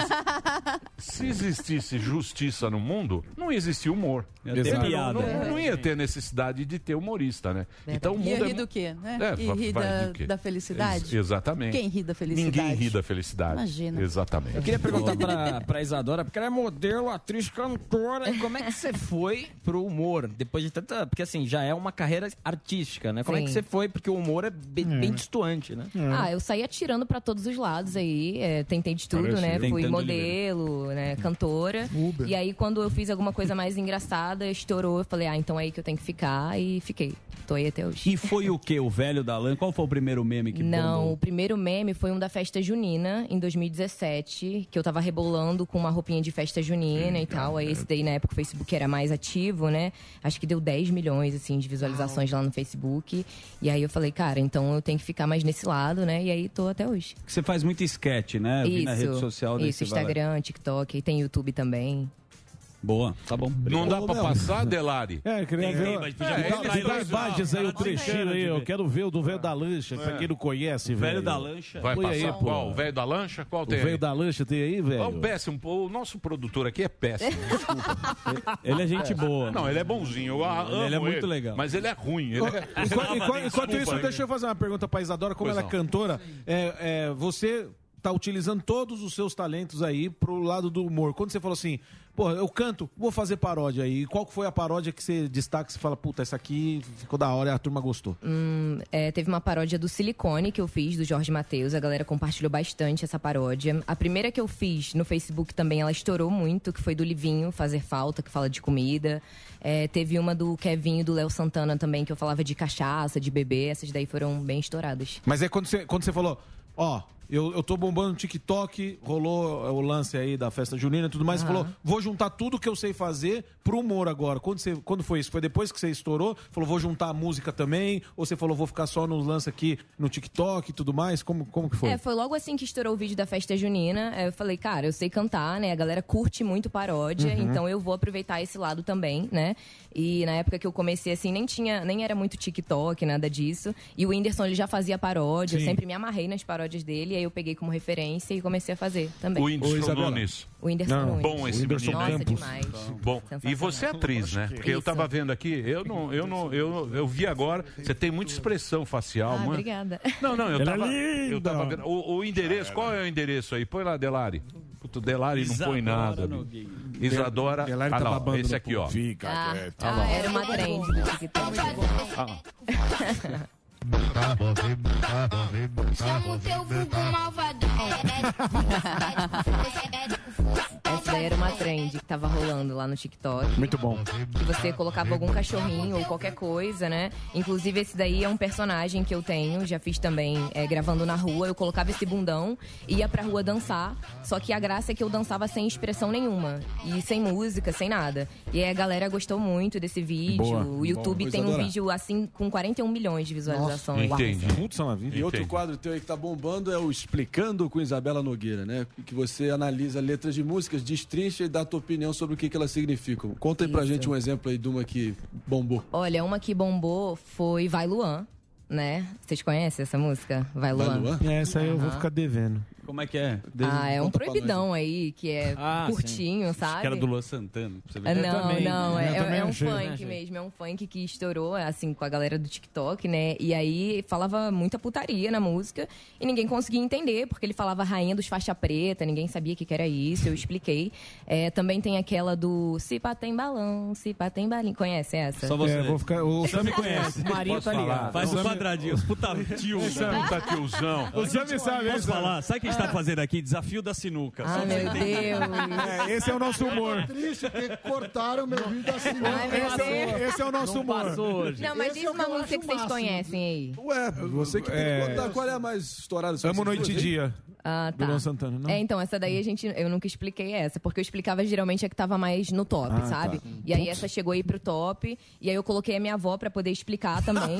S5: se existisse justiça no mundo, não existia humor.
S13: ter
S5: Não-
S13: piada.
S5: Não, não, ia ter necessidade de ter humorista, né? Então o
S26: E
S5: mundo
S26: ri
S5: é...
S26: do quê? Né?
S5: É,
S26: e
S5: vai-
S26: ri
S5: vai
S26: da,
S5: do quê?
S26: da felicidade?
S5: Ex- Exatamente.
S26: Quem ri da felicidade?
S5: Ninguém ri da felicidade.
S26: Imagina.
S5: Exatamente.
S10: Eu queria perguntar pra, pra Isadora, porque ela é modelo, atriz, cantora. E como é que você foi pro humor? Depois de tanta. Porque assim, já é uma carreira artística, né? Como é que
S4: Sim.
S10: você foi? Porque o humor é be- bem, distoante, né?
S4: Ah, eu saí atirando pra todos os lados aí. é, tentei de tudo,
S10: Parece
S4: né?
S10: eu.
S4: Fui
S10: Tentando
S4: modelo, né? Cantora. E aí, quando eu fiz alguma coisa mais engraçada, estourou. Eu falei, ah, então é aí que eu tenho que ficar. E fiquei. Tô aí até hoje.
S7: E foi o que, o velho da lã? Qual foi o primeiro meme que
S4: Não,
S7: bombou?
S4: o primeiro meme foi um da festa junina, em 2017, que eu tava rebolando com uma roupinha de festa junina e tal.
S7: Uhum.
S4: Aí esse daí, na época, o Facebook era mais ativo, né? Acho que deu 10 milhões, assim, de visualizações lá no Facebook. E aí eu falei, cara, então eu tenho que ficar mais nesse lado, né? E aí tô até hoje.
S7: Que Você faz muito esquete, né? Eu vi na rede social daí
S4: isso,
S7: você vai lá.
S4: Instagram, TikTok, e tem YouTube também.
S7: Boa, tá bom.
S5: Não dá pra passar, Delari? É,
S13: É, queria
S5: Tem,
S13: ver.
S5: tem, mas podia botar lá,
S13: dá
S5: lá,
S13: as imagens aí, o trechinho aí. Eu quero ver o do velho da lancha, pra quem não conhece,
S5: É. O velho
S13: velho.
S5: da lancha. Vai
S13: Põe
S5: passar
S13: aí, pô.
S5: qual? O velho da lancha? Qual
S13: O
S5: tem?
S13: velho da lancha tem aí,
S5: Ah, o
S13: velho?
S5: péssimo, o nosso produtor aqui é péssimo, desculpa.
S13: Ele é gente boa.
S5: Não, ele é bonzinho, eu a- amo
S13: Ele é muito legal.
S5: Mas ele é ruim, ele é-
S9: Enqu- enqu- enqu- Enquanto isso,
S5: Desculpa,
S9: deixa eu fazer uma pergunta pra Isadora, como
S5: Pois
S9: ela é
S5: não.
S9: cantora, é, é, você tá utilizando todos os seus talentos aí pro lado do humor. Quando você falou assim, pô, eu canto, vou fazer paródia aí. Qual que foi a paródia que você destaca, você fala, puta, essa aqui ficou da hora e a turma gostou?
S4: Hum, é, teve uma paródia do Silicone que eu fiz, do Jorge Matheus. A galera compartilhou bastante essa paródia. A primeira que eu fiz no Facebook também, ela estourou muito, que foi do Livinho, Fazer Falta, que fala de comida. É, teve uma do Kevinho e do Léo Santana também, que eu falava de cachaça, de bebê. Essas daí foram bem estouradas.
S9: Mas é quando você, quando você falou, ó, eu, eu tô bombando no TikTok, rolou é, o lance aí da festa junina e tudo mais, você
S4: Aham.
S9: falou, vou juntar tudo que eu sei fazer pro humor agora. Quando, você, quando foi isso? Foi depois que você estourou? Falou, vou juntar a música também? Ou você falou, vou ficar só nos lances aqui no TikTok e tudo mais? Como, como que foi?
S4: É, foi logo assim que estourou o vídeo da festa junina. É, Eu falei, cara, eu sei cantar, né? A galera curte muito paródia,
S23: Uhum.
S4: então eu vou aproveitar esse lado também, né? E na época que eu comecei, assim, nem tinha, nem era muito TikTok, nada disso. E o Whindersson, ele já fazia paródia,
S5: Sim.
S4: eu sempre me amarrei nas paródias dele, aí eu peguei como referência e comecei a fazer também.
S5: O Whindersson Nunes.
S4: O Whindersson Nunes.
S5: Bom esse
S4: Whindersson
S5: menino.
S4: Nossa,
S5: hein?
S4: demais.
S5: Bom, e você é atriz, né? Porque eu tava vendo aqui, eu não, eu não, eu, eu vi agora, você tem muita expressão facial,
S4: Ah,
S5: mano.
S4: obrigada.
S5: é? Não, não, eu
S13: Ela
S5: tava,
S13: é linda.
S5: eu tava vendo. O, o endereço, qual é o endereço aí? Põe lá, Delari. Puto, Delari não põe
S13: Isadora
S5: nada.
S13: Nogueira.
S5: Isadora.
S13: Delari
S5: ah,
S13: tá
S5: lá, ó,
S13: babando
S5: esse
S13: no
S5: aqui, ó.
S13: Fica
S4: Ah,
S13: quieto.
S4: ah, era uma trend do TikTok.
S5: Ah,
S3: Chama o teu vulgo malvadão.
S4: Essa daí era uma trend que tava rolando lá no TikTok.
S13: Muito bom.
S4: Que você colocava algum cachorrinho ou qualquer coisa, né? Inclusive, esse daí é um personagem que eu tenho, já fiz também é, gravando na rua. Eu colocava esse bundão, ia pra rua dançar. Só que a graça é que eu dançava sem expressão nenhuma. E sem música, sem nada. E aí a galera gostou muito desse vídeo.
S1: Boa.
S4: O YouTube
S1: Boa,
S4: tem um
S1: adorar.
S4: vídeo assim com 41 milhões de visualizações.
S9: é
S1: Putz, E outro quadro teu aí que tá bombando é o Explicando com Isabela Nogueira, né? Que você analisa letras de músicas, destrincha e dá a tua opinião sobre o que, que elas significam. Conta aí pra
S4: Isso.
S1: gente um exemplo aí de uma que bombou.
S4: Olha, uma que bombou foi Vai Luan, né? Vocês conhecem essa música? Vai Luan?
S7: É,
S13: Essa aí eu vou
S4: Aham.
S13: ficar devendo.
S7: Como é que é?
S4: Ah, é um
S7: Conta pra nós. né?
S4: proibidão aí, que é
S7: Ah, sim.
S4: curtinho, sabe?
S7: Acho que era do Luan Santana. pra você ver.
S4: Ah, Não, não, é,
S7: Eu
S4: é-
S7: também
S4: é um
S7: achei.
S4: funk mesmo, é um funk que estourou, assim, com a galera do TikTok, né? E aí falava muita putaria na música e ninguém conseguia entender, porque ele falava rainha dos faixa preta, ninguém sabia o que, que era isso, eu expliquei. É, também tem aquela do se pá tem balão, se pá tem balinho. Conhece essa?
S13: Só você. É, vou ficar- o Sam me conhece.
S5: O Marinho tá ligado.
S7: Faz
S5: Não,
S7: um
S5: Sam-
S7: quadradinho, os puta tio.
S5: Ô, Sam, é um puta tiozão.
S7: Ô,
S5: Sam,
S7: gente,
S5: sabe,
S7: Posso
S5: hein,
S7: falar?
S5: Sam?
S7: Sabe o que a gente tá fazendo aqui? Desafio da sinuca. Só
S4: Ah,
S17: Ai,
S7: pra você
S17: meu
S7: entender.
S17: Deus.
S7: É, Esse é o nosso humor.
S17: Triste porque cortaram meu vídeo da
S8: assim, né?
S17: sinuca.
S4: Ai, meu
S17: Esse é o-
S4: Deus.
S17: Esse é o nosso
S7: Não
S17: humor.
S7: passou hoje.
S4: Não, mas
S17: Esse
S4: diz
S17: é o que
S4: uma
S17: eu
S4: música
S17: acho
S4: que vocês
S17: máximo. né?
S4: conhecem aí.
S1: Ué, você que tem
S13: É.
S1: que contar qual é a mais estourada.
S13: Amo Noite e Dia.
S4: Ah,
S13: Do
S4: tá.
S13: Luan Santana, não?
S4: É, então, essa daí a gente. Eu nunca expliquei essa, porque eu explicava geralmente a que tava mais no top,
S13: Ah,
S4: sabe?
S13: tá.
S4: E aí
S13: Putz.
S4: essa chegou aí pro top. E aí eu coloquei a minha avó pra poder explicar também.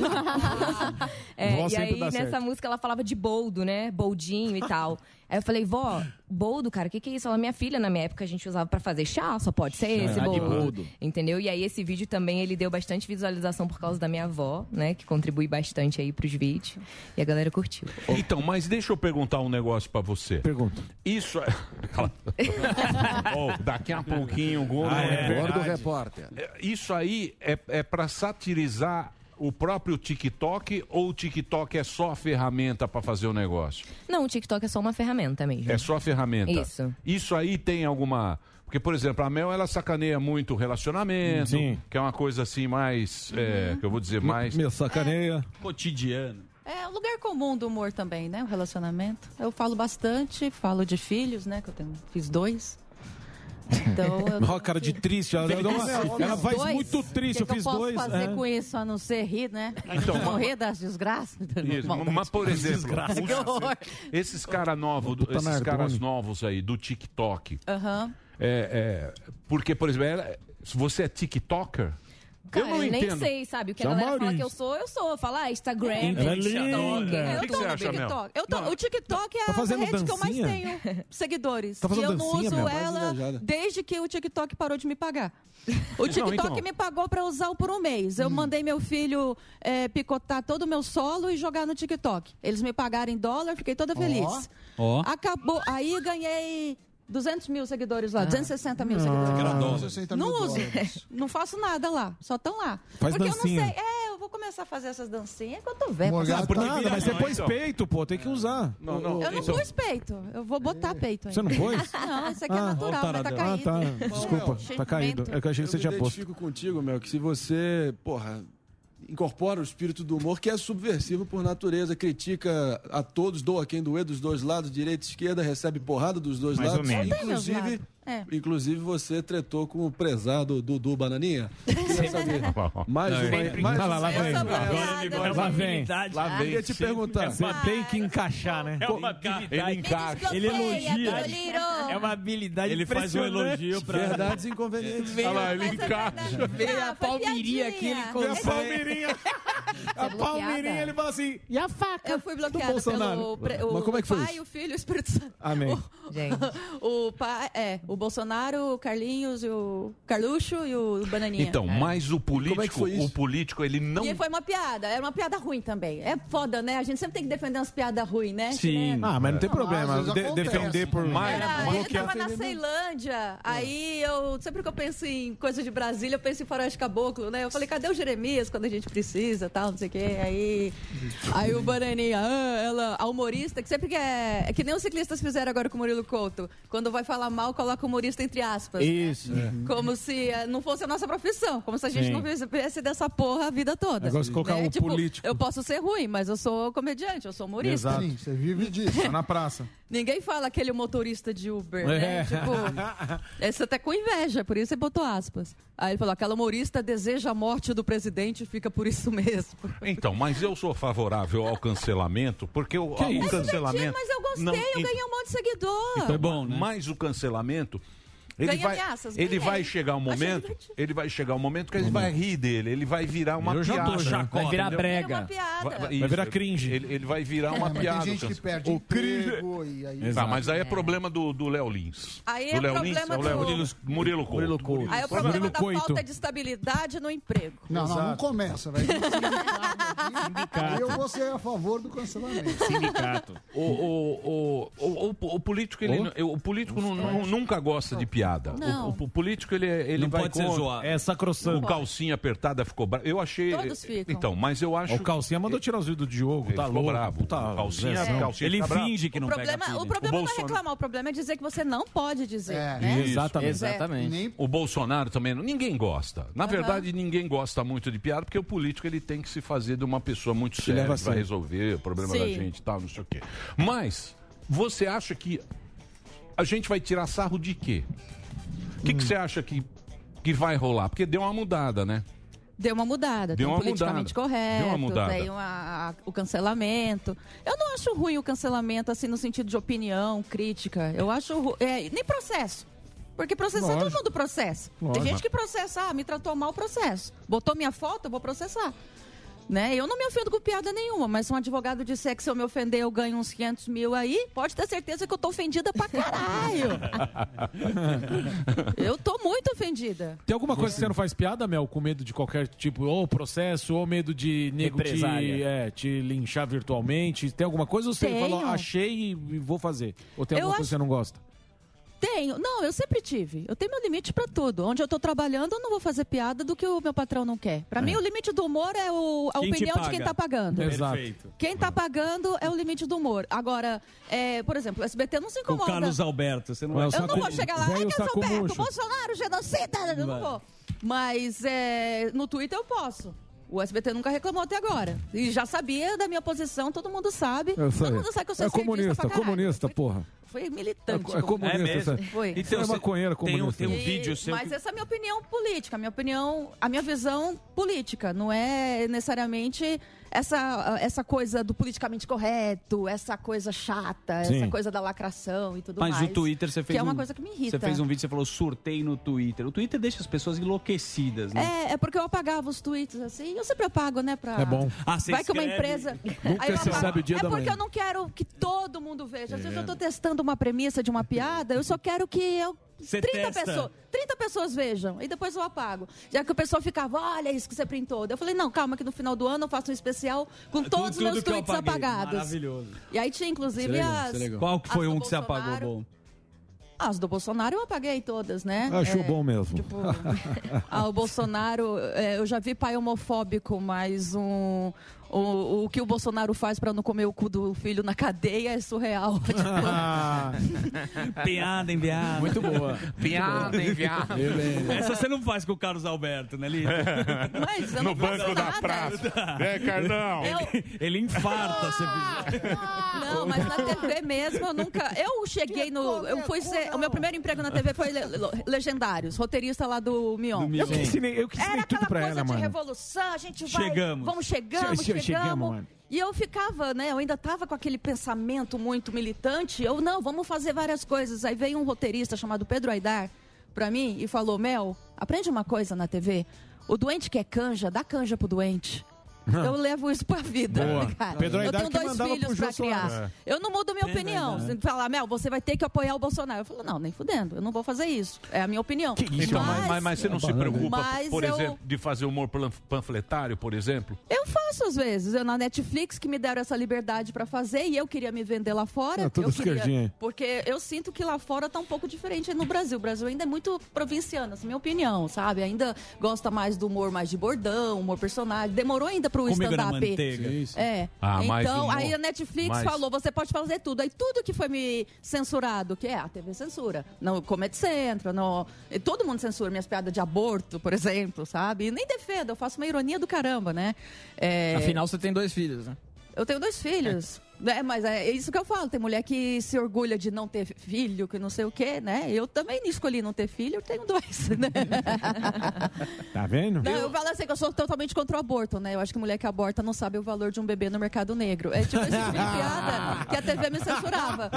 S4: É,
S23: Vó
S4: e
S23: sempre
S4: aí,
S23: dá
S4: nessa
S23: certo.
S4: música, ela falava de boldo, né? Boldinho e tal. Aí eu falei, vó, boldo, cara, o que, que é isso? Ela, minha filha, na minha época, a gente usava pra fazer chá, só pode ser esse
S25: Ah, de
S4: boldo.
S25: boldo.
S4: Entendeu? E aí esse vídeo também, ele deu bastante visualização por causa da minha avó, né? Que contribui bastante aí pros vídeos. E a galera curtiu.
S5: Então, mas deixa eu perguntar um negócio pra você. Pergunta. Isso é. Cala. Oh, daqui a pouquinho, o Gordo
S14: Ah, é
S5: Repórter.
S14: Gordo Repórter.
S5: É, Isso aí é, é para satirizar o próprio TikTok ou o TikTok é só a ferramenta pra fazer o negócio?
S4: Não, o TikTok é só uma ferramenta mesmo.
S5: É só a ferramenta.
S4: Isso.
S5: Isso aí tem alguma. Porque, por exemplo, a Mel, ela sacaneia muito o relacionamento,
S13: Sim.
S5: que é uma coisa assim mais. é, que eu vou dizer mais.
S13: Meu, sacaneia.
S7: Cotidiano.
S26: É o lugar comum do humor também, né? O relacionamento. Eu falo bastante, falo de filhos, né? Que eu tenho, fiz dois. Então, eu
S9: Ó, cara de triste. Ela, dá uma- ela faz
S26: dois.
S9: muito triste.
S26: O
S9: Eu
S26: que
S9: fiz
S26: que eu
S9: dois.
S26: posso fazer
S9: é.
S26: com isso a não ser rir, né?
S5: Então,
S26: Morrer das desgraças.
S5: Isso,
S26: Maldade.
S5: mas por exemplo,
S26: Desgraça.
S5: os-
S26: Que horror.
S5: esses caras novos,
S26: Puta
S5: esses
S26: Nardone.
S5: caras novos aí do TikTok,
S26: Aham.
S5: É, é, porque, por exemplo, ela- se você é TikToker,
S4: Cara,
S5: eu não
S4: nem
S5: entendo.
S4: sei, sabe? O que
S5: Já
S4: a galera fala
S5: Maurício.
S4: que eu sou, eu sou. Fala ah, Instagram,
S5: Ela é
S4: TikTok.
S5: linda.
S4: Eu
S5: O que que
S4: tô
S5: você
S4: no
S5: acha, Mel?
S4: TikTok.
S26: Eu tô- o TikTok é
S4: Tá
S26: a
S4: fazendo
S26: rede que eu mais
S4: dancinha?
S26: tenho seguidores.
S4: Tá
S26: e
S4: fazendo
S26: eu não
S4: dancinha,
S26: uso
S4: Mel? Mais
S26: ela
S4: engajada.
S26: desde que o TikTok parou de me pagar. O Não, TikTok então. me pagou pra usar por um mês.
S5: Hum.
S26: Eu mandei meu filho eh, picotar todo o meu solo e jogar no TikTok. Eles me pagaram em dólar, fiquei toda feliz.
S7: Ó.
S26: Acabou. Aí ganhei 200 mil seguidores
S5: Ah.
S26: lá, 260 mil seguidores.
S7: Era
S26: lá.
S7: dólar.
S8: tá
S26: 260 Não
S7: mil
S26: uso.
S7: dólares.
S26: Não faço nada lá. Só estão lá.
S9: Faz
S26: Porque
S9: dancinha.
S26: eu não sei. É, eu vou começar a fazer essas dancinhas quando eu ver.
S9: Morgado,
S26: Porque-
S9: nada, mas você
S13: Não,
S9: pôs
S13: então.
S9: peito, pô. Tem que usar.
S5: Não,
S26: Eu não então. pus peito. Eu vou botar peito ainho.
S9: Então- Você não pôs?
S26: Não, isso aqui é
S9: Ah,
S26: natural,
S9: ó o
S26: mas tá
S9: taradão.
S26: caído.
S9: Ah, tá. Desculpa, tá caído. É que eu achei que você
S1: me
S9: tinha posto.
S1: identifico contigo, Mel, que se você, porra, incorpora o espírito do humor, que é subversivo por natureza, critica a todos, doa quem doer dos dois lados, direita e esquerda, recebe porrada dos dois
S27: Mais ou
S1: lados.
S27: menos.
S26: Tem meus
S1: Inclusive,
S26: lados. É.
S1: inclusive, você tretou com o prezado Dudu Bananinha. Queria saber. Mais
S13: Não,
S1: uma.
S13: sempre-
S1: mais-
S13: Lá, lá, lá vem. Agora ele vai- Lá vem. Lá vem.
S1: Eu Queria te
S13: Sempre
S1: perguntar.
S13: Você tem que encaixar, né?
S1: É uma
S13: Ele encaixa. Ele elogia. É uma habilidade
S7: Ele faz um
S13: impressionante.
S7: elogio pra- Verdades
S1: inconvenientes.
S13: Olha lá,
S7: Mas
S13: ele
S7: é
S13: encaixa.
S7: Veio a
S26: palmeirinha
S7: aqui, ele
S26: consegue. é
S13: Veio é a palmeirinha. a palmeirinha, ele fala assim...
S26: E a faca? Eu fui bloqueada
S13: Bolsonaro.
S26: pelo pre-
S13: Mas
S26: o
S13: como é que foi
S26: pai,
S13: isso?
S26: o filho e o Espírito Santo.
S9: Ah,
S13: Amém.
S26: O pai, é, o Bolsonaro, o Carlinhos, e o Carluxo e o Bananinha. É.
S5: Então, mas o político,
S1: é foi isso?
S5: o político, ele não.
S26: E foi uma piada, era uma piada ruim também. É foda, né? A gente sempre tem que defender umas piadas ruins, né? Né?
S9: Ah, mas não tem problema.
S13: às vezes
S9: De-
S13: acontece.
S9: defender por
S26: Era- ele
S9: bloquear.
S26: tava na
S9: É.
S26: Ceilândia, aí eu, sempre que eu penso em coisa de Brasília, eu penso em faroeste caboclo, né? Eu falei, cadê o Jeremias quando a gente precisa, tal, não sei o quê. Aí, aí o Bananinha, ah, ela, a humorista, que sempre que é, é que nem os ciclistas fizeram agora com o Murilo Couto, quando vai falar mal, coloca humorista entre aspas.
S13: Isso.
S26: né?
S13: É.
S26: Como se eh, não fosse a nossa profissão, como se a gente
S13: Sim.
S26: não vivesse dessa porra a vida toda. Né? Tipo,
S9: Agora, se colocar um político.
S26: Eu posso ser ruim, mas eu sou comediante, eu sou humorista.
S9: Exato. você vive disso. Tá na praça.
S26: Ninguém fala aquele motorista de Uber,
S8: É.
S26: né? Tipo, é, você tá com inveja, por isso você botou aspas. Aí ele falou, aquela humorista deseja a morte do presidente e fica por isso mesmo.
S5: Então, mas eu sou favorável ao cancelamento, porque o, o
S26: É divertido,
S5: cancelamento.
S26: mas eu gostei,
S5: Não,
S26: eu
S5: en-
S26: ganhei um monte de seguidor.
S5: Mas o cancelamento. Ele
S26: Ganha
S5: vai,
S26: ameaças, né? É.
S5: ele
S26: ganhei.
S5: vai chegar um
S26: Achei
S5: momento, ele vai chegar um momento que a gente vai rir dele, ele vai virar uma
S13: Virou
S5: piada,
S13: jacota, né? Vai virar
S5: entendeu?
S13: brega. Vira uma piada. Vai virar cringe.
S5: Ele, ele vai virar
S13: É,
S5: uma
S13: mas tem
S5: piada.
S13: gente
S5: o
S13: que
S5: cance-
S13: perde
S5: o cringe.
S17: emprego e aí-
S5: Tá,
S17: Exato.
S5: mas aí é problema do do Léo Lins.
S26: Aí é
S5: do Léo
S26: problema
S5: Lins, é o
S26: do-
S5: Léo Lins, Murilo Couto. Murilo Couto.
S26: Aí é o problema da falta de estabilidade no emprego.
S17: Não, não, não
S5: Exato.
S17: começa, velho. Aí eu vou ser a favor do cancelamento.
S5: O, o, o, o, o- o político, ele,
S17: O?
S5: não- eu- o político não- não- nunca gosta de piada.
S26: Não.
S5: O, o- o político, ele, é- ele
S13: Não
S5: vai
S13: pode ser zoado. É sacrossanto.
S5: O calcinha apertada ficou bravo. Eu achei...
S26: Todos ficam.
S5: Então, mas eu acho...
S13: É O Calcinha mandou tirar os vídeos do Diogo,
S5: Ele
S13: tá
S5: ficou
S13: louco.
S5: bravo.
S13: Tá,
S5: Calcinha-
S13: Zezão.
S5: Calcinha
S13: Ele
S5: tá bravo.
S13: finge que
S26: O
S13: não
S26: problema,
S13: pega
S26: o
S13: filho.
S26: problema não é
S5: Bolsonaro-
S26: reclamar, o problema é dizer que você não pode dizer. né?
S5: Isso.
S26: Pois é.
S5: O Bolsonaro também, não- ninguém gosta. Na
S26: Aham.
S5: verdade, ninguém gosta muito de piada, porque o político ele tem que se fazer de uma pessoa muito séria
S1: leva a
S5: que vai
S1: sério.
S5: resolver o problema da
S1: Sim.
S5: gente e tal, não sei o quê. Mas, você acha que a gente vai tirar sarro de quê? O que, que você acha que, que vai rolar? Porque deu uma mudada, né?
S26: Deu uma mudada,
S5: Deu
S26: tem
S5: uma
S26: o politicamente
S5: mudada.
S26: correto,
S5: Deu uma mudada.
S26: tem uma- a- o cancelamento. Eu não acho ruim o cancelamento, assim, no sentido de opinião, crítica. Eu acho ru- é, nem processo. Porque processar todo mundo processa.
S2: Lógico.
S26: Tem gente que processa, ah, me tratou mal, processo. Botou minha foto, eu vou processar. Né? Eu não me ofendo com piada nenhuma, mas se um advogado disser que se eu me ofender eu ganho uns 500 mil aí, pode ter certeza que eu tô ofendida pra caralho. eu tô muito ofendida.
S9: Tem alguma coisa que você não faz piada, Mel, com medo de qualquer tipo, ou processo, ou medo de nego te,
S13: Represália.
S9: é, te linchar virtualmente? Tem alguma coisa ou você
S26: Tenho.
S9: falou, achei e e vou fazer? Ou tem
S26: Eu
S9: alguma coisa
S26: acho-
S9: que você não gosta?
S26: Tenho. Não, eu sempre tive. Eu tenho meu limite pra tudo. Onde eu tô trabalhando, eu não vou fazer piada do que o meu patrão não quer. Pra mim, o limite do humor é o- a
S2: Quem te
S26: opinião de
S2: paga.
S26: quem tá pagando.
S2: Exato. Perfeito.
S26: Quem tá pagando é o limite do humor. Agora, é, por exemplo, o SBT não se
S6: O
S26: incomoda.
S6: Carlos Alberto, você não
S26: eu
S6: vai
S26: não vou chegar lá, ai, Carlos Alberto, Bolsonaro, genocida, eu não
S6: Vai.
S26: vou. Mas é, no Twitter eu posso. O SBT nunca reclamou até agora. E já sabia da minha posição, todo mundo sabe.
S23: Eu sei.
S26: Todo mundo sabe que eu sou
S23: é
S26: esquerdista
S23: comunista,
S26: pra caralho.
S23: comunista, porra.
S26: Foi militante.
S23: É co- é comunista, É mesmo? essa-
S26: Foi.
S23: Então, Isso é maconheira
S6: tem um-
S23: comunista.
S6: Tem um,
S26: E-
S6: vídeo seu
S26: mas
S6: que-
S26: essa é a minha opinião política, a minha opinião, a minha visão política. Não é necessariamente essa, essa coisa do politicamente correto, essa coisa chata, essa
S6: Sim.
S26: coisa da lacração e tudo
S6: Mas
S26: mais.
S6: o Twitter você fez
S26: Que é uma
S6: um-
S26: coisa que me irrita.
S6: Você fez um vídeo, você falou surtei no Twitter. O Twitter deixa as pessoas enlouquecidas, né?
S26: É, é porque eu apagava os tweets assim. Eu sempre apago, né? Pra...
S6: É bom. Ah, você
S26: Vai que uma
S6: escreve.
S26: empresa.
S6: Nunca
S26: Aí eu
S6: se
S26: apago.
S6: sabe o dia
S26: é
S6: da
S26: porque
S6: manhã.
S26: eu não quero que todo mundo veja. Às vezes
S6: É.
S26: eu tô testando uma premissa de uma piada, eu só quero que eu.
S2: Você
S26: 30
S2: testa.
S26: pessoas, 30 pessoas vejam e depois eu apago. Já que o pessoal ficava, olha isso que você printou. Eu falei, não, calma, que no final do ano eu faço um especial com todos os meus
S6: que eu
S26: tweets
S6: apaguei.
S26: apagados.
S6: Maravilhoso.
S26: E aí tinha, inclusive,
S6: é
S26: as.
S6: Qual que foi
S26: as do
S6: um que você apagou,
S26: Bolsonaro.
S6: bom?
S26: As do Bolsonaro eu apaguei todas, né?
S23: Achou
S26: É,
S23: bom mesmo.
S26: ah, o Bolsonaro, é, eu já vi pai homofóbico, mas um, o, o que o Bolsonaro faz pra não comer o cu do filho na cadeia é surreal.
S6: Piada enviada.
S26: Muito boa.
S6: Piada
S26: enviada.
S6: Essa você não faz com o Carlos Alberto, né, Lívia?
S26: Mas eu não No faço banco da nada. praça. Né,
S5: É, Carlão.
S6: Ele, ele infarta. você
S26: Não, mas na TV mesmo eu nunca. Eu cheguei no. Eu fui ser, o meu primeiro emprego na TV foi le- le- Legendários, roteirista lá do Mion.
S6: Do Mion. Eu que ensinei-
S26: eu que ensinei
S6: tudo pra
S26: É coisa
S6: ela,
S26: de
S6: mano.
S26: revolução, a gente vai.
S6: Chegamos.
S26: Vamos, chegamos,
S6: Che- che-
S26: chegamos.
S6: chegamos, mano.
S26: E eu ficava, né? Eu ainda tava com aquele pensamento muito militante. Eu, não, vamos fazer várias coisas. Aí veio um roteirista chamado Pedro Aidar pra mim e falou: Mel, aprende uma coisa na TV. O doente que é canja, dá canja pro doente. Eu levo isso pra vida,
S2: Boa.
S26: né, cara.
S2: Pedro
S26: eu
S2: Aidar
S26: tenho
S2: que
S26: dois
S2: mandava pro
S26: filhos
S2: Jô
S26: pra criar.
S2: Soares. É.
S26: Eu não mudo a minha
S2: Pedro
S26: opinião.
S2: Aidar.
S26: Você Falar, Mel, você vai ter que apoiar o Bolsonaro. Eu falo, não, nem fudendo. Eu não vou fazer isso. É a minha opinião.
S5: Então, mas, mas, mas você não se preocupa,
S26: Mas
S5: por
S26: eu-
S5: exemplo, de fazer humor panf- panfletário, por exemplo?
S26: Eu faço isso às vezes. Eu na Netflix que me deram essa liberdade para fazer e eu queria me vender lá fora.
S2: Ah, tudo
S26: eu queria-
S2: esquerdinha aí.
S26: Porque eu sinto que lá fora tá um pouco diferente no Brasil. O Brasil ainda é muito provinciano, assim, minha opinião, sabe? Ainda gosta mais do humor mais de bordão, humor personagem. Demorou ainda pro
S7: Comida na
S26: stand-up.
S7: manteiga. Sim, sim.
S26: É.
S7: Ah, mais
S26: então,
S7: humor.
S26: aí a Netflix
S7: Mais.
S26: falou: você pode fazer tudo. Aí tudo que foi me censurado, que é a TV censura, no Comedy Central, no... e todo mundo censura minhas piadas de aborto, por exemplo, sabe? E nem defendo, eu faço uma ironia do caramba, né? É,
S10: Afinal, você tem dois filhos, né?
S26: eu tenho dois filhos. né? mas é isso que eu falo. Tem mulher que se orgulha de não ter filho, que não sei o quê, né? Eu também escolhi não ter filho, eu tenho dois, né?
S2: Tá vendo?
S26: Não, eu falo assim que eu sou totalmente contra o aborto, né? Eu acho que mulher que aborta não sabe o valor de um bebê no mercado negro. É tipo esse tipo de piada que a TV me censurava.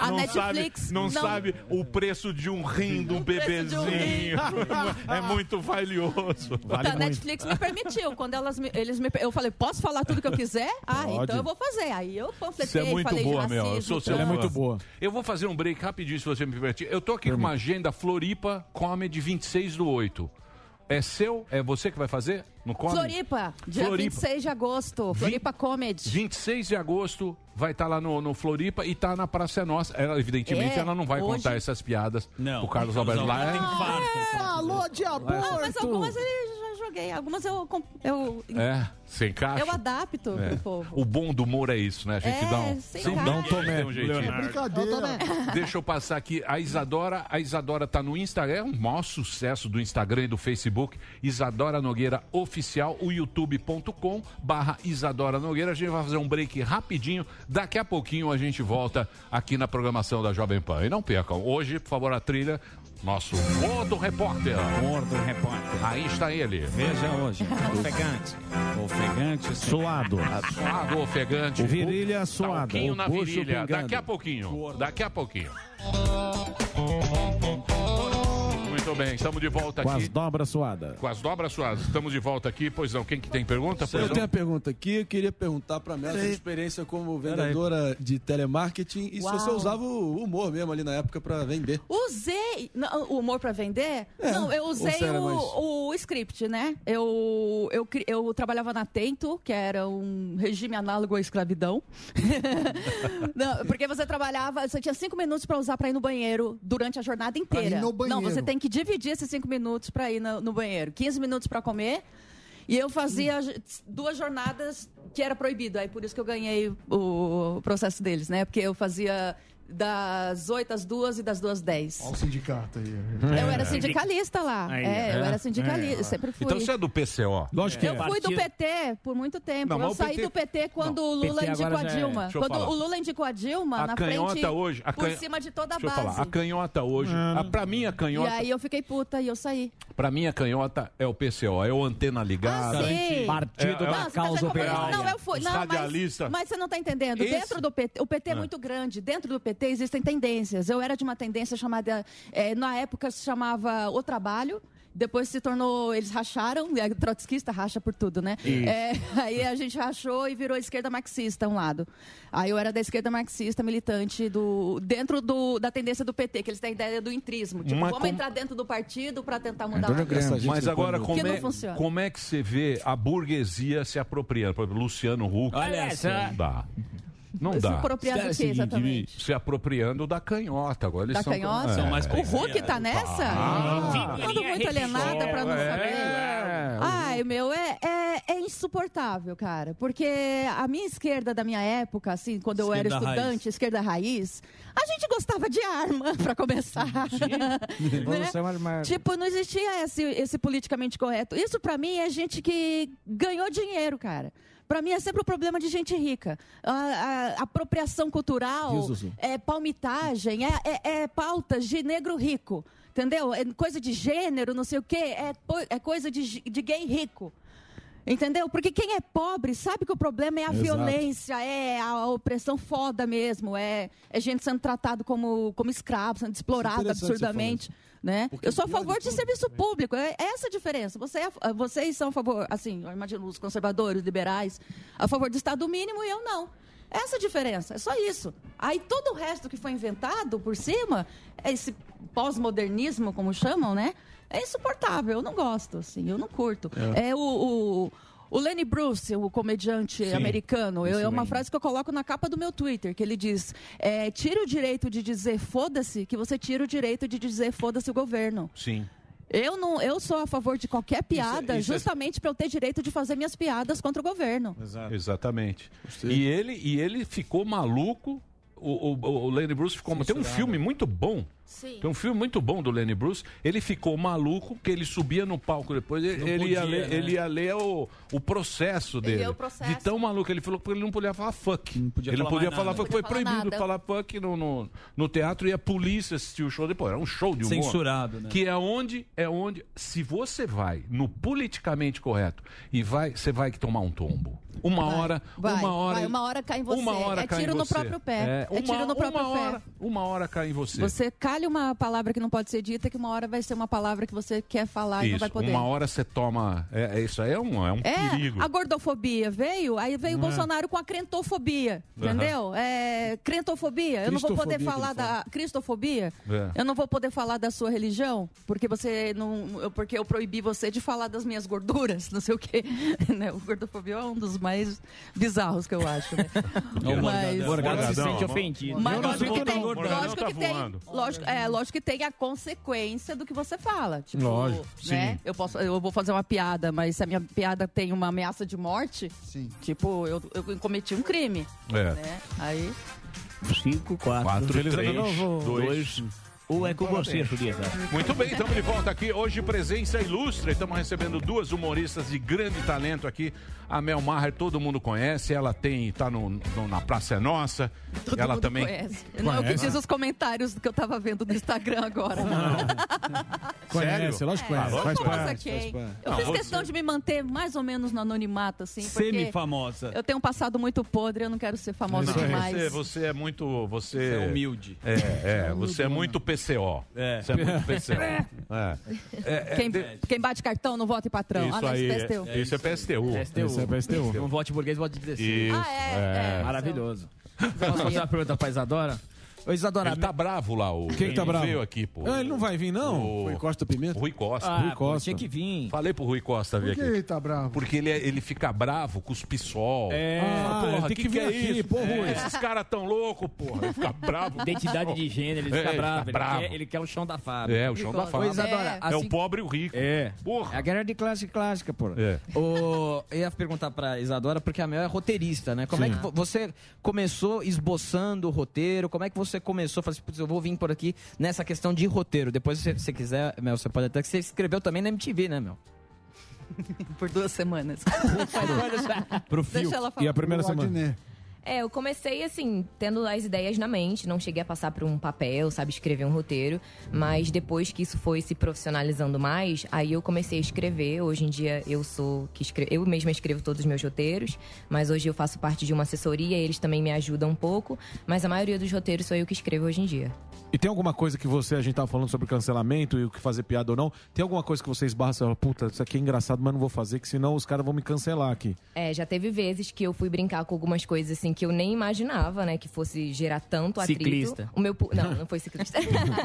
S26: A
S5: não
S26: Netflix
S5: sabe, não, sabe o preço de um rim de um
S26: preço de um
S5: bebezinho.
S26: rim.
S5: é muito valioso.
S26: Então, a Netflix me permitiu. Quando elas me- eles me, eu falei, posso falar tudo que eu quiser? Ah,
S5: Pode.
S26: então eu vou fazer. Aí eu
S5: Você
S26: panfletei,
S5: é muito
S26: falei de
S5: boa,
S26: racismo. tá?
S5: meu. Eu sou seu
S2: Ela é
S5: fã.
S2: muito boa.
S5: Eu vou fazer um break rapidinho, se você me permitir. Eu tô aqui com uma agenda Floripa Comedy 26 do 8. É seu? É você que vai fazer? No Comedy?
S26: Floripa, dia
S5: Floripa.
S26: 26 de agosto. Floripa Comedy.
S5: 26 de agosto vai estar lá no, no Floripa e tá na Praça é Nossa. Ela, evidentemente,
S26: É,
S5: ela não vai
S26: hoje-
S5: contar essas piadas não, pro Carlos
S7: Carlos
S5: Alberto. Lá
S7: Alberto tem
S5: é-
S26: É, alô, de
S5: aborto.
S26: mas algumas eu já joguei. Algumas eu. com- eu
S5: É, sem encaixa.
S26: Eu adapto
S5: É.
S26: pro povo.
S5: O bom do humor é isso, né? A gente
S26: É,
S5: dá um.
S26: sem
S5: sempre
S26: graça.
S5: dá um jeitinho, tem um jeitinho. Deixa eu passar aqui a Isadora. A Isadora tá no Instagram, é um maior sucesso do Instagram e do Facebook. Isadora Nogueira Oficial, o youtube.com barra Isadora Nogueira. A gente vai fazer um break rapidinho. Daqui a pouquinho a gente volta aqui na programação da Jovem Pan. E não percam, hoje, por favor, a trilha, nosso Mordo Repórter. Mordo Repórter. Aí está ele.
S7: Veja hoje. Ofegante. Ofegante.
S6: assim.
S7: Suado.
S5: Suado, ofegante.
S7: Virilha suada.
S5: Talquinho na
S7: o bucho
S5: virilha.
S7: pingando.
S5: Daqui a pouquinho. Daqui a pouquinho. Muito bem, estamos de volta
S13: Com as
S5: Tá aqui.
S13: dobras suadas.
S5: Com as dobras suas, estamos de volta aqui. Pois não, quem que tem pergunta? Pois
S1: Eu
S5: não.
S1: tenho a pergunta aqui, eu queria perguntar pra Mel sua experiência como vendedora de telemarketing e
S26: Uau.
S1: se você usava o humor mesmo ali na época pra vender.
S26: Usei. não, o humor pra vender?
S1: É.
S26: Não, eu
S1: Ou
S26: usei
S1: você era
S26: o,
S1: mais-
S26: o script, né? Eu, eu, cri- eu trabalhava na Tento, que era um regime análogo à escravidão. Não, porque você trabalhava, você tinha cinco minutos pra usar pra ir no banheiro durante a jornada inteira.
S17: ir no banheiro.
S26: Não, você tem que dividir esses cinco minutos pra ir no, no banheiro. 15 minutos pra comer. E eu fazia j- duas jornadas que era proibido. Aí por isso que eu ganhei o processo deles, né? Porque eu fazia das 8 às 2 e das 2 às 10.
S17: Olha o sindicato aí.
S26: É, Eu
S5: É.
S8: É.
S26: era sindicalista lá.
S5: Aí,
S26: é, eu
S5: é.
S26: era sindicalista,
S5: É.
S26: sempre fui.
S5: Então você é do PCO.
S26: Lógico é. eu fui do PT por muito tempo.
S5: é. Não, mas
S26: eu
S5: o
S26: saí
S5: PT
S26: do PT quando
S5: Não,
S26: o Lula
S5: PT agora
S26: indicou a
S5: já é-
S26: Dilma.
S5: Deixa eu
S26: Quando
S5: falar.
S26: o Lula indicou a Dilma,
S5: A
S26: na
S5: canhota
S26: frente,
S5: hoje- a
S26: por
S5: can-
S26: cima de toda a
S5: Deixa eu falar. A
S26: base.
S5: canhota hoje. a- pra mim, a
S26: E
S5: canhota.
S26: aí eu fiquei puta e eu saí.
S5: Pra mim, a canhota é o PCO, é o antena ligada. É,
S26: Ah, sim.
S5: Partido
S26: Não, você tá sendo comunista. Não, eu fui. Não, mas,
S5: Radialista.
S26: mas você não tá entendendo.
S5: Esse-
S26: Dentro do PT, o PT é
S5: Ah.
S26: muito grande. Dentro do PT existem tendências. Eu era de uma tendência chamada, eh, na época se chamava O Trabalho. Depois se tornou, eles racharam, e a trotskista racha por tudo, né?
S23: Isso.
S26: É, aí a gente rachou e virou esquerda marxista, um lado. Aí eu era da esquerda marxista, militante do dentro do, da tendência do PT, que eles têm a ideia do intrismo. Tipo,
S5: Mas
S26: vamos
S5: com-
S26: entrar dentro do partido para tentar mudar É, a
S5: Mas agora, como
S26: que
S5: é,
S26: não funciona.
S5: como é que você vê a burguesia se apropriando? Por exemplo, Luciano Huck.
S26: Olha
S5: não
S26: só.
S5: dá. Não
S26: É, Se
S5: dá.
S26: apropriar do quê, exatamente?
S5: Se apropriando da canhota. Agora eles
S26: Da
S5: são... É.
S26: canhota? São mais
S5: o
S26: Hulk tá nessa?
S5: Ah.
S26: Todo muito alienada pra não
S5: É.
S26: saber. Ai, meu, é, é, é insuportável, cara. Porque a minha esquerda da minha época, assim, quando eu era
S23: Esquerda
S26: estudante,
S23: raiz.
S26: esquerda raiz, a gente gostava de arma, pra começar. Né?
S13: é?
S23: Evolução armada.
S26: Tipo, não existia esse, esse politicamente correto. Isso pra mim é gente que ganhou dinheiro, cara. Pra mim é sempre o problema de gente rica. A, a- apropriação cultural,
S23: Viu, Zuzu?
S26: é palmitagem, é, é- é pautas de negro rico, entendeu? É coisa de gênero, não sei o quê, é, po- é coisa de, gi- de gay rico. Entendeu? Porque quem é pobre sabe que o problema é a
S23: Exato.
S26: violência, é a opressão foda mesmo, é, é gente sendo tratada como, como escravo, sendo explorada
S23: é interessante você falar
S26: absurdamente. Né? Eu sou a favor de serviço público, é essa a diferença. Você é a- vocês são a favor, assim, eu imagino os conservadores, liberais, a favor do Estado mínimo e eu não. Essa a diferença, é só isso. Aí todo o resto que foi inventado por cima, esse pós-modernismo, como chamam, né? É insuportável, eu não gosto, assim, eu não curto. É, o, o, O Lenny Bruce, o comediante
S11: Sim,
S26: americano, eu-
S11: isso
S26: é uma
S11: mesmo.
S26: frase que eu coloco na capa do meu Twitter, que ele diz: é, tira o direito de dizer foda-se, que você tira o direito de dizer foda-se o governo.
S5: Sim.
S26: Eu não, eu sou a favor de qualquer piada,
S5: isso é-
S26: justamente para eu ter direito de fazer minhas piadas contra o governo.
S5: Exatamente. E ele, e ele ficou maluco. O, o, o Lenny Bruce ficou. Tem um filme muito bom.
S26: Sim.
S5: Tem um filme muito bom do Lenny Bruce. Ele ficou maluco porque ele subia no palco depois. Ele,
S12: Não
S5: ele ia,
S12: podia,
S5: ler,
S12: né?
S5: ele ia ler o, o processo
S12: Ele
S5: dele.
S12: leu o processo.
S5: De tão maluco. Ele falou que ele não podia falar fuck.
S12: podia
S5: ele não
S12: falar
S5: podia
S12: mais
S5: falar
S12: nada. Não
S5: fuck. Foi
S12: podia falar
S5: proibido
S12: nada.
S5: falar fuck no, no, no teatro e a polícia assistiu o show depois. Era um show de humor.
S7: Censurado, né?
S5: Que é onde, é onde. Se você vai no politicamente correto e vai, você vai que tomar um tombo. Uma hora,
S26: Vai,
S5: uma hora.
S26: vai, uma hora cai em você.
S5: Uma hora
S26: é
S5: cai em
S26: tiro no
S5: você.
S26: próprio pé. É,
S5: uma,
S26: tiro no próprio
S5: uma
S26: pé.
S5: Hora, uma hora cai em você.
S26: Você calha uma palavra que não pode ser dita, que uma hora vai ser uma palavra que você quer falar e não
S5: isso,
S26: vai poder.
S5: uma hora você toma. É, é isso aí é um, é um
S26: É,
S5: perigo.
S26: a gordofobia veio, aí veio o
S5: Não é.
S26: Bolsonaro com a crentofobia,
S5: Aham.
S26: entendeu? É, crentofobia, eu não vou poder
S11: Cristofobia que
S26: falar
S11: ele fala.
S26: da cristofobia,
S11: É.
S26: eu não vou poder falar da sua religião, porque você não, eu- porque eu proibi você de falar das minhas gorduras, não sei o quê. Né? O gordofobia é um dos mais bizarros que eu acho. Né?
S10: Morgadão. Morgadão se sente
S5: Morgadão.
S10: ofendido.
S26: Mas
S10: Eu não
S26: lógico
S10: sou
S26: que tem,
S10: gordão.
S26: lógico
S10: Morgadão
S26: que
S10: tá
S26: tem,
S10: voando.
S26: lógico, é, lógico que tem a consequência do que você fala. Tipo,
S11: Lógico,
S26: né?
S11: sim.
S26: Eu, posso, eu vou fazer uma piada, mas se a minha piada tem uma ameaça de morte, tipo, eu, eu cometi um crime.
S11: É.
S26: Né? Aí.
S11: 5, 4,
S5: Quatro, três,
S11: 2,
S5: dois.
S11: 1. É com você, Julieta.
S5: Muito bem, estamos de volta aqui. Hoje, presença ilustre. Estamos recebendo duas humoristas de grande talento aqui. A Mel Maher, todo mundo conhece. Ela tem, está na Praça é Nossa.
S26: Todo
S5: ela
S26: mundo
S5: também.
S26: conhece. Não é o que diz os comentários que eu tava vendo no Instagram agora.
S5: Sério?
S2: Conhece, lógico que conhece.
S5: Ah,
S2: Faz
S5: lógico.
S2: parte.
S26: É. Nossa, quem?
S2: faz parte.
S26: Eu
S2: Não,
S26: fiz
S2: você-
S26: questão de me manter mais ou menos no anonimato, assim. porque
S7: Semi-famosa.
S26: Eu tenho um passado muito podre, eu não quero ser famosa
S5: Não,
S26: demais.
S5: Você, você é muito. Você
S7: Você é humilde.
S5: É, é, você é muito PCO. Você é muito PCO. É. É, é,
S26: Quem,
S5: de-
S26: quem bate cartão não vota em patrão. ah,
S5: Isso
S26: não,
S5: aí.
S26: esse testeu.
S5: é- Isso é PSTU.
S10: Isso é PSTU. Não vote burguês, vote 16.
S5: Isso, Ah, é, é. é.
S10: Maravilhoso. Posso fazer uma pergunta pra Isadora? Ô, Isadora,
S5: Ele tá bravo lá, o.
S10: Quem que tá
S5: ele
S10: bravo?
S5: veio aqui, pô.
S10: Ah,
S2: ele não vai vir, não?
S5: O-
S2: Rui Costa Pimenta?
S5: Rui Costa.
S2: Ah, Rui pô, Costa. tinha
S10: que vir.
S5: Falei pro Rui Costa vir
S2: Por
S5: aqui.
S2: que
S8: ele tá bravo?
S5: Porque ele, é- ele fica bravo com os PSOL.
S2: É,
S5: Fala,
S2: ele tem que vir
S5: é
S2: aqui,
S5: isso?
S2: pô, Rui.
S5: Por que Esses caras tão loucos, é um porra. Ele fica bravo. com
S10: Identidade
S5: PSOL.
S10: de gênero, ele
S5: É,
S10: fica bravo. Ele,
S5: bravo.
S10: Quer, ele quer o chão da fábrica.
S5: É, o chão da fábrica.
S10: Ô, Isadora,
S5: É. É o pobre e o rico.
S10: É. É a guerra de classe clássica, porra.
S5: É.
S10: Ô, eu ia perguntar pra Isadora, porque a Mel é roteirista, né? Como é
S11: Sim.
S10: que vo- você começou esboçando o roteiro? Como é que você começou? Falei assim, putz, eu vou vir por aqui nessa questão de roteiro. Depois, se você quiser, Mel, você pode até... que Você escreveu também na MTV, né, Mel?
S26: Por duas semanas.
S2: Pro
S26: Deixa
S2: fio.
S26: ela falar.
S2: E a primeira
S26: O
S2: semana?
S4: É, eu comecei assim, tendo as ideias na mente, não cheguei a passar por um papel, sabe, escrever um roteiro, mas depois que isso foi se profissionalizando mais, aí eu comecei a escrever. Hoje em dia eu sou que escre... eu mesma escrevo todos os meus roteiros, mas hoje eu faço parte de uma assessoria, eles também me ajudam um pouco, mas a maioria dos roteiros sou eu que escrevo hoje em dia.
S2: E tem alguma coisa que você, a gente tava falando sobre cancelamento e o que fazer piada ou não, tem alguma coisa que você esbarra e fala, puta, isso aqui é engraçado, mas não vou fazer, que senão os caras vão me cancelar aqui.
S4: É, já teve vezes que eu fui brincar com algumas coisas assim que eu nem imaginava, né, que fosse gerar tanto atrito.
S11: Ciclista.
S4: O meu pu- não, não foi ciclista.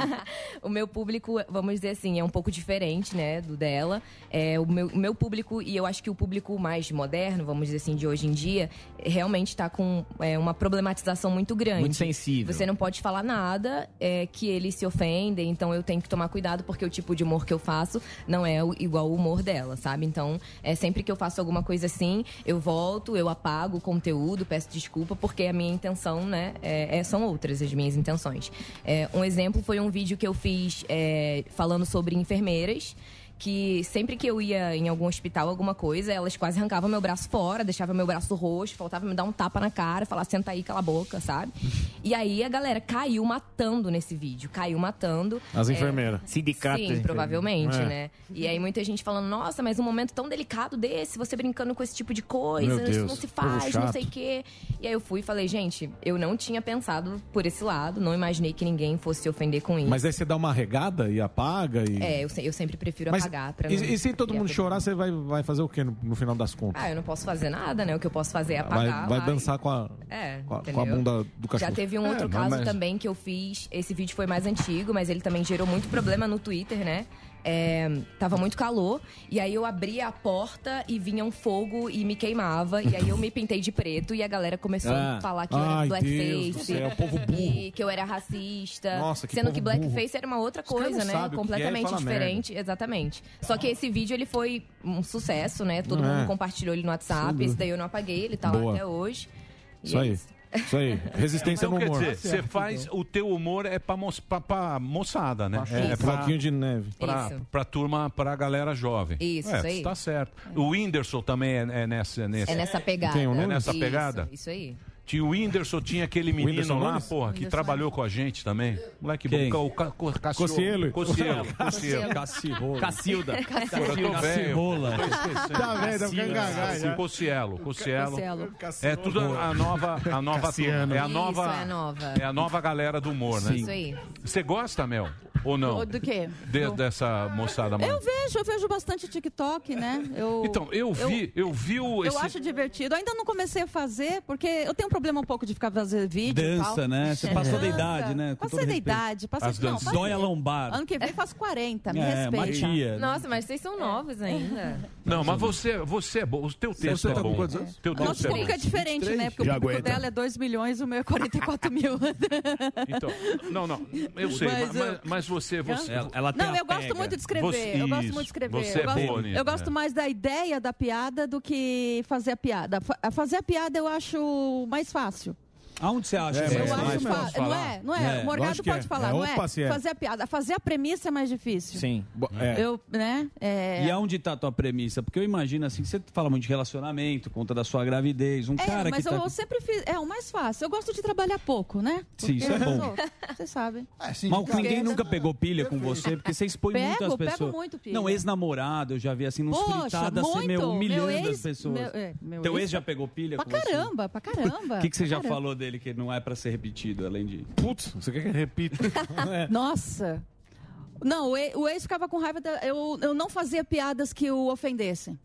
S4: o meu público, vamos dizer assim, é um pouco diferente, né, do dela. É, o meu, o meu público e eu acho que o público mais moderno, vamos dizer assim, de hoje em dia, realmente está com é, uma problematização muito grande.
S10: Muito sensível.
S4: Você não pode falar nada é, que eles se ofendem, então eu tenho que tomar cuidado porque o tipo de humor que eu faço não é o- igual o humor dela, sabe? Então, é sempre que eu faço alguma coisa assim, eu volto, eu apago o conteúdo, peço desculpa porque a minha intenção, né, é- é- são outras as minhas intenções. É, um exemplo foi um vídeo que eu fiz é, falando sobre enfermeiras que sempre que eu ia em algum hospital, alguma coisa, elas quase arrancavam meu braço fora, deixavam meu braço roxo, faltava me dar um tapa na cara, falar, senta aí, cala a boca, sabe? E aí a galera caiu matando nesse vídeo, caiu matando.
S2: As
S4: É,
S2: enfermeiras.
S11: Sindicato.
S4: Sim,
S10: É.
S4: provavelmente, né? E aí muita gente falando, nossa, mas um momento tão delicado desse, você brincando com esse tipo de coisa,
S11: Meu Deus,
S4: isso não se
S11: povo
S4: faz, não
S11: chato.
S4: sei o quê. E aí eu fui e falei, gente, eu não tinha pensado por esse lado, não imaginei que ninguém fosse se ofender com isso.
S2: Mas
S9: é
S2: aí você dá uma regada e apaga e.
S4: É, eu, se- eu sempre prefiro
S2: Mas
S4: apagar pra
S2: e,
S4: não
S2: e se todo
S4: criar
S2: mundo
S4: problema.
S2: chorar, você vai, vai fazer o quê no, no final das contas?
S4: Ah, eu não posso fazer nada, né? O que eu posso fazer é
S2: vai
S4: apagar.
S2: vai
S4: lá e-
S2: dançar com a,
S4: É,
S2: com a- com a
S4: entendeu?
S2: bunda do cachorro.
S4: Já teve um
S2: É,
S4: outro
S2: mas-
S4: caso
S2: mas-
S4: também que eu fiz. Esse vídeo foi mais antigo, mas ele também gerou muito problema no Twitter, né? é, tava muito calor, e aí eu abria a porta e vinha um fogo e me queimava, e aí eu me pintei de preto e a galera começou
S2: Ah.
S4: a falar que eu
S2: Ai,
S4: era
S2: Deus do
S4: blackface,
S2: céu, é povo burro.
S4: e que eu era racista,
S2: Nossa, que
S4: sendo que
S2: povo burro.
S4: blackface era uma outra
S2: Os caras
S4: coisa,
S2: não
S4: né?
S2: sabem o que é e
S4: Completamente
S2: fala
S4: diferente, exatamente. Só que esse vídeo ele foi um sucesso, né? Todo
S2: É.
S4: mundo compartilhou ele no
S2: Sem
S4: WhatsApp,
S2: dúvida.
S4: esse daí eu não apaguei, ele tá
S2: Boa.
S4: lá até hoje. E
S2: Isso
S4: é
S2: aí. Isso aí. Resistência
S5: então,
S2: no
S5: quer
S2: humor.
S5: dizer, você faz. O teu humor é pra, mos- pra- pra moçada, né?
S2: É, floquinho de neve.
S5: Pra,
S2: Isso.
S5: pra turma, pra galera jovem.
S4: Isso,
S5: é,
S4: isso aí.
S5: Tá certo. O Whindersson também é, é nessa, nesse-
S4: É nessa pegada.
S5: Tem um nome? É nessa
S4: Isso,
S5: pegada?
S4: Isso aí.
S5: Tinha o Whindersson, tinha aquele menino
S2: Whindersson
S5: lá,
S2: Nunes?
S5: porra, que
S4: Whindersson
S5: trabalhou com a gente também. Moleque
S2: Quem?
S5: bom, o Ca- Co- Cassio-
S2: Cossielo.
S5: Cossielo. Cossielo.
S2: Cacirrola.
S5: Cacilda. Cacilda.
S2: Cacirrola.
S5: Tô esquecendo.
S2: Tá velho, tá ficando gaga, já.
S5: Cossielo. Cossielo.
S2: Cossielo.
S5: É tudo a a nova, a nova
S2: Cassiano.
S5: turma. É a
S4: Isso,
S5: nova,
S4: é a nova.
S5: é a nova galera do humor, né?
S4: Isso aí.
S5: Você gosta, Mel? Ou não?
S26: Ou Do quê?
S5: De- dessa moçada mais-
S26: Eu vejo, eu vejo bastante TikTok, né? Eu,
S5: Então, eu vi, eu, vi o.
S26: Eu
S5: esse-
S26: acho divertido. Ainda não comecei a fazer, porque eu tenho um problema um pouco de ficar fazendo vídeo. e
S7: Dança,
S26: tal.
S7: né? Você passou da
S26: Dança.
S7: idade, né? Com
S26: Passei
S7: todo
S26: da
S7: respeito.
S26: idade. Passei,
S7: As
S26: não,
S7: danças.
S26: passei.
S7: Dói a lombar.
S26: Ano que vem faz 40, me
S7: É, uma
S26: respeita.
S7: tia.
S4: Nossa, mas vocês são novos ainda.
S5: Não, mas você, você é bom. O teu texto
S4: Você
S5: é
S4: tá com
S5: bom.
S4: quantos anos?
S5: Teu texto
S26: Nosso
S5: é bom.
S26: público é diferente, né? Porque
S5: Já
S26: o público
S5: aguenta.
S26: dela é 2 milhões, o meu é 44 mil.
S7: É
S5: Então, não, não. Eu sei,
S26: Mas
S5: mas,
S26: eu-
S5: mas- mas você. você
S7: Ela- ela tem
S26: Não,
S7: a
S26: eu gosto
S7: pega.
S26: muito de escrever.
S5: Você-
S26: eu gosto
S5: isso,
S26: muito de escrever.
S5: você
S26: eu
S5: é
S26: gosto,
S5: boa nisso,
S26: eu gosto
S5: né?
S26: mais da ideia da piada do que fazer a piada. Fa- a Fazer a piada eu acho mais fácil.
S7: Aonde você acha
S26: É,
S7: que
S26: eu
S7: é
S26: acho
S7: mais
S26: fa-
S7: fácil
S26: Não
S7: falar?
S26: é? Não é? o Morgado
S7: lógico que
S26: pode falar, não é?
S7: opa, se
S26: Fazer a piada. Fazer a premissa é mais difícil.
S7: Sim. Bo- é.
S26: Eu, né? é-
S7: E aonde tá a tua premissa? Porque eu imagino assim, que você fala muito de relacionamento, conta da sua gravidez, um
S26: É,
S7: cara
S26: mas
S7: que
S26: eu,
S7: tá...
S26: eu sempre fiz. É o mais fácil. Eu gosto de trabalhar pouco, né?
S7: Sim, isso é
S26: eu
S7: bom.
S26: sou- Vocês sabem.
S7: Mal que ninguém nunca pegou pilha com você, porque você expõe
S26: Pego,
S7: muito as
S26: pego
S7: pessoas.
S26: muito pilha.
S7: Não, ex-namorado, eu já vi assim, nos
S26: Poxa,
S7: fritadas, você
S26: muito.
S7: meu, humilhando
S26: Meu ex-
S7: as pessoas.
S26: meu- é, meu
S7: Teu ex,
S26: ex-
S7: já pegou pilha
S26: Pra
S7: com você?
S26: caramba, pra caramba.
S7: O que, que você
S26: pra
S7: já
S26: caramba.
S7: falou dele que não é pra ser repetido, além de. É. Putz, você quer que eu repita?
S26: Nossa. Não, o e- o ex ficava com raiva. da- eu, eu não fazia piadas que o ofendessem.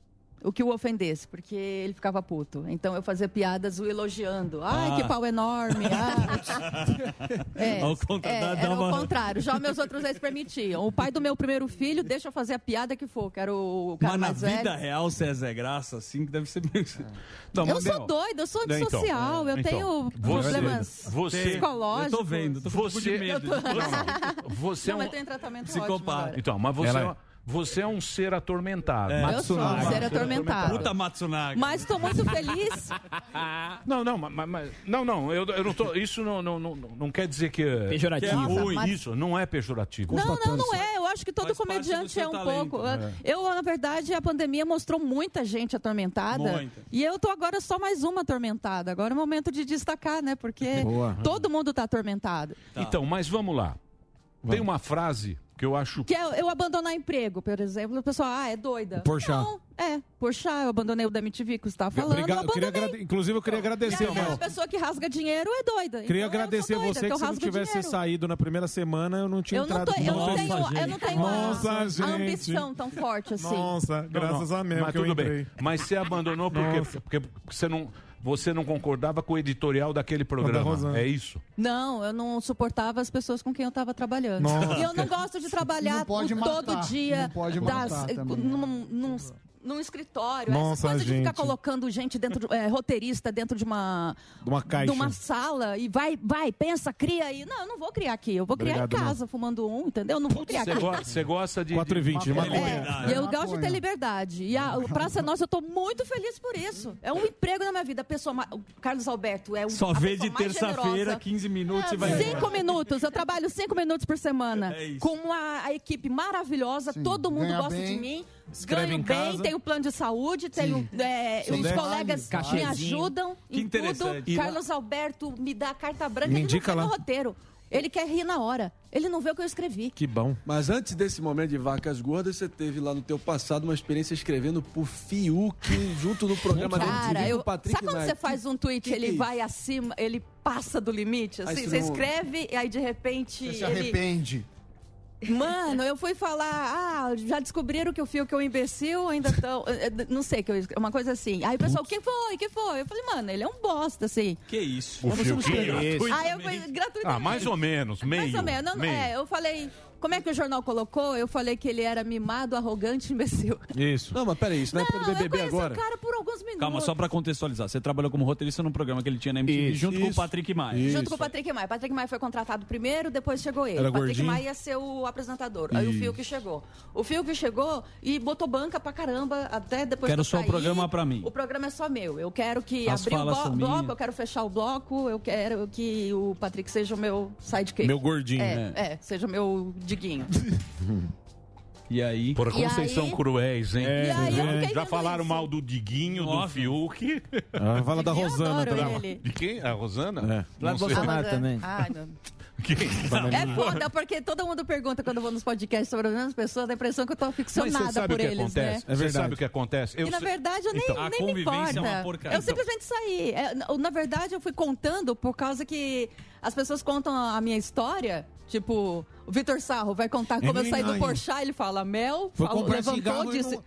S26: O que o ofendesse, porque ele ficava puto. Então eu fazia piadas o elogiando. Ai,
S7: Ah.
S26: que pau enorme. ah. É,
S7: Ao contrário,
S26: é,
S7: dá- dá
S26: era
S7: uma-
S26: ao contrário. Já meus outros ex permitiam. O pai do meu primeiro filho, deixa eu fazer a piada que for, que era o cara
S7: Mas na
S26: mais velho.
S7: vida real, você é Zé Graça, assim, que deve ser meio.
S26: É. eu sou doida, eu sou
S7: Então,
S26: antissocial, eu
S7: então,
S26: tenho
S7: você-
S26: problemas
S7: você-
S26: psicológicos.
S7: eu tô vendo, tô com um pouco de
S5: Você-
S7: medo.
S5: eu tô- Você é
S26: Não,
S5: um-
S26: eu tô em tratamento Tá ótimo
S5: Psicopata.
S26: agora.
S5: Então, mas você,
S7: Ela
S5: é
S7: é.
S5: um- você é um ser atormentado.
S7: É. Eu sou um
S26: Matsunaga. ser atormentado.
S7: Puta Matsunaga.
S26: Mas estou muito feliz.
S5: Não, não, mas, mas- não, não, eu, eu não tô. Isso não, não, não, não quer dizer que.
S26: Pejorativo.
S5: que é ruim.
S26: Nossa, mas-
S5: Isso não é pejorativo.
S26: Não, não, não é. Eu acho que todo comediante
S5: seu
S26: é um
S5: talento.
S26: pouco.
S5: É.
S26: Eu, na verdade, a pandemia mostrou muita gente atormentada.
S5: Muita.
S26: E eu tô agora só mais uma atormentada. Agora é o momento de destacar, né? Porque
S5: Boa.
S26: todo mundo tá atormentado.
S5: Então, mas vamos lá. Tem uma frase que eu acho.
S26: Que é eu abandonar emprego, por exemplo. O pessoal, ah, é doida.
S5: Porchat.
S26: Não, é. Porchat, eu abandonei o da MTV que você estava falando.
S2: Obrigado,
S26: eu
S2: eu queria
S26: abandonei.
S2: agrade- Inclusive, eu queria
S4: Então,
S2: agradecer,
S26: Mas
S2: Mel.
S26: a pessoa que rasga dinheiro é doida.
S2: Queria
S26: Então, eu
S2: agradecer
S26: sou doida,
S2: você
S26: que
S2: que
S26: eu
S2: se não
S26: rasgo
S2: tivesse
S26: dinheiro.
S2: saído na primeira semana, eu não tinha
S26: Eu não,
S2: entrado
S26: tô, eu, não
S2: Nossa,
S26: tenho, eu
S2: gente.
S26: não tenho a-
S2: Nossa,
S26: a
S2: gente.
S26: ambição tão forte assim.
S2: Nossa, graças a Mel
S5: Mas
S2: que eu
S5: tudo
S2: entrei.
S5: bem. Mas você abandonou por quê?
S2: Nossa.
S5: Porque você não, você não concordava com o editorial daquele
S2: Da
S5: programa.
S2: Rosana.
S5: É isso?
S26: Não, eu não suportava as pessoas com quem eu estava trabalhando.
S5: Nossa.
S26: E eu não gosto de trabalhar
S8: Não pode
S26: o-
S8: matar,
S26: todo dia
S8: não pode matar
S26: das,
S8: também.
S26: num, num- num escritório. É
S2: Nossa,
S26: Essa coisa de ficar
S2: gente.
S26: colocando gente dentro, de- é, roteirista dentro de uma,
S2: De uma caixa.
S26: de uma sala e vai, vai, pensa, cria aí. Não, eu não vou criar aqui. Eu vou criar
S5: Obrigado,
S26: em casa, fumando um, entendeu? Eu Não vou criar
S5: Você
S26: aqui.
S5: go-
S7: é
S5: você gosta de. 4
S2: e 20, de maconha.
S26: É, e eu gosto de ter liberdade. E a o Praça é Nossa, eu tô muito feliz por isso. É um emprego na minha vida. A pessoa, ma- o Carlos Alberto é um
S7: Só
S26: a
S7: vê
S26: pessoa
S7: de
S26: mais
S7: terça-feira,
S26: generosa. É,
S7: 15 minutos e vai.
S26: Cinco minutos, eu trabalho cinco minutos por semana.
S7: É isso.
S26: Com uma a equipe maravilhosa, todo mundo
S7: Ganha
S26: gosta
S7: bem,
S26: de mim.
S7: escreve
S26: Ganho
S7: em
S26: bem,
S7: casa.
S26: tenho plano de saúde, tenho é,
S7: Seu
S26: os
S7: décimo.
S26: colegas me
S7: Cachezinho.
S26: ajudam
S7: Que
S26: em tudo.
S7: interessante. E lá-
S26: Carlos Alberto me dá a carta branca,
S1: Me
S26: ele não
S1: indica
S26: vê
S1: lá.
S26: meu roteiro. Ele quer rir na hora. Ele não vê o que eu escrevi.
S2: Que bom.
S1: Mas antes desse momento de vacas gordas, você teve lá no teu passado uma experiência escrevendo pro Fiuk junto no programa da
S26: Cara,
S1: MTV,
S26: eu,
S1: com o Patrick
S26: sabe quando você
S1: Knight.
S26: faz um tweet,
S1: que
S26: ele
S1: que é
S26: vai acima, ele passa do limite, assim,
S1: isso
S26: você
S1: não-
S26: escreve e aí de repente
S8: Você se
S26: ele-
S8: arrepende.
S26: Mano, eu fui falar, ah, já descobriram que o Fio que é um imbecil, ainda tão, eh, eh, não sei que eu, uma coisa assim. Aí o pessoal, quem foi? Quem foi? Eu falei, mano, ele é um bosta assim.
S7: Que isso?
S5: O Fiuquinho.
S26: Aí Ah, eu fui gratuitamente.
S5: Ah, mais ou menos, meio.
S26: Mais ou menos, não,
S5: meio.
S26: é, eu falei, Como é que o jornal colocou? Eu falei que ele era mimado, arrogante, imbecil.
S2: Isso.
S1: Não, mas peraí, isso
S26: não
S1: é época do
S26: eu
S1: BBB
S26: conheci
S1: agora.
S26: o cara por alguns minutos.
S7: Calma, só pra contextualizar. Você trabalhou como roteirista num programa que ele tinha na MTV
S1: Isso,
S7: junto com o
S1: isso.
S7: Patrick Maia.
S26: Junto com o Patrick Maia. Patrick Maia foi contratado primeiro, depois chegou ele.
S7: Era
S26: Patrick
S7: gordinho?
S26: Maia ia ser o apresentador. Aí o
S7: Isso.
S26: Fiuk chegou. O Fiuk chegou e botou banca pra caramba, até depois
S7: Quero
S26: que eu
S7: só o
S26: saí.
S7: programa pra mim.
S26: O programa é só meu. Eu quero que
S7: As
S26: abrir o
S7: falas
S26: blo-
S7: são minhas.
S26: bloco, eu quero fechar o bloco, eu quero que o Patrick seja o meu sidekick.
S7: Meu gordinho,
S26: é,
S7: né?
S26: É, seja o meu diguinho.
S7: E aí? É,
S5: Por
S26: E
S5: como vocês
S26: aí-
S5: são cruéis, hein?
S26: E aí é eu fiquei
S5: Já
S26: vendo
S5: falaram
S26: isso.
S5: mal do Diguinho, do Fiuk.
S2: Ah, fala da Eu Rosana
S26: adoro também. ele.
S5: De quem? A Rosana?
S2: Lá
S5: Não
S2: do
S5: sei.
S2: Bolsonaro
S26: Ah, mas é- Ai, meu
S5: Quem?
S26: É foda, porque todo mundo pergunta quando eu vou nos podcasts sobre as mesmas pessoas, dá a impressão que eu tô
S5: Mas você
S26: ficcionada
S5: sabe o
S26: por
S5: que
S26: eles,
S2: É
S5: acontece?
S7: É
S26: né?
S5: Você sabe o que acontece? Eu
S26: e na
S5: sei-
S26: verdade eu nem,
S5: Então, a
S26: nem me
S5: convivência
S26: importa.
S5: é uma porcaria.
S26: Eu
S5: Então-
S26: simplesmente saí. É, na- na verdade, eu fui contando por causa que as pessoas contam a minha história. Tipo, o Vitor Sarro vai contar como eu saí do
S2: Ai.
S26: Porchat, ele fala mel,
S2: Foi
S26: falou,
S2: comprar
S26: levantou,
S2: cigarro e
S26: disse...
S2: não-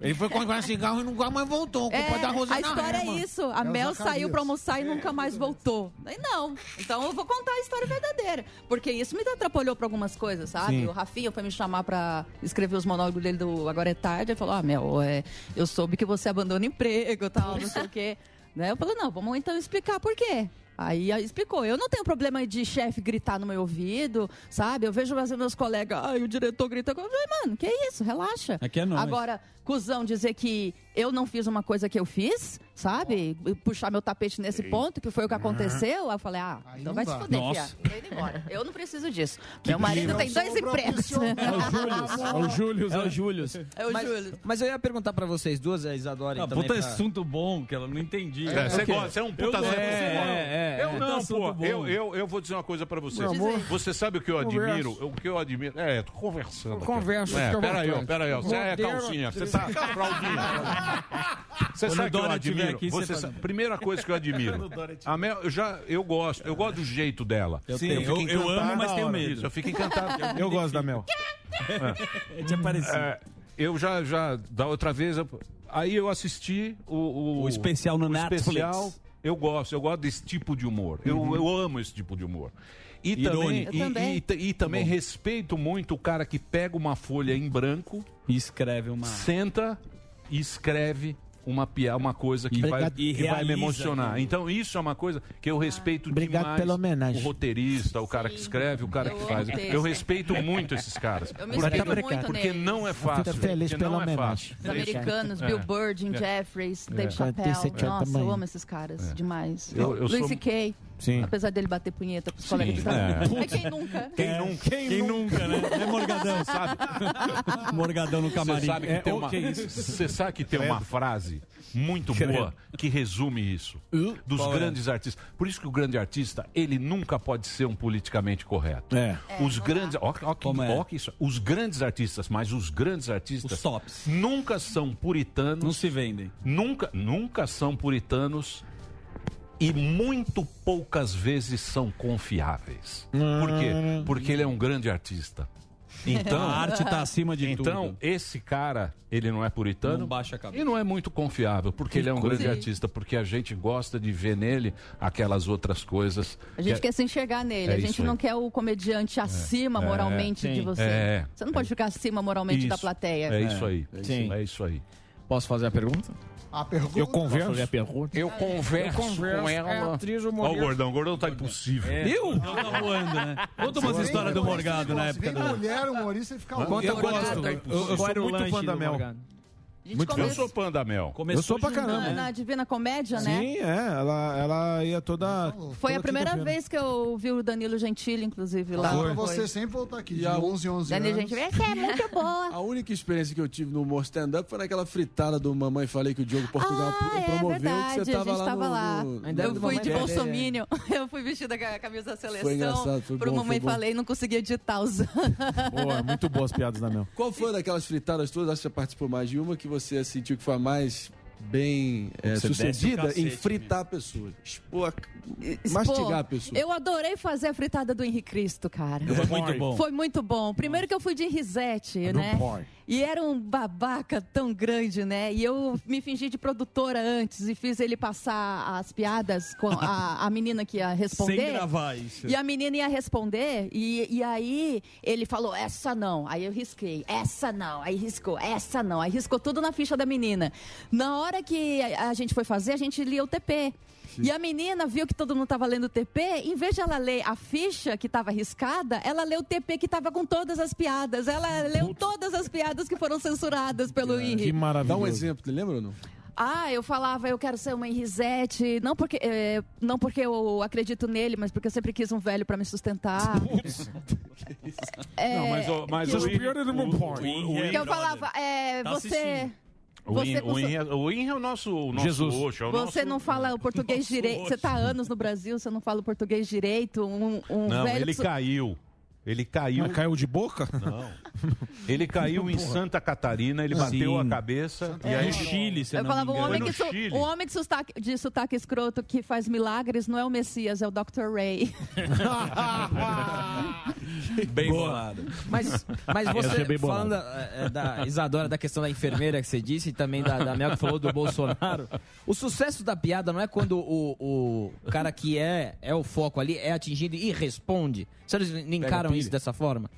S2: Ele foi comprar cigarro e nunca mais voltou.
S26: É,
S2: culpa da
S26: a
S2: Rosana
S26: história
S2: Rama.
S26: é isso. A Mel saiu pra almoçar e nunca mais voltou. Aí não. Então eu vou contar a história verdadeira. Porque isso me atrapalhou pra algumas coisas, sabe? Sim. O Rafinha foi me chamar pra escrever os monólogos dele do Agora é Tarde. Ele falou: Ah, Mel, é, eu soube que você abandona o emprego e tal, não sei o quê. Né? Eu falei: Não, vamos então explicar por quê. Aí aí explicou. Eu não tenho problema de chefe gritar no meu ouvido, sabe? Eu vejo às vezes, meus colegas, ai, o diretor grita. Eu falei, mano, que isso? Relaxa.
S7: Aqui é nóis.
S26: Agora, cuzão dizer que eu não fiz uma coisa que eu fiz, sabe? E Puxar meu tapete nesse ponto, que foi o que aconteceu. Aí eu falei, ah, então não vai dá. se fuder, Nossa. fiado. Tô indo embora. Eu não preciso disso. meu marido tem dois empregos.
S7: Júlio.
S10: É o Júlio.
S26: É o
S10: mas,
S26: Júlio.
S10: Mas eu ia perguntar pra vocês duas, a Isadora e
S7: Ah,
S10: também
S7: puta
S10: pra-
S7: assunto bom, que ela não entendi.
S5: É, você
S7: Ok.
S5: gosta, você é um puta
S7: eu,
S5: Zé
S7: gosto.
S5: Buceta.
S7: é, é,
S5: Eu
S7: é.
S5: não,
S7: Assunto
S5: pô.
S7: bom.
S5: Eu, eu, eu vou dizer uma coisa pra você.
S7: Meu amor.
S5: Você sabe o que eu
S7: Converso.
S5: admiro? O que eu admiro. É, tô conversando. aqui.
S7: Converso,
S5: É,
S7: fica à
S5: peraí, ó,
S7: vontade.
S5: peraí, ó. Você é
S7: Modelo-
S5: calcinha. Você tá fraldinha. Você
S7: Quando
S5: sabe
S7: o
S5: que eu
S7: Dória
S5: admiro?
S7: tiver aqui,
S5: você
S7: você
S5: sabe-
S7: fala.
S5: Primeira coisa que eu
S7: Quando o
S5: admiro.
S7: Dória
S5: A Mel, eu já, eu gosto. Eu gosto do jeito dela.
S7: Eu tenho.
S5: fico
S7: Eu- eu
S5: encantado
S7: amo, mas
S5: na
S7: tenho
S5: hora
S7: medo.
S5: disso. Eu fico encantado.
S2: Eu gosto da Mel.
S5: É.
S7: Tinha parecido.
S5: É, eu já, já, da outra vez, eu- aí eu assisti o, o,
S7: O especial no
S5: o
S7: Netflix.
S5: especial. eu gosto, eu gosto desse tipo de humor. Eu,
S7: Uhum.
S5: eu amo esse tipo de humor. E também,
S7: Irônico.
S5: e,
S7: Eu também.
S5: e ta- e também
S7: Bom.
S5: respeito muito o cara que pega uma folha em branco,
S7: E escreve uma.
S5: senta e escreve uma pia, uma coisa que
S7: E-
S5: vai,
S7: Obrigado.
S5: que
S7: E
S5: vai me
S7: realiza
S5: emocionar.
S7: aquilo.
S5: Então isso é uma coisa que eu
S7: Ah.
S5: respeito
S14: Obrigado
S5: demais.
S14: pela homenagem.
S5: O roteirista, o cara que escreve, o cara
S14: Eu
S5: que faz.
S14: amo texto.
S5: Eu respeito muito esses caras.
S26: Eu me
S5: Porque-
S26: inspiro muito
S5: porque porque
S26: neles.
S5: não é
S26: Fica
S5: fácil.
S14: feliz
S5: porque
S14: pela
S5: não é
S14: homenagem.
S5: fácil.
S26: Os americanos, Bill Bird, Jim
S5: É.
S26: Jeffries,
S5: É.
S26: Dave Chappelle.
S5: Acontece
S26: Nossa,
S5: também.
S26: eu amo esses caras demais.
S5: Eu- eu
S26: Luis
S5: sou-
S26: C.K.,
S5: Sim.
S26: apesar dele bater punheta pros colegas de
S5: É.
S26: trabalho.
S5: Putz.
S26: É quem nunca?
S5: Quem nunca? Quem,
S7: nunca, né? É Morgadão, sabe? Um Morgadão no camarim.
S5: Você sabe que
S7: É,
S5: tem
S7: o
S5: uma,
S7: que é isso?
S5: Você sabe que tem uma
S7: Credo.
S5: frase muito boa
S7: Credo.
S5: que resume isso. Dos
S7: Qual é?
S5: grandes artistas. Por isso que o grande artista, ele nunca pode ser um politicamente correto.
S26: Né?
S7: É.
S5: Os grandes, ó, ó, que,
S7: Como é?
S5: ó que isso, os grandes artistas, mas os grandes artistas
S7: Os tops.
S5: nunca são puritanos. Não
S7: se vendem.
S5: Nunca, nunca são puritanos. E muito poucas vezes são confiáveis. Por quê? Porque ele é um grande artista. Então,
S7: Ah. A arte tá acima de
S5: então,
S7: tudo.
S5: Então, esse cara, ele não é puritano.
S7: Não baixa a cabeça.
S5: E não é muito confiável, porque ele é um
S7: coisa.
S5: grande
S26: Sim.
S5: artista, porque a gente gosta de ver nele aquelas outras coisas.
S26: A gente
S5: que-
S26: quer se enxergar nele.
S5: É
S26: a gente
S5: isso aí.
S26: não quer o comediante acima
S5: É,
S26: moralmente
S5: sim.
S26: de você.
S5: É.
S26: Você não pode ficar acima moralmente da
S5: Isso.
S26: plateia.
S5: É isso aí.
S13: É.
S5: Sim.
S13: Sim.
S5: É isso aí.
S11: Posso fazer a pergunta?
S17: A pergunta.
S13: Eu converso?
S11: Posso fazer a pergunta?
S5: Eu converso,
S11: Eu converso
S5: com ela.
S11: com a atriz
S5: Ó, o
S11: humorista.
S5: gordão, o gordão tá impossível.
S7: É. Eu? Eu tá voando, né? Conta umas
S5: Vem
S7: histórias do
S5: humorista,
S7: Morgado na época
S8: Vem
S7: do.
S8: mulher, humorista e fica
S5: Hã?
S8: louco.
S5: Eu gosto.
S8: Morgado.
S5: Eu- eu
S7: Qual era
S5: sou
S7: o
S5: muito fã
S7: lanche
S5: da
S7: do
S5: Mel.
S7: Morgado?
S5: Muito
S26: começa-
S5: Eu sou fã da Mel.
S2: Eu sou pra
S26: Na,
S2: caramba.
S26: na Divina Comédia, né?
S2: Sim, é. Ela, ela ia toda.
S26: Foi
S2: toda
S26: a primeira
S2: quinta-feira.
S26: vez que eu vi o Danilo Gentili, inclusive, lá.
S8: Dá
S26: Foi.
S8: pra você sempre voltar aqui, de
S1: a-
S8: 11, 11
S26: Danilo
S8: anos.
S26: Gentili, essa é muito boa.
S1: um- A única experiência que eu tive no humor stand-up foi naquela fritada do Mamãe Falei que o Diogo Portugal pro- promoveu. que você
S26: Ah, é Verdade, a
S1: tava
S26: gente
S1: lá
S26: tava
S1: no-
S26: lá.
S1: no-
S26: Eu
S1: no-
S26: fui
S1: no-
S26: de
S1: no-
S26: bolsominion. Eu fui vestida com a camisa da
S1: Foi
S26: seleção.
S1: engraçado, foi
S26: Pro
S1: bom,
S26: mamãe
S1: foi bom.
S26: falei, não conseguia digitar os
S2: Boa, muito boas piadas da Mel.
S1: Qual foi daquelas fritadas todas? Acho que você participou mais de uma que você sentiu que foi a mais bem é,
S2: Você desce o
S1: sucedida
S2: cacete
S1: em fritar pessoas. Expor,
S26: Expor.
S1: mastigar a pessoa.
S26: Eu adorei fazer a fritada do Henrique Cristo, cara.
S1: Foi muito bom.
S26: Foi muito bom. Primeiro que eu fui de risete,
S1: No
S26: né?
S1: porn.
S26: E era um babaca tão grande, né? E eu me fingi de produtora antes e fiz ele passar as piadas com a, a menina que ia responder.
S7: Sem gravar isso.
S26: E a menina ia responder, e, e aí ele falou, essa não. Aí eu risquei, essa não. Aí riscou, essa não. Aí riscou tudo na ficha da menina. Na hora que a a gente foi fazer, a gente lia o TP. E a menina viu que todo mundo estava lendo o TP, em vez de ela ler a ficha que estava riscada, ela leu o TP que estava com todas as piadas. Ela leu todas as piadas que foram censuradas pelo Henrique.
S1: Que maravilha. Dá um exemplo, lembra ou não?
S26: Ah, eu falava, eu quero ser uma Henrisete, não porque, eh, não porque eu acredito nele, mas porque eu sempre quis um velho para me sustentar. É,
S5: Não, mas, o- mas
S26: que
S5: o
S26: eu-
S5: Henry- o- o Henry-
S26: que
S2: é
S26: eu falava, é,
S5: Tá
S26: você,
S5: O
S26: você,
S5: Henry- o Henry- o Henry é o nosso, o nosso
S2: Jesus.
S5: roxo, é o
S26: você
S5: nosso-
S26: não fala o português direito, você tá há anos no Brasil, você não fala o português direito, um, um
S5: Não,
S26: velho...
S5: ele
S26: que su-
S5: caiu. Ele caiu.
S2: Mas caiu de boca?
S5: Não. Ele caiu em
S2: Porra.
S5: Santa Catarina, ele bateu
S2: Sim.
S5: a cabeça.
S26: É.
S5: aí-
S26: No
S7: Chile,
S26: Eu falava, um homem,
S5: Foi
S26: que
S5: no
S26: su-
S5: Chile.
S26: um homem de sotaque, de sotaque escroto que faz milagres não é o Messias, é o Dr. Ray.
S3: Ah,
S7: Bem
S10: Boa.
S7: bolado.
S10: Mas, mas
S7: Eu achei
S10: você,
S7: bem bolado.
S10: falando é, é, da Isadora, da questão da enfermeira que você disse, e também da, da Mel que falou do Bolsonaro, o sucesso da piada não é quando o, o cara que é, é o foco ali é atingido e responde. Vocês não encaram
S4: pilha.
S10: isso dessa forma?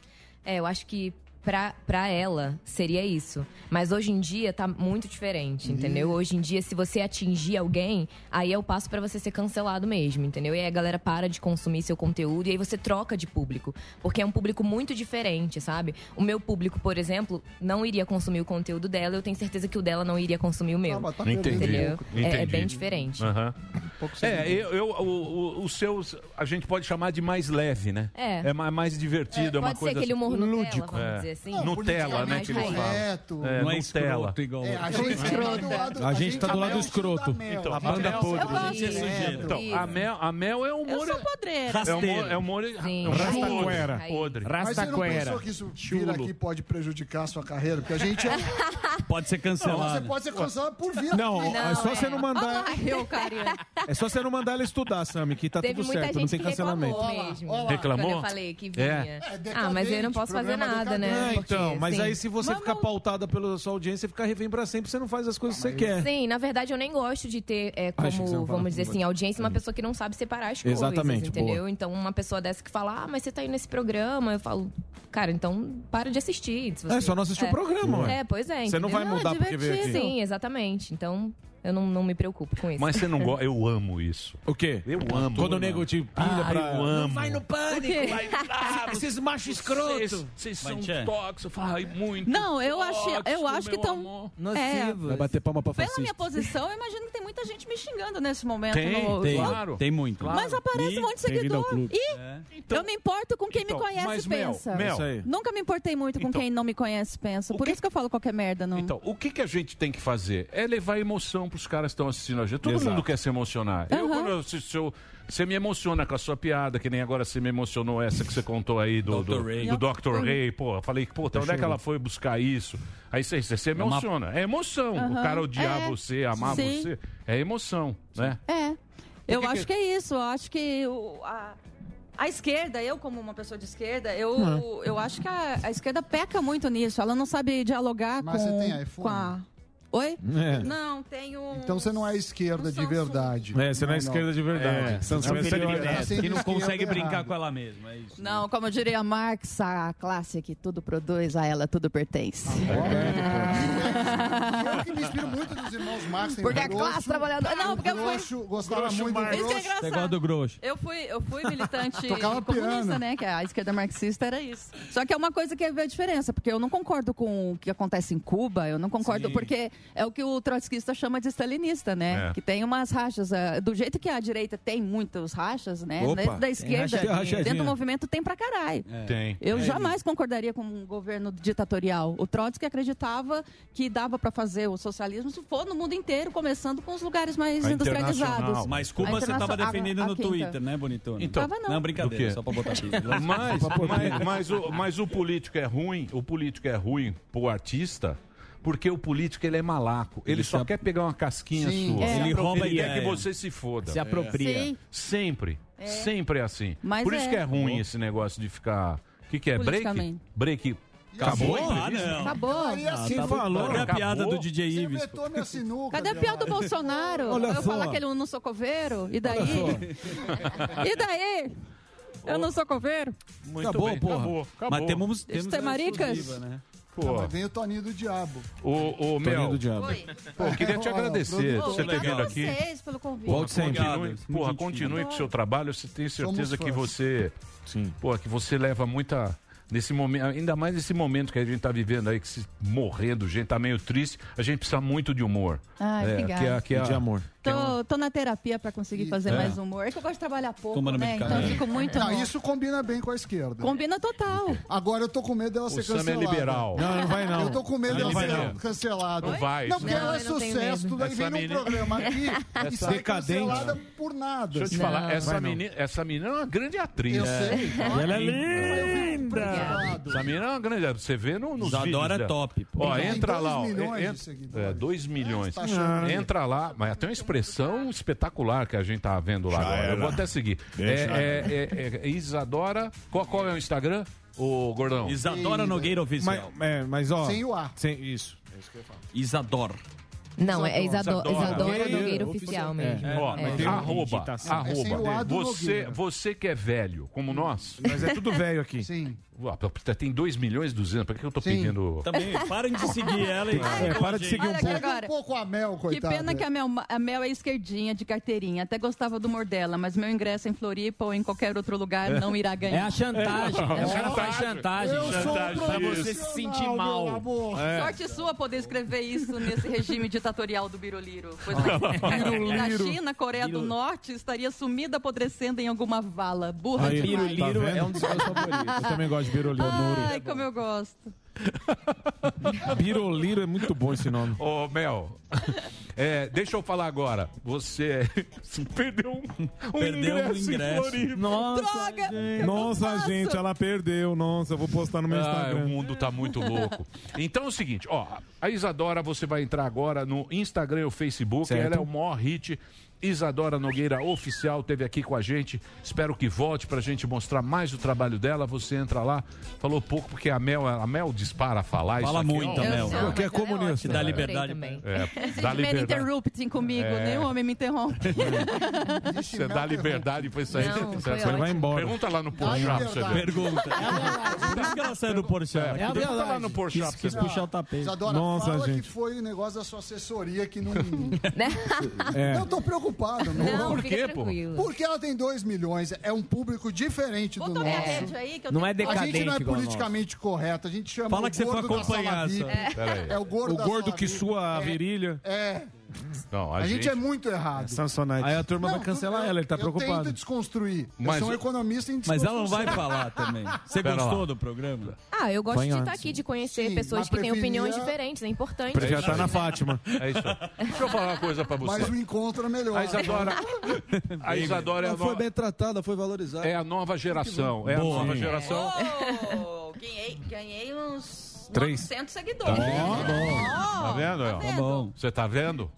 S4: É, eu acho que pra, pra ela seria isso. Mas hoje em dia tá muito diferente, entendeu? Hoje em dia, se você atingir alguém, aí é o passo pra você ser cancelado mesmo, entendeu? E aí a galera para de consumir seu conteúdo e aí você troca de público. Porque é um público muito diferente, sabe? O meu público, por exemplo, não iria consumir o conteúdo dela, eu tenho certeza que o dela não iria consumir o meu.
S5: mas tá perdendo Entendi,
S4: Entendeu? É- É,
S5: entendi. Ah.
S4: bem diferente. Um
S5: Aham. É, eu, eu- o, o- os seus, a gente pode chamar de mais leve, né?
S4: É.
S5: É ma- mais divertido, é, uma
S4: pode ser
S5: coisa
S4: aquele humor
S5: assim.
S4: Nutella, vamos dizer assim. Não,
S5: Nutella, né,
S4: bonitinho, mais
S5: que eles
S4: correto.
S5: falam. É,
S7: Não é
S5: Nutella.
S7: escroto igual É,
S5: a
S7: gente tá do lado- A gente a gente tá do tá lado do escroto. escroto.
S5: Então,
S7: A banda
S5: Mel-
S7: podre.
S5: Então,
S7: A gente é sujeira.
S5: Então, a Mel, a Mel é um humor...
S26: Eu sou podreira.
S5: É um humor, é um humor é um humor
S26: Rastaquera.
S5: podre.
S17: Mas você não pensou que isso vir
S5: Chulo.
S17: aqui pode prejudicar a sua carreira? Porque a gente é...
S7: Pode ser
S17: Não, você
S7: cancelado.
S17: pode ser cancelado por né? vir
S2: Não,
S17: aqui.
S2: é só você não mandar.
S26: Eu, Karina.
S2: É só você não mandar ela estudar, Sammy, que tá
S4: Teve
S2: tudo
S4: muita
S2: certo,
S4: gente
S2: não tem
S4: que
S2: cancelamento.
S4: reclamou mesmo.
S2: Olá, olá. Reclamou?
S4: Quando eu falei que vinha.
S2: É.
S4: ah, mas eu não posso fazer nada, né?
S2: Ah, então,
S4: Porque,
S2: mas
S4: sim.
S2: aí se você ficar pautada pela sua audiência, ficar refém pra sempre, você não faz as coisas que você quer.
S4: Sim, na verdade eu nem gosto de ter é,
S2: Achei que você ia
S4: como,
S2: falar
S4: vamos dizer
S2: comigo.
S4: assim, audiência uma pessoa que não sabe separar as coisas,
S2: Exatamente,
S4: entendeu?
S2: boa.
S4: Então uma pessoa dessa que fala, ah, mas você tá indo nesse programa, eu falo, cara, então para de assistir. se você-
S2: É, só não assistir o programa, ué.
S4: É, pois é.
S2: Você
S4: entendeu?
S2: não vai mudar porque veio aqui.
S4: divertido. Sim, exatamente. Então eu não, não me preocupo com isso.
S5: Mas você não gosta... Eu amo isso.
S2: O quê?
S5: Eu amo.
S2: Quando o nego te pilha
S5: Ah,
S2: pra-
S5: Eu amo.
S4: quê?
S2: pânico, Esses machos escrotos.
S5: Vocês
S2: Vai,
S5: são
S2: Tchê.
S5: tóxicos, ai, muito.
S26: Não, eu, achei, eu acho que estão... É,
S2: Vai bater palma pra
S26: pela
S2: fascista.
S26: minha posição, eu imagino que tem muita gente me xingando nesse momento.
S2: Tem,
S26: no-
S2: tem,
S26: Eu-
S2: claro. Tem muito.
S26: Mas aparece um monte de
S2: tem vindo ao
S26: seguidor.
S2: clube.
S26: E eu me importo com quem
S5: Então,
S26: me conhece
S5: mas,
S26: e
S5: Mel,
S26: pensa.
S5: Mel. Isso aí.
S26: Nunca me importei muito com quem não me conhece e pensa. Por isso que eu falo qualquer merda. Não.
S5: Então, o que, que a gente tem que fazer? É levar emoção pros caras que estão assistindo a gente. Todo
S2: Exato.
S5: mundo quer se emocionar. Eu, quando eu assisto, eu- você me emociona com a sua piada, que nem agora você me emocionou essa que você contou aí do
S7: Dr.
S5: do,
S7: Ray.
S5: do Dr. Ray. Pô, eu falei, pô, então onde é que
S7: Chorou.
S5: ela foi buscar isso? Aí você, você se
S7: uma-
S5: emociona. É emoção. O
S26: Aham.
S5: cara odiar
S26: É.
S5: você, amar
S26: Sim.
S5: você, é emoção, né?
S26: É. Eu
S5: que
S26: acho
S5: que-
S26: que... é isso. Eu acho que o- a, a esquerda, eu como uma pessoa de esquerda, eu,
S17: Hum.
S26: eu acho que a, a esquerda peca muito nisso. Ela não sabe dialogar
S17: Mas
S26: com,
S17: você tem iPhone?
S26: com a. Oi?
S17: É.
S26: Não, tenho. um-
S17: Então você não é esquerda de verdade.
S2: É, você não é esquerda de verdade.
S17: É.
S2: Samsung
S17: É um
S2: Samsung
S17: perigo, né?
S2: Neto.
S17: Sempre
S7: Que não consegue
S17: esquerda
S7: brincar
S17: errado.
S7: com ela mesma. É isso.
S26: Não, como eu diria Marx, a classe que tudo produz, a ela tudo pertence.
S17: Eu que me inspiro muito dos irmãos Marx. tem
S26: Porque
S8: um
S26: a
S17: Grosso,
S26: classe trabalhadora. Não, porque eu fui.
S17: Grosso, gostava muito do
S26: Isso que é
S17: Grosso.
S26: engraçado.
S7: do grosso.
S26: Eu fui, eu fui militante
S17: Tocava
S26: comunista,
S17: piano.
S26: né? Que a esquerda marxista era isso. Só que é uma coisa que é a diferença, porque eu não concordo com o que acontece em Cuba, eu não concordo,
S12: Sim.
S26: porque é o que o trotskista chama de stalinista, né?
S12: É.
S26: Que tem umas rachas. ah, Do jeito que a direita tem muitas rachas, né?
S12: Opa,
S26: dentro da
S12: tem
S26: esquerda,
S12: racha- rachadinha. É.
S26: dentro do movimento tem pra caralho.
S5: Tem.
S26: Eu jamais concordaria com um governo ditatorial. O Trotsky acreditava que dava para fazer o socialismo se for no mundo inteiro, começando com os lugares mais
S7: A
S26: industrializados.
S7: internacional. Mas Cuba
S26: A
S7: você tava
S26: internacional-
S7: defendendo
S26: a- a
S7: no
S26: quinta.
S7: Twitter, né, bonitona?
S5: Então,
S26: Tava não.
S7: Não,
S5: Do
S7: brincadeira,
S5: quê?
S7: só pra botar aqui.
S5: Mas, mas, mas o, mas o político é ruim, o político é ruim pro artista, Porque o político ele é malaco. Ele,
S10: Ele
S5: só
S10: se ap-
S5: quer pegar uma casquinha
S10: Sim,
S5: sua.
S10: é. Ele
S5: Ele,
S10: rouba a
S5: quer
S10: ideia.
S5: que você se foda.
S10: Se apropria. Sim.
S5: Sempre.
S10: É.
S5: Sempre é assim.
S10: Mas
S5: Por isso
S10: é.
S5: que é ruim esse negócio de ficar. O que, que é? Break?
S26: Politicamente.
S5: Break.
S10: Acabou?
S5: Acabou? a
S10: Ah,
S5: entrevista?
S10: não.
S26: Acabou.
S10: E assim falou. Cadê a piada do DJ Ives?
S8: minha sinuca.
S26: Cadê a piada do Bolsonaro?
S10: Olha
S26: eu
S10: só.
S26: falar que ele é um não sou coveiro? E daí? E daí? Eu não sou coveiro?
S5: Muito Acabou, bem, porra. acabou, acabou.
S10: Mas temos...
S26: Deixa
S10: temos
S26: eu ter maricas?
S5: Pô.
S8: Não, mas vem o Toninho do Diabo.
S5: Ô, ô Mel.
S8: do diabo. Oi.
S5: Pô, queria te
S8: Olha,
S5: agradecer
S8: produtor.
S5: por você ter
S8: Obrigado
S5: vindo
S8: a
S5: aqui.
S26: Vocês pelo convite.
S5: Porra, continue,
S10: Obrigado.
S5: porra,
S10: Muito
S5: continue
S10: gentil.
S5: com o seu trabalho. Você tem certeza
S10: Somos
S5: que
S10: fãs.
S5: você. Sim. Porra, que você leva muita. Nesse momento, ainda mais nesse momento que a gente está vivendo aí, que se morrendo, gente tá meio triste, a gente precisa muito de humor.
S26: Ai, obrigada.
S5: que é- que é-
S9: E de amor.
S26: Tô, tô na terapia pra conseguir fazer
S5: É.
S26: mais humor. É que eu gosto de trabalhar pouco,
S5: Tomando
S26: né?
S5: medicamento.
S26: Então eu
S5: É.
S26: fico muito...
S8: Não,
S26: no-
S8: isso Ah, combina bem com a esquerda.
S26: Combina total.
S8: Agora eu tô com medo dela ser
S5: Sam é
S8: cancelada.
S5: liberal. Não, não vai, não.
S8: Eu tô com medo
S5: Não,
S8: dela
S5: não vai,
S8: ser
S5: não.
S8: cancelada.
S5: Não vai,
S8: Não,
S5: isso
S8: porque
S5: não.
S8: ela é
S5: Eu não tenho
S8: sucesso,
S5: medo.
S8: tudo aí
S5: Essa
S8: vem num
S5: menina-
S8: programa aqui e
S5: Essa-
S8: sai
S5: Decadente.
S8: cancelada por nada.
S5: Deixa eu te
S8: assim.
S5: falar, essa, menina, essa menina é uma grande atriz.
S8: Eu sei.
S10: E ela é
S5: linda! Essa menina é uma grande atriz. Você vê no, nos
S10: Isadora
S5: vídeos
S10: é
S5: dela.
S10: top, pô.
S5: Ó,
S10: Tem
S5: entra
S10: dois
S5: lá. ó,
S10: milhões
S5: en-
S10: de
S5: é, 2 milhões.
S10: Tá achando?
S5: entra lá. Mas tem uma expressão espetacular que a gente tá vendo lá
S10: Já
S5: agora. Eu
S10: era.
S5: vou até seguir. É,
S10: Deixa.
S5: é- é- é Isadora... Qual, qual é o Instagram, ô Gordão?
S7: Isadora Nogueira Oficial.
S9: Mas, é, mas ó.
S7: Sem o
S8: A.
S9: Sem, isso. É isso que eu ia falar.
S7: Isador.
S4: Não, é Isadora,
S7: Isadora.
S4: Isadora
S7: Nogueira
S4: Nogueira Oficial mesmo.
S7: É.
S5: Ó,
S7: mas tem
S4: um
S7: uma
S5: arroba,
S7: digitação. É sem o
S5: arroba.
S7: A do
S5: Você,
S7: Nogueira.
S5: você que é velho, como nós.
S9: Mas é tudo velho aqui.
S8: Sim.
S5: Ué, tá, Tem 2 milhões e 200, pra que eu tô pedindo...
S7: Também, parem de seguir ela e...
S5: É, para de seguir um
S26: Olha aqui
S5: pouco.
S26: agora.
S8: Um pouco a Mel, coitada.
S26: Que pena que a Mel, a Mel é esquerdinha, de carteirinha. Até gostava do humor dela, mas meu ingresso é em Floripa ou em qualquer outro lugar não irá ganhar.
S3: É a chantagem. É, o cara faz chantagem.
S26: Eu sou
S3: chantagem pra você se sentir mal. É.
S26: Sorte sua poder escrever isso nesse regime ditatorial do Biroliro. Pois na-
S10: Biroliro.
S26: na China, Coreia do
S10: Biro-
S26: Norte, estaria sumida apodrecendo em alguma vala. Burra
S5: tá
S9: Aí,
S26: demais.
S9: Biruliro é um dos meus favoritos. Eu também gosto de Biroliro.
S26: Ai, como eu gosto.
S2: Ah.
S9: Biroliro é muito bom esse nome.
S5: Ô, Mel, é, deixa eu falar agora. Você você perdeu um, um
S9: Perdeu um
S5: ingresso,
S9: ingresso.
S5: em Floripa.
S9: Nossa,
S26: Droga!
S9: Gente, Nossa, gente, ela perdeu. Nossa, eu vou postar no meu
S5: Ah,
S9: Instagram.
S5: o mundo tá muito louco. Então é o seguinte, ó, a Isadora, você vai entrar agora no Instagram e o Facebook,
S9: Certo.
S5: ela é o maior hit. Isadora Nogueira Oficial teve aqui com a gente. Espero que volte pra gente mostrar mais o trabalho dela. Você entra lá, falou pouco, porque a Mel, a Mel dispara a falar.
S7: Fala
S5: isso aqui,
S7: muito,
S5: ó.
S7: Mel. Eu sou, Porque é mas ela é comunista. ótima,
S5: É.
S7: eu adorei também.
S5: É,
S26: Vocês
S5: dá
S26: me
S5: liberdade.
S26: interrupting comigo,
S5: É.
S26: nenhum homem me interrompe.
S5: Você dá liberdade pra isso aí.
S26: Não,
S5: Você
S26: foi
S5: vai
S26: ótimo.
S5: embora. É Pergunta lá no Porchat pra você ver.
S7: Pergunta. Por isso que ela saiu no Porchat.
S5: É a
S7: Pergunta
S5: verdade.
S7: lá no Porchat.
S5: Quis- quis
S7: pra você ver.
S5: puxar o tapete.
S8: Isadora,
S7: Nossa,
S8: fala
S7: gente.
S8: que foi o negócio da sua assessoria que não.
S9: É.
S8: Eu tô preocupado, meu.
S9: Não, Por fica quê, pô? tranquilo.
S8: Porque ela tem 2 milhões, é um público diferente do nosso.
S26: minha rede aí, que eu
S8: não
S26: Não tenho é que falar.
S8: A gente não é
S9: decadente igual o
S8: politicamente correto, a gente chama
S9: Fala
S8: o
S9: que você foi
S8: gordo da sala
S9: acompanhar
S8: VIP.
S9: essa. É. Pera aí.
S8: É o gordo,
S9: O
S8: da
S9: gordo
S8: sala
S9: que
S8: VIP.
S9: sua
S8: É.
S9: virilha.
S8: É.
S5: Não,
S8: A, gente, é muito errado.
S9: Samsonite. Aí a turma vai cancelar ela, ele tá
S8: Eu tento
S9: preocupado.
S8: desconstruir.
S9: Mas-
S8: eu sou um economista em
S7: Mas ela não
S8: desconstrução.
S7: vai falar também. Você
S9: Pera
S7: gostou
S9: lá.
S7: do programa?
S4: Ah, eu gosto
S7: Vai
S4: de estar
S7: antes.
S4: aqui, de conhecer
S8: Sim,
S4: pessoas
S8: mas
S4: que têm opiniões
S8: preferia-
S4: diferentes, é importante.
S9: Já tá na Fátima.
S5: É isso. Deixa eu falar uma coisa pra você.
S8: Mas o encontro é melhor.
S5: A Isadora, a Isadora é, a
S1: Ela foi
S5: nova,
S1: bem tratada, foi valorizada.
S5: é a nova geração. É a
S1: Boa.
S5: nova
S1: Sim.
S5: geração.
S26: Pô, ganhei, ganhei uns
S5: Três.
S26: 900
S5: Tá
S26: seguidores.
S5: bom. Tá
S26: Ó,
S5: vendo? ó? Você tá vendo?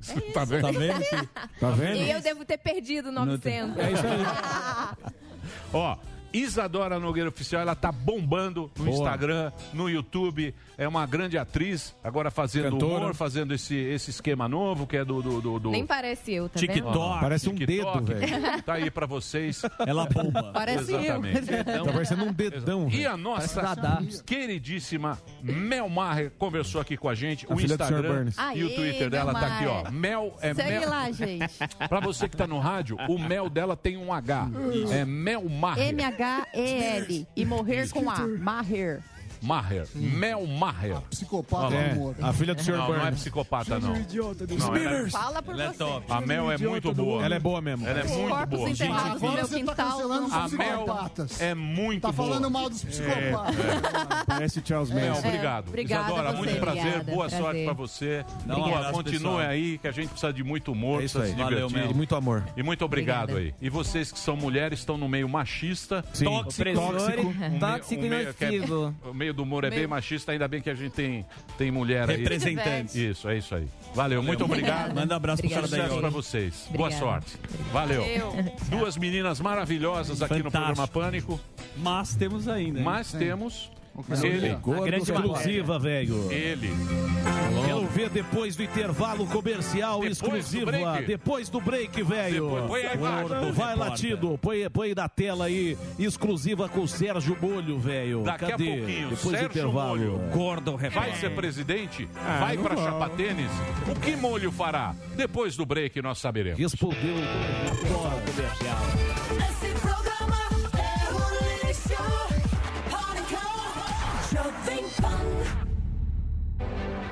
S5: Você tá vendo?
S4: Tá vendo que-
S5: Tá
S4: E eu devo ter perdido 900.
S5: É isso aí. Ó, Isadora Nogueira Oficial, ela tá bombando no
S9: Boa.
S5: Instagram, no YouTube. É uma grande atriz, agora fazendo
S9: Cantora.
S5: humor, fazendo esse, esse esquema novo, que é do. do, do, do-
S4: Nem parece eu, tá
S5: Ah,
S4: vendo?
S9: Parece um
S5: TikTok.
S9: dedo, velho.
S5: Tá aí pra vocês.
S7: Ela bomba.
S4: Parece eu.
S8: é
S5: Exatamente.
S26: é
S9: Tá parecendo um dedão.
S5: E
S9: velho.
S5: a
S9: Parece
S5: nossa
S9: Dadá.
S5: queridíssima Mel Maher conversou aqui com a gente.
S9: A
S5: o
S9: filha do Sr.
S5: Instagram
S9: Burns.
S5: e o
S26: Aê,
S5: Twitter dela
S26: Mel
S5: tá aqui, ó.
S26: Maher.
S5: Mel é
S26: Segue
S5: Mel.
S26: lá, gente.
S5: Pra você que tá no rádio, o mel dela tem um H. É Mel Maher.
S26: M-H-E-L. E morrer com A. Maher.
S5: Maher. Mel Maher.
S8: Psicopata
S5: Olha lá.
S8: amor.
S9: É, A filha do Sr.
S5: Não, não é
S9: Burns.
S5: psicopata, não.
S8: idiota
S5: do Não, ela é-
S26: Fala por
S5: ela é
S26: você.
S5: top. A Mel é muito boa.
S9: Ela é boa mesmo.
S5: Ela é
S26: Os
S5: muito
S26: corpos
S5: boa.
S26: enterrados né? no meu
S8: você tá
S26: quintal.
S8: cancelando
S5: A
S8: os
S5: Mel
S9: tá?
S8: psicopatas.
S5: é muito
S8: Tá
S5: boa.
S8: falando mal
S9: É.
S8: dos psicopatas.
S9: Parece Charles
S5: Mel,
S9: Manson.
S5: obrigado.
S26: obrigada
S5: Isadora,
S26: a você.
S5: muito prazer,
S26: Obrigada,
S5: boa
S26: prazer.
S5: sorte pra você.
S9: Dá um
S5: Boa,
S9: abraço,
S5: continue
S9: pessoal.
S5: aí, que a gente precisa de muito humor,
S9: É isso
S5: precisa
S9: aí.
S5: se
S9: Valeu,
S5: divertir.
S9: Mel. E muito amor.
S5: E muito obrigado
S9: Obrigada.
S5: aí. E vocês que são mulheres, estão no meio machista,
S9: Sim.
S5: tóxico,
S9: Opressor,
S5: um meio-
S9: tóxico e
S5: meio- que é-
S9: nocivo.
S5: o meio porquê do humor é bem
S28: Meu.
S5: machista, ainda bem que a gente tem, tem mulher aí.
S7: Representantes.
S5: Isso, é isso aí. Valeu, muito
S7: Obrigada.
S5: obrigado.
S7: Manda um abraço pro cara da
S5: Sucesso
S7: Ioki.
S5: pra vocês. Boa
S7: Obrigada.
S5: sorte. Valeu.
S7: Valeu.
S5: Duas meninas maravilhosas aqui no programa Pânico.
S7: Mas temos ainda. hein?
S5: Mas
S7: Sim.
S5: temos
S7: Mas
S5: ele.
S7: a grande
S9: exclusiva, velho.
S5: Ele. É
S9: Quero ver depois do intervalo comercial exclusivo. ah,
S29: break.
S9: depois do break, velho.
S29: Depois- põe aí embaixo.
S9: Gordo, Vai
S29: Repórter.
S9: latido. Põe, põe da tela aí. Exclusiva com o Sérgio Bolho, velho.
S5: Daqui
S9: Cadê?
S5: a pouquinho,
S9: depois
S5: Sérgio
S9: do intervalo.
S5: Molho.
S9: Gordo,
S5: Vai ser presidente?
S9: Ah,
S5: vai
S9: não
S5: pra
S9: vou.
S5: chapa tênis? O que molho fará? Depois do break nós saberemos.
S9: Respondeu.
S30: Esse programa é um lixo. Pânico, Jovem Pan.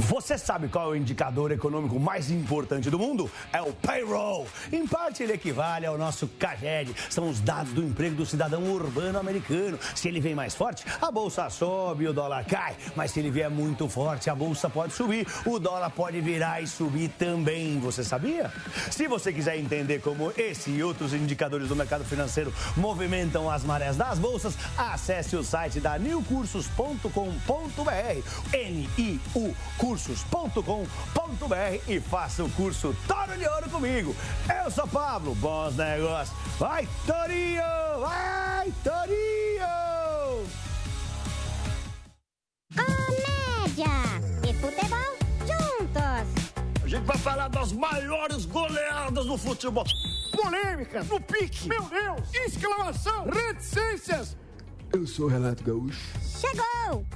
S16: Você sabe qual é o indicador econômico mais importante do mundo? É o payroll. Em parte, ele equivale ao nosso CAGED. São os dados do emprego do cidadão urbano americano. Se ele vem mais forte, a bolsa sobe, o dólar cai. Mas se ele vier muito forte, a bolsa pode subir, o dólar pode virar e subir também. Você sabia? Se você quiser entender como esse e outros indicadores do mercado financeiro movimentam as marés das bolsas, acesse o site da newcursos.com.br, N-I-U cursos.com.br e faça o curso Toro de Ouro comigo. Eu sou Pablo, bons negócios. Vai, Torinho! Vai, Torinho!
S25: Ah, né? Comédia e futebol juntos.
S16: A gente vai falar das maiores goleadas do futebol.
S25: Polêmicas no pique. Meu Deus! Exclamação! Reticências!
S8: Eu sou o Renato Gaúcho.
S25: Chegou!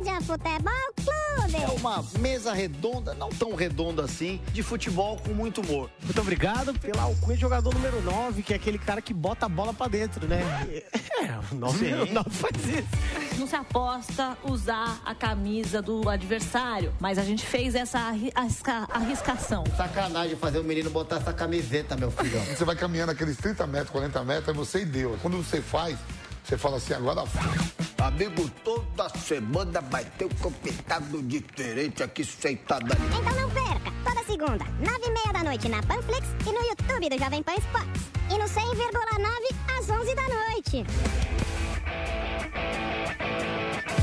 S25: Comédia Futebol Clube.
S22: É uma mesa redonda, não tão redonda assim, de futebol com muito humor. Muito obrigado pela alcunha de jogador número 9, que é aquele cara que bota a bola pra dentro, né? É, o 9 não faz isso.
S3: Não se aposta usar a camisa do adversário, mas a gente fez essa arri- arrisca- arriscação.
S22: Sacanagem fazer o menino botar essa camiseta, meu filho.
S8: Você vai caminhando aqueles 30 metros, 40 metros, aí você e Deus. Quando você faz, você fala assim, agora
S22: Amigo, toda semana vai ter um competado diferente aqui sentado ali.
S25: Então não perca, toda segunda, nove e meia da noite na Panflix e no YouTube do Jovem Pan Sports. E no 100,9 às 11 da noite.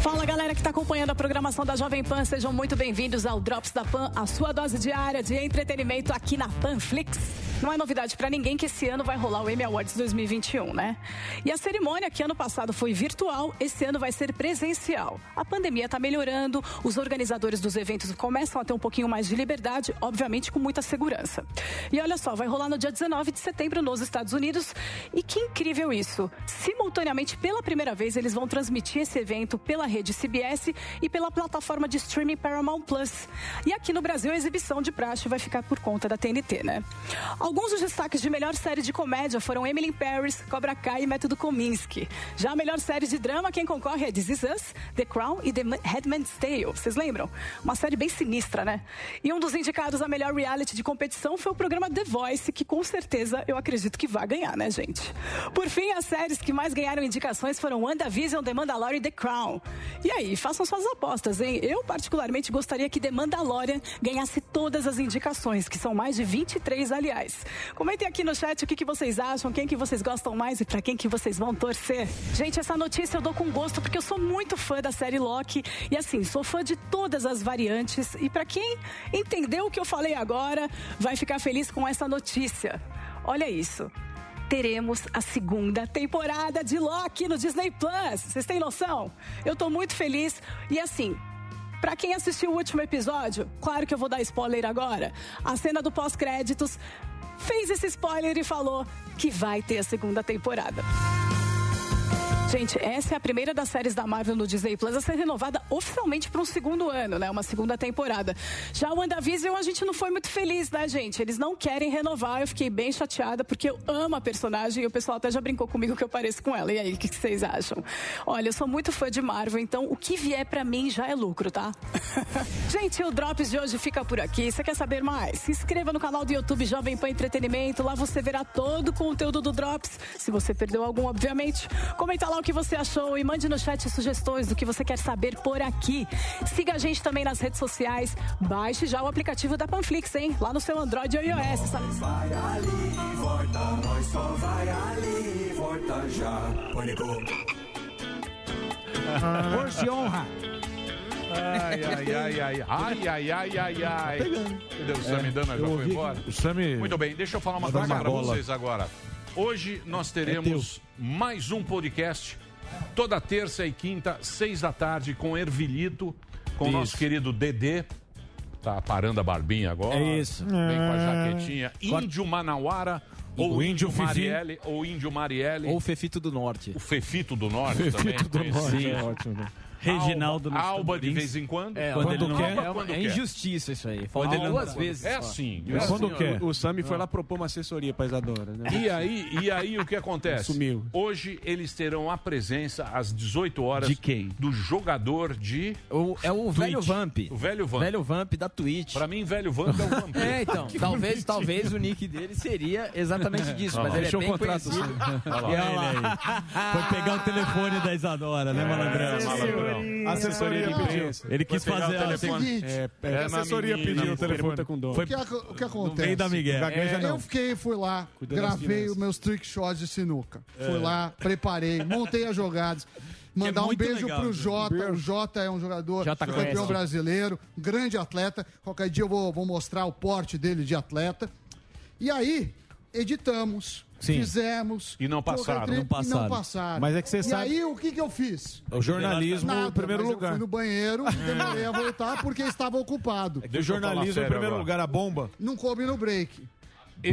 S31: Fala galera que está acompanhando a programação da Jovem Pan, sejam muito bem-vindos ao Drops da Pan, a sua dose diária de entretenimento aqui na Panflix. Não é novidade para ninguém que esse ano vai rolar o Emmy Awards 2021, né? E a cerimônia que ano passado foi virtual, esse ano vai ser presencial. A pandemia está melhorando, os organizadores dos eventos começam a ter um pouquinho mais de liberdade, obviamente com muita segurança. E olha só, vai rolar no dia 19 de setembro nos Estados Unidos. E que incrível isso! Simultaneamente, pela primeira vez, eles vão transmitir esse evento pela rede CBS e pela plataforma de streaming Paramount Plus. E aqui no Brasil, a exibição de praxe vai ficar por conta da TNT, né? Alguns dos destaques de melhor série de comédia foram Emily in Paris, Cobra Kai e Método Kominsky. Já a melhor série de drama, quem concorre é This Is Us, The Crown e The Headman's Tale. Vocês lembram? Uma série bem sinistra, né? E um dos indicados a melhor reality de competição foi o programa The Voice, que com certeza eu acredito que vai ganhar, né, gente? Por fim, as séries que mais ganharam indicações foram WandaVision, The Mandalorian e The Crown. E aí, façam suas apostas, hein? Eu particularmente gostaria que The Mandalorian ganhasse todas as indicações, que são mais de 23, aliás. Comentem aqui no chat o que, que vocês acham, quem que vocês gostam mais e pra quem que vocês vão torcer. Gente, essa notícia eu dou com gosto porque eu sou muito fã da série Loki e assim, sou fã de todas as variantes e pra quem entendeu o que eu falei agora, vai ficar feliz com essa notícia. Olha isso teremos a segunda temporada de Loki no Disney Plus. Vocês têm noção? Eu tô muito feliz e assim. Pra quem assistiu o último episódio, claro que eu vou dar spoiler agora. A cena do pós-créditos fez esse spoiler e falou que vai ter a segunda temporada. Gente, essa é a primeira das séries da Marvel no Disney Plus a ser renovada oficialmente para um segundo ano, né? Uma segunda temporada. Já o WandaVision a gente não foi muito feliz, né, gente? Eles não querem renovar, eu fiquei bem chateada porque eu amo a personagem e o pessoal até já brincou comigo que eu pareço com ela. E aí, o que que vocês acham? Olha, eu sou muito fã de Marvel, então o que vier para mim já é lucro, tá? gente, o Drops de hoje fica por aqui. Você quer saber mais? Se inscreva no canal do YouTube Jovem Pan Entretenimento. Lá você verá todo o conteúdo do Drops. Se você perdeu algum, obviamente, comenta lá o que você achou e mande no chat sugestões do que você quer saber por aqui. Siga a gente também nas redes sociais. Baixe já o aplicativo da Panflix, hein? Lá no seu Android ou iOS. Sabe?
S3: Vai ali e volta, nós só vai ali e volta já. Pânico.
S5: Por se honra. Ai, ai, ai, ai, ai, ai, ai, ai, ai.
S2: Tá pegando.
S5: Meu Deus, o Sami
S2: É,
S5: Dana
S2: eu
S5: já foi
S2: ouvi
S5: embora.
S2: que o Sami-
S5: Muito bem, deixa eu falar uma
S2: Mandou
S5: coisa
S2: uma
S5: pra
S2: bola.
S5: vocês agora. Hoje
S7: É
S5: nós teremos mais um podcast, toda terça e quinta, seis da tarde, com Ervilito, com o nosso querido Dedê. Tá parando a barbinha agora.
S7: É isso.
S5: Vem com a
S7: É.
S5: jaquetinha. Índio Manauara. Ou
S7: O Índio
S5: Índio
S7: Fifi.
S5: Marielle, ou Índio Marielle.
S7: Ou
S5: Fefito do Norte. O Fefito do Norte
S7: Fefito
S5: também.
S7: do Norte,
S5: conhecido.
S7: é ótimo. Reginaldo
S5: Alba,
S7: nos
S5: Alba de
S7: tamborins.
S5: vez em quando.
S7: É, quando ele não quer.
S1: É uma- é
S10: injustiça isso aí.
S1: Quando ele não-
S5: É assim.
S1: É assim,
S5: quando
S1: ó,
S5: quer.
S1: O Sami foi lá propor uma assessoria pra Isadora, né?
S5: E aí, e aí o que acontece?
S1: Sumiu.
S5: Hoje eles terão a presença às 18 horas
S10: De quem?
S5: do jogador de
S10: é o velho Vamp.
S5: O velho Vamp.
S10: Velho Vamp da Twitch.
S5: Pra mim, velho Vamp é o Vamp.
S10: É, então, talvez, talvez o nick dele seria exatamente disso,
S7: Olha
S10: mas
S7: lá.
S10: ele
S7: Fechou
S10: é
S7: o
S10: bem
S7: contrato,
S10: conhecido.
S7: sim. Olha lá.
S10: E olha lá.
S7: Ele aí. Foi pegar o telefone da Isadora, né, malandrão?
S2: assessoria. Assessoria
S7: Não,
S2: que pediu.
S7: não. Ele quis
S2: Foi pegar
S7: fazer
S2: o
S7: a-
S2: telefone.
S7: Seguinte,
S2: É,
S7: é
S2: é, a
S7: uma
S2: assessoria
S7: menina,
S2: pediu o
S7: pergunta
S5: é
S2: telefone.
S7: com dom.
S2: Foi-
S8: O que, ac- o que acontece?
S2: veio da Miguel. Gagueja É, não.
S8: eu fiquei, fui lá,
S2: Cuidando das
S8: gravei
S2: finanças.
S8: os meus trick shots de sinuca.
S2: É.
S8: Fui lá, preparei, montei as jogadas. Mandar um
S2: muito
S8: beijo
S2: legal,
S8: pro
S2: né?
S8: Jota. O Jota é um jogador
S2: Jota
S8: campeão
S2: conhece.
S8: brasileiro, um grande atleta. Qualquer dia eu vou, vou mostrar o porte dele de atleta. E aí, editamos,
S2: Sim.
S8: fizemos.
S5: E não passaram.
S8: corretriz-
S2: Não passaram.
S8: e não passaram.
S2: Mas é que você
S8: e
S2: sabe-
S8: aí, o que, que eu fiz?
S2: O jornalismo
S8: Nada,
S2: em primeiro
S8: mas eu
S2: lugar.
S8: fui no banheiro, demorei a voltar porque estava ocupado.
S2: Do jornalismo, em primeiro lugar, a bomba.
S8: Não coube no break.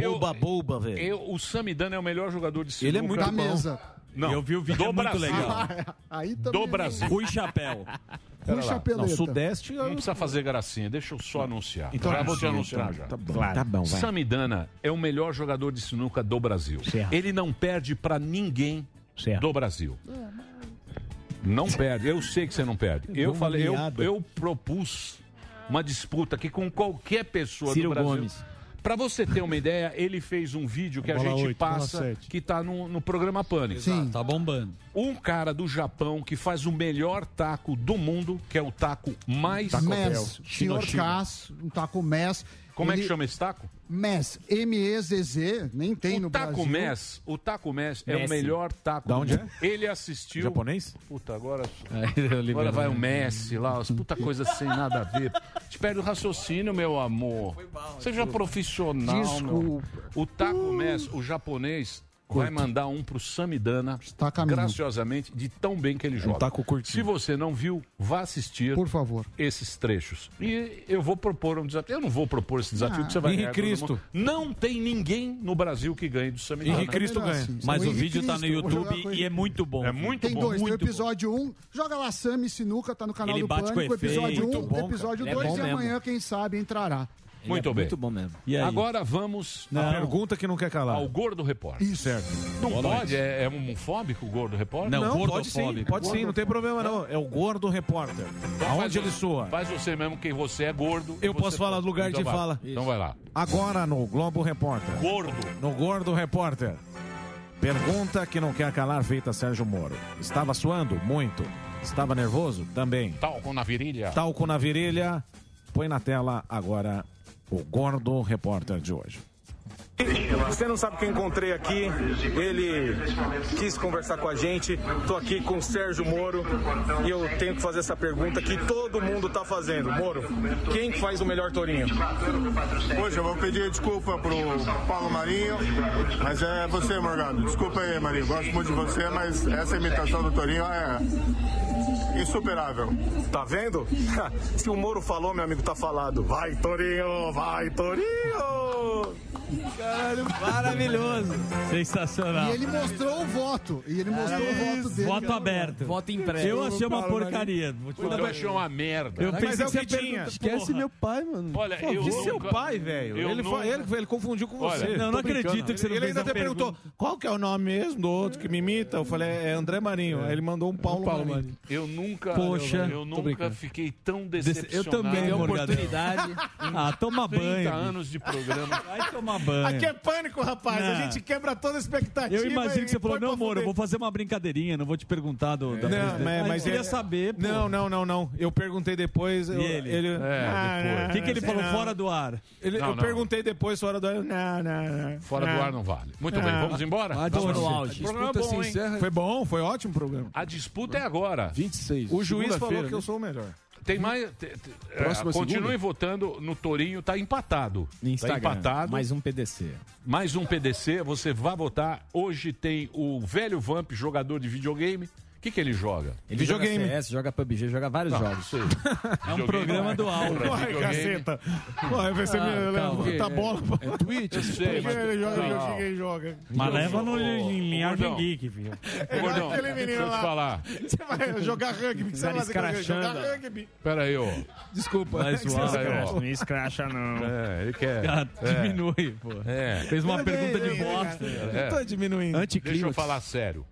S2: Boba, boba, velho.
S5: Eu, o Samidana é o melhor jogador de sinuca.
S2: Ele é muito
S8: Da bom. mesa.
S5: Não,
S2: Eu vi o vídeo,
S5: do
S2: é muito
S5: Brasil.
S2: legal.
S8: Ah, Aí também é
S5: Do Brasil.
S7: Rui Chapéu.
S5: é Pera lá.
S2: Não, Sudeste.
S5: Não precisa fazer gracinha, deixa eu só anunciar.
S2: Então
S5: já vou te
S2: anuncia,
S5: anunciar
S2: então.
S5: já.
S2: Tá bom. Claro. Tá bom, vai.
S5: Samidana é o melhor jogador de sinuca do Brasil.
S2: Certo. É,
S5: Ele não perde pra ninguém do Brasil. Não perde. Eu sei que você não perde. Eu
S2: Vamos
S5: falei, eu,
S2: miado.
S5: eu propus Ah. uma disputa aqui com qualquer pessoa
S2: Ciro
S5: do Brasil.
S2: Gomes.
S5: Pra você ter uma ideia, ele fez um vídeo que a
S2: Bola
S5: gente
S2: oito, bola
S5: passa
S2: sete.
S5: que tá no, no programa Pânico.
S7: Sim. Tá bombando.
S5: Um cara do Japão que faz o melhor taco do mundo, que é o taco mais
S8: Mess, senhor Cass, um taco Mess.
S5: Como é que
S8: Ele-
S5: chama esse taco?
S8: Mess, M-E-Z-Z, nem tem no
S5: Taco
S8: Brasil.
S5: Mess. O Taco Mess é o
S8: Messi.
S5: melhor taco.
S8: Da
S5: do
S9: é?
S8: onde
S5: mundo. Ele assistiu. Japonês? Puta, agora.
S7: É,
S2: liberou,
S5: Agora vai
S2: né?
S5: o Messi lá, as puta coisa sem nada a ver. Te perde o raciocínio, meu amor. Seja profissional. Meu. O Taco Mess, o japonês. Vai mandar um pro Samidana,
S7: Tá
S8: caminho.
S5: graciosamente, de tão bem
S7: Um
S5: que ele joga.
S2: taco
S5: Se você não viu, vá assistir
S8: Por favor.
S5: esses trechos. E eu vou propor um desafio. Eu não vou propor esse desafio,
S8: Ah,
S5: porque você vai
S8: Henri
S5: ganhar. todo
S8: Cristo.
S5: mundo. Não tem ninguém no Brasil que ganhe do Samidana.
S7: Henri Cristo ganha. Mas o vídeo tá no YouTube e é muito bom.
S5: É muito
S8: Tem
S5: bom.
S8: dois,
S5: muito
S8: tem o episódio 1, um, joga lá Sami Sinuca, tá no canal
S5: Ele
S8: do
S5: bate com
S8: Pânico,
S5: efeito.
S8: episódio 1,
S5: Muito
S8: um,
S5: bom, cara.
S8: episódio
S5: Ele é
S8: 2
S5: bom
S8: e
S5: mesmo.
S8: amanhã, quem sabe, entrará.
S5: é Muito bem.
S10: bom mesmo.
S5: E aí? Agora vamos
S2: A pergunta que não quer calar.
S5: ao Ah, gordo repórter.
S8: Isso.
S2: Certo.
S5: Não
S2: Boa
S5: pode?
S2: noite.
S5: É, é um fóbico o gordo repórter?
S2: Não, pode sim, pode sim, não tem problema não. É o gordo repórter. Aonde ele soa?
S5: Então Faz você mesmo que você é gordo.
S2: Eu
S5: você
S2: posso falar do lugar
S5: Então
S2: de
S5: vai.
S2: fala.
S5: Então vai lá.
S2: Agora no Globo Repórter.
S5: Gordo.
S2: No Gordo Repórter. Pergunta que não quer calar feita a Sérgio Moro. Estava suando? Muito. Estava nervoso? Também.
S5: Talco na virilha.
S2: Talco na virilha. Põe na tela agora o Gordo Repórter de hoje.
S11: Você não sabe quem eu encontrei aqui. Ele quis conversar com a gente. Tô aqui com o Sérgio Moro e eu tenho que fazer essa pergunta que todo mundo tá fazendo. Moro, quem faz o melhor tourinho?
S14: Poxa, eu vou pedir desculpa pro Paulo Marinho, mas é você, Morgado. Desculpa aí, Marinho. Gosto muito de você, mas essa imitação do Torinho é insuperável.
S11: Tá vendo? Se o Moro falou, meu amigo, tá falado. Vai, Torinho! Vai, Torinho! Caralho,
S7: Maravilhoso. Sensacional.
S8: E ele mostrou o voto. E ele mostrou o voto dele.
S7: Voto aberto.
S10: Voto
S7: impresso. Eu achei uma porcaria. Vou te falar.
S5: Eu achei uma merda.
S7: Eu pensei
S5: Mas
S7: que
S5: é o
S7: você
S5: que tinha.
S7: pergunta,
S2: Esquece
S7: porra.
S2: meu pai, mano.
S5: Olha, eu
S2: que seu
S5: nunca-
S2: pai, velho.
S5: eu
S2: Ele, fa-
S5: nunca-
S2: ele, ele confundiu com
S5: Olha,
S2: você.
S5: Não, não
S2: Tô brincando.
S5: acredito que você não
S2: Ele
S5: fez
S2: ainda
S5: a
S2: até perguntou, qual que é o nome mesmo do outro que me imita? Eu falei, é André Marinho. Aí ele mandou um Paulo,
S5: Paulo
S2: Marinho.
S5: Eu nunca,
S2: Poxa,
S5: eu
S2: tô
S5: nunca
S2: brincando.
S5: fiquei tão
S2: Desse-
S5: decepcionado.
S2: eu também,
S5: Em
S2: Morgadão.
S7: Ah, toma
S5: 30
S7: banho.
S5: anos de programa.
S7: Vai tomar banho.
S9: Aqui é pânico, rapaz. A
S7: Não.
S9: gente quebra toda a expectativa.
S7: Eu imagino
S9: e
S7: que você falou,
S9: põe pra
S7: não, amor, eu
S9: fuder.
S7: vou fazer uma brincadeirinha, não vou te perguntar do, da
S9: Não,
S7: presidência.
S9: mas-
S7: Eu
S9: mas
S7: queria
S9: é-
S7: saber, pô.
S9: Não, não, não, não. Eu perguntei depois. eu- Ah,
S7: E ele? É, depois. O que que ele
S9: sei
S7: falou fora do ar?
S9: Ele-
S7: Não,
S9: eu
S7: não.
S9: perguntei depois fora do ar. Não, não, não.
S5: Fora do ar não vale. Muito bem, vamos embora?
S9: Vamos
S5: Vamos
S9: pro
S5: sim.
S9: auge.
S5: O programa é bom, hein?
S9: Foi bom, foi ótimo o programa.
S5: A disputa é agora.
S1: 26.
S9: O juiz falou que eu sou o melhor.
S5: né? Tem mais. te- te- é,
S9: Próxima segunda?
S5: continuem votando no Torinho, tá empatado.
S10: Instagram,
S5: Tá empatado.
S10: Mais um PDC.
S5: Mais um PDC, você vai votar. Hoje tem o velho Vamp, jogador de videogame. O que, que ele joga?
S10: Ele joga CS, joga PUBG, joga vários
S5: Não,
S10: jogos.
S5: sei.
S10: É um
S5: programa do Álvaro.
S9: Ai, caceta. Ai, vai ser
S10: Ah,
S9: minha
S10: calma.
S9: levantar a bola.
S1: É Twitch,
S9: eu sei. Ele joga, eu jogo que ele joga.
S5: Mas leva no- em linhagem
S9: geek,
S7: filho.
S9: É igual
S5: Gordão,
S9: aquele
S5: deixa eu
S9: menino
S5: te
S9: lá.
S5: falar.
S9: Você vai jogar rugby. que Você vai
S5: Nariz
S9: fazer com ele? jogar
S5: crachando.
S9: rugby.
S5: Pera aí, ó.
S9: Desculpa.
S5: Mas
S9: Que você
S5: o
S9: vai
S5: Álvaro-
S9: jogar.
S5: Não
S7: escracha, não.
S5: É, ele quer.
S7: Ah,
S5: É.
S7: diminui, pô.
S5: É.
S7: Fez uma
S5: Tudo bem,
S7: pergunta de
S5: tudo bem,
S7: bosta.
S5: cara. É.
S9: diminuindo.
S5: Deixa eu falar sério.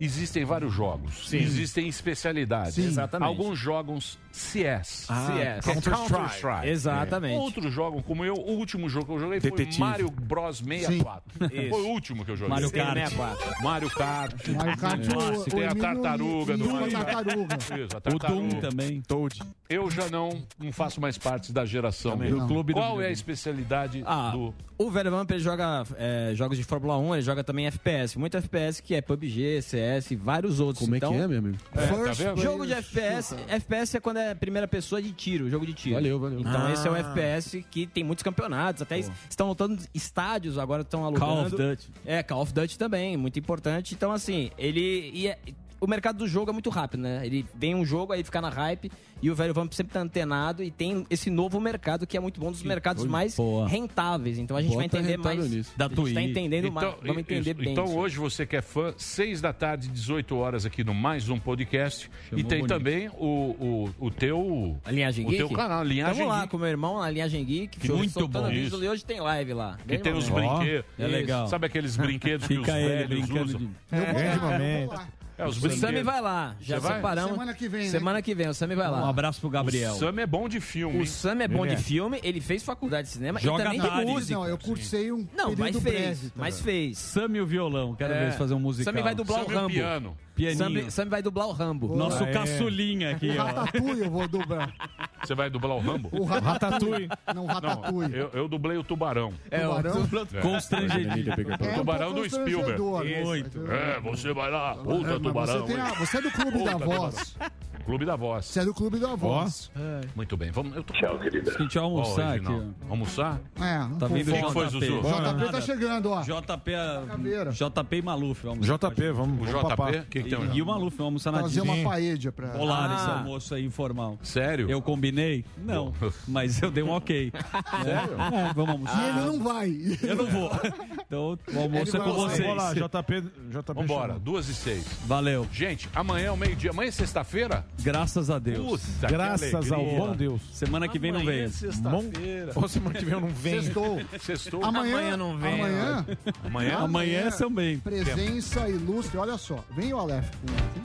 S5: Existem vários jogos.
S7: Sim.
S5: Existem especialidades.
S7: Sim. Exatamente.
S5: Alguns jogam CS.
S10: Ah, CS. Counter-Strike. Exatamente.
S5: Outros jogam, como eu, o último jogo que eu joguei
S10: Detetive.
S5: foi Mario Bros 64.
S10: Sim.
S5: Foi
S10: Isso.
S5: o último que eu joguei.
S10: Mario
S5: Sim,
S10: Kart.
S5: 64. Mario Kart.
S10: Mario Kart,
S5: É.
S10: o-
S5: Clássico.
S10: o
S5: Tem a
S10: Emílio
S5: tartaruga
S10: e-
S5: do
S10: e uma
S5: Mario Kart.
S10: tartaruga.
S5: Isso, a
S10: O Doom
S5: tartaruga.
S7: também.
S2: Toad.
S5: Eu já não, não faço mais parte da geração.
S10: Também não. Do clube do
S5: Qual é a
S10: videogame.
S5: especialidade
S10: Ah,
S5: do...
S10: o velho Vamp ele joga é, jogos de Fórmula 1, ele joga também FPS. Muito FPS que é PUBG, CS e vários outros.
S1: Como é
S10: então,
S1: que é, meu amigo?
S10: É,
S1: First
S10: tá vendo? Jogo de
S1: player
S10: FPS. FPS é quando é primeira pessoa de tiro, jogo de tiro.
S1: Valeu, valeu.
S10: Então
S1: Ah.
S10: esse é um FPS que tem muitos campeonatos. Até es- estão lotando estádios agora, estão alugando.
S7: Call of Duty.
S10: É, Call of Duty também, muito importante. Então, assim, ele. e é- o mercado do jogo é muito rápido, né? Ele vem um jogo, aí fica na hype, e o velho Vamp sempre tá antenado e tem esse novo mercado que é muito bom, um dos mercados mais rentáveis. Então a gente vai
S5: Bota
S10: entender
S5: rentável
S10: mais.
S5: nisso. Então,
S10: a gente tá entendendo mais. Vamos entender
S5: isso.
S10: bem.
S5: Então
S10: isso.
S5: hoje você que é fã, 6 da tarde, 18 horas aqui no Mais Um Podcast. e tem
S10: bonito.
S5: também o, o, o teu...
S10: A Linhagem
S5: o
S10: Geek?
S5: teu canal, Linhagem
S10: Vamos lá
S5: Geek.
S10: com o meu irmão na Linhagem Geek.
S5: Que
S10: Sou
S5: muito
S10: Santana
S5: bom.
S10: Vídeo,
S5: Isso.
S10: E hoje tem live lá.
S5: Que tem os
S10: os
S5: brinquedos.
S10: É legal.
S5: Sabe aqueles brinquedos que os
S7: Fica ele
S5: velhos
S7: brincando
S5: usam?
S7: de-
S5: É.
S10: Grande
S8: momento.
S5: É, os
S10: o
S5: brinquedos.
S10: Sammy vai lá.
S5: Você
S10: Já
S5: vai?
S10: separamos.
S8: Semana que vem, né?
S10: Semana que vem, o Sammy vai lá.
S7: Um abraço pro Gabriel.
S5: O Sam é bom de filme.
S10: O
S5: hein?
S10: Sam é bom de filme, ele fez faculdade de cinema
S7: Joga
S10: e também
S7: Atari.
S10: de música.
S7: Não, eu
S8: cursei um
S10: Não, mas
S8: período
S10: fez,
S8: breve também.
S10: mas fez.
S7: Sam e o violão, quero ver
S10: É.
S7: eles fazer um musical. um
S10: Sammy vai dublar o Rambo.
S7: Pianinho.
S10: Sammy, Sammy vai dublar o Rambo.
S7: Nosso
S5: é.
S7: caçulinha aqui,
S8: O
S7: ó.
S8: Ratatouille eu vou dublar.
S5: Você vai dublar o Rambo?
S8: O Ratatouille. Não, o
S5: Não,
S8: Ratatouille.
S5: eu, eu dublei o Tubarão.
S8: É, o Tubarão?
S5: É.
S8: Constrangedinho. É
S5: O
S8: um
S5: Tubarão
S8: pouco
S5: do Spielberg.
S8: constrangedor,
S5: Isso.
S8: muito.
S5: É, você vai lá, puta
S8: Mas
S5: Tubarão.
S8: Você, tem a-
S5: hein?
S8: você é do Clube da
S5: Puta
S8: Voz.
S5: Tubarão. Clube da Voz.
S8: Você é do Clube da Voz.
S5: Muito bem, vamos. Eu tô... Tchau, querida.
S7: É. A gente vai almoçar aqui,
S5: Almoçar?
S8: É, um
S7: Tá
S8: pouco.
S7: vendo o
S5: Quem foi,
S7: JP?
S5: Zuzu?
S7: Bora.
S5: JP
S8: Ele tá chegando, ó.
S7: JP, a- JP e Maluf. Vamos
S2: JP, vamos.
S7: O
S5: JP? papar. Que que tem hoje?
S7: E o Maluf, vamos almoçar na
S8: Fazer
S7: Disney.
S8: uma paella pra...
S7: Rolar esse
S8: Tá Ah.
S7: almoço aí informal.
S5: Sério?
S7: Eu combinei? Não, mas eu dei um ok.
S8: Sério?
S7: É, vamos almoçar.
S8: E ele não vai.
S7: Eu não vou. Então o almoço é com vocês.
S2: Vamos lá, JP. JP
S5: Vambora,
S2: chamou.
S5: duas e seis.
S7: Valeu.
S5: Gente, amanhã é o meio-dia. Amanhã é sexta-feira?
S7: Graças a Deus.
S5: Puta, que alegria.
S7: Semana que vem não
S5: Amanhã é
S7: vem.
S5: sexta-feira.
S2: Ou semana que vem eu não venho.
S8: Sextou.
S5: Sextou.
S8: Amanhã, Amanhã não vem, amanhã- é
S5: Amanhã?
S7: Amanhã também.
S8: Presença ilustre, olha só. Vem o Aleph.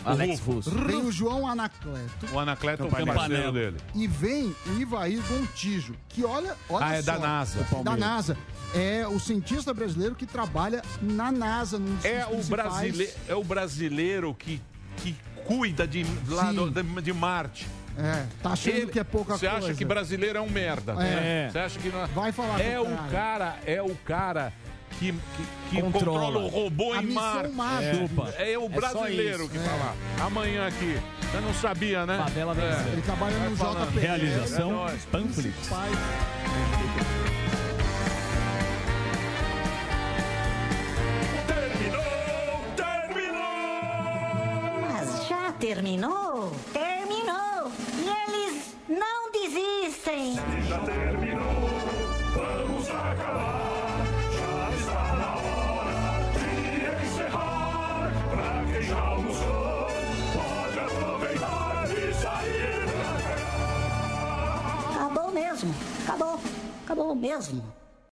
S5: Alex Russo.
S8: Vem o João Anacleto.
S5: O Anacleto é o
S8: Campanella.
S5: parceiro dele.
S8: E vem o Ivair Gontijo, que olha, olha
S5: Ah, é
S8: só,
S5: da NASA.
S8: Da NASA. É o cientista brasileiro que trabalha na NASA. num dos
S5: É o,
S8: principais-
S5: brasile... é o brasileiro que, que cuida de, lá do- de, de Marte.
S8: É, tá achando
S5: Ele-
S8: que é pouca
S5: Você
S8: coisa.
S5: acha que brasileiro é um merda.
S8: É.
S5: né? Você acha que não
S8: Vai falar
S5: É
S8: com o
S5: o
S8: cara.
S5: cara, é o cara que, que, que controla. o robô
S8: A
S5: em
S8: missão
S5: Marte.
S8: Marte. Chupa.
S5: É, é o
S8: É só
S5: brasileiro
S8: isso.
S5: que
S8: É.
S5: tá lá. Amanhã aqui. Você não sabia, né?
S10: Favela
S5: é.
S10: venceu.
S8: Ele trabalha
S5: Vai
S8: no
S5: falando.
S8: JPL.
S5: É
S7: Realização
S5: nóis.
S7: Panflix.
S4: Mas já terminou? Terminou! E eles não desistem!
S3: Já terminou, vamos acabar. Já está
S31: sou mesmo.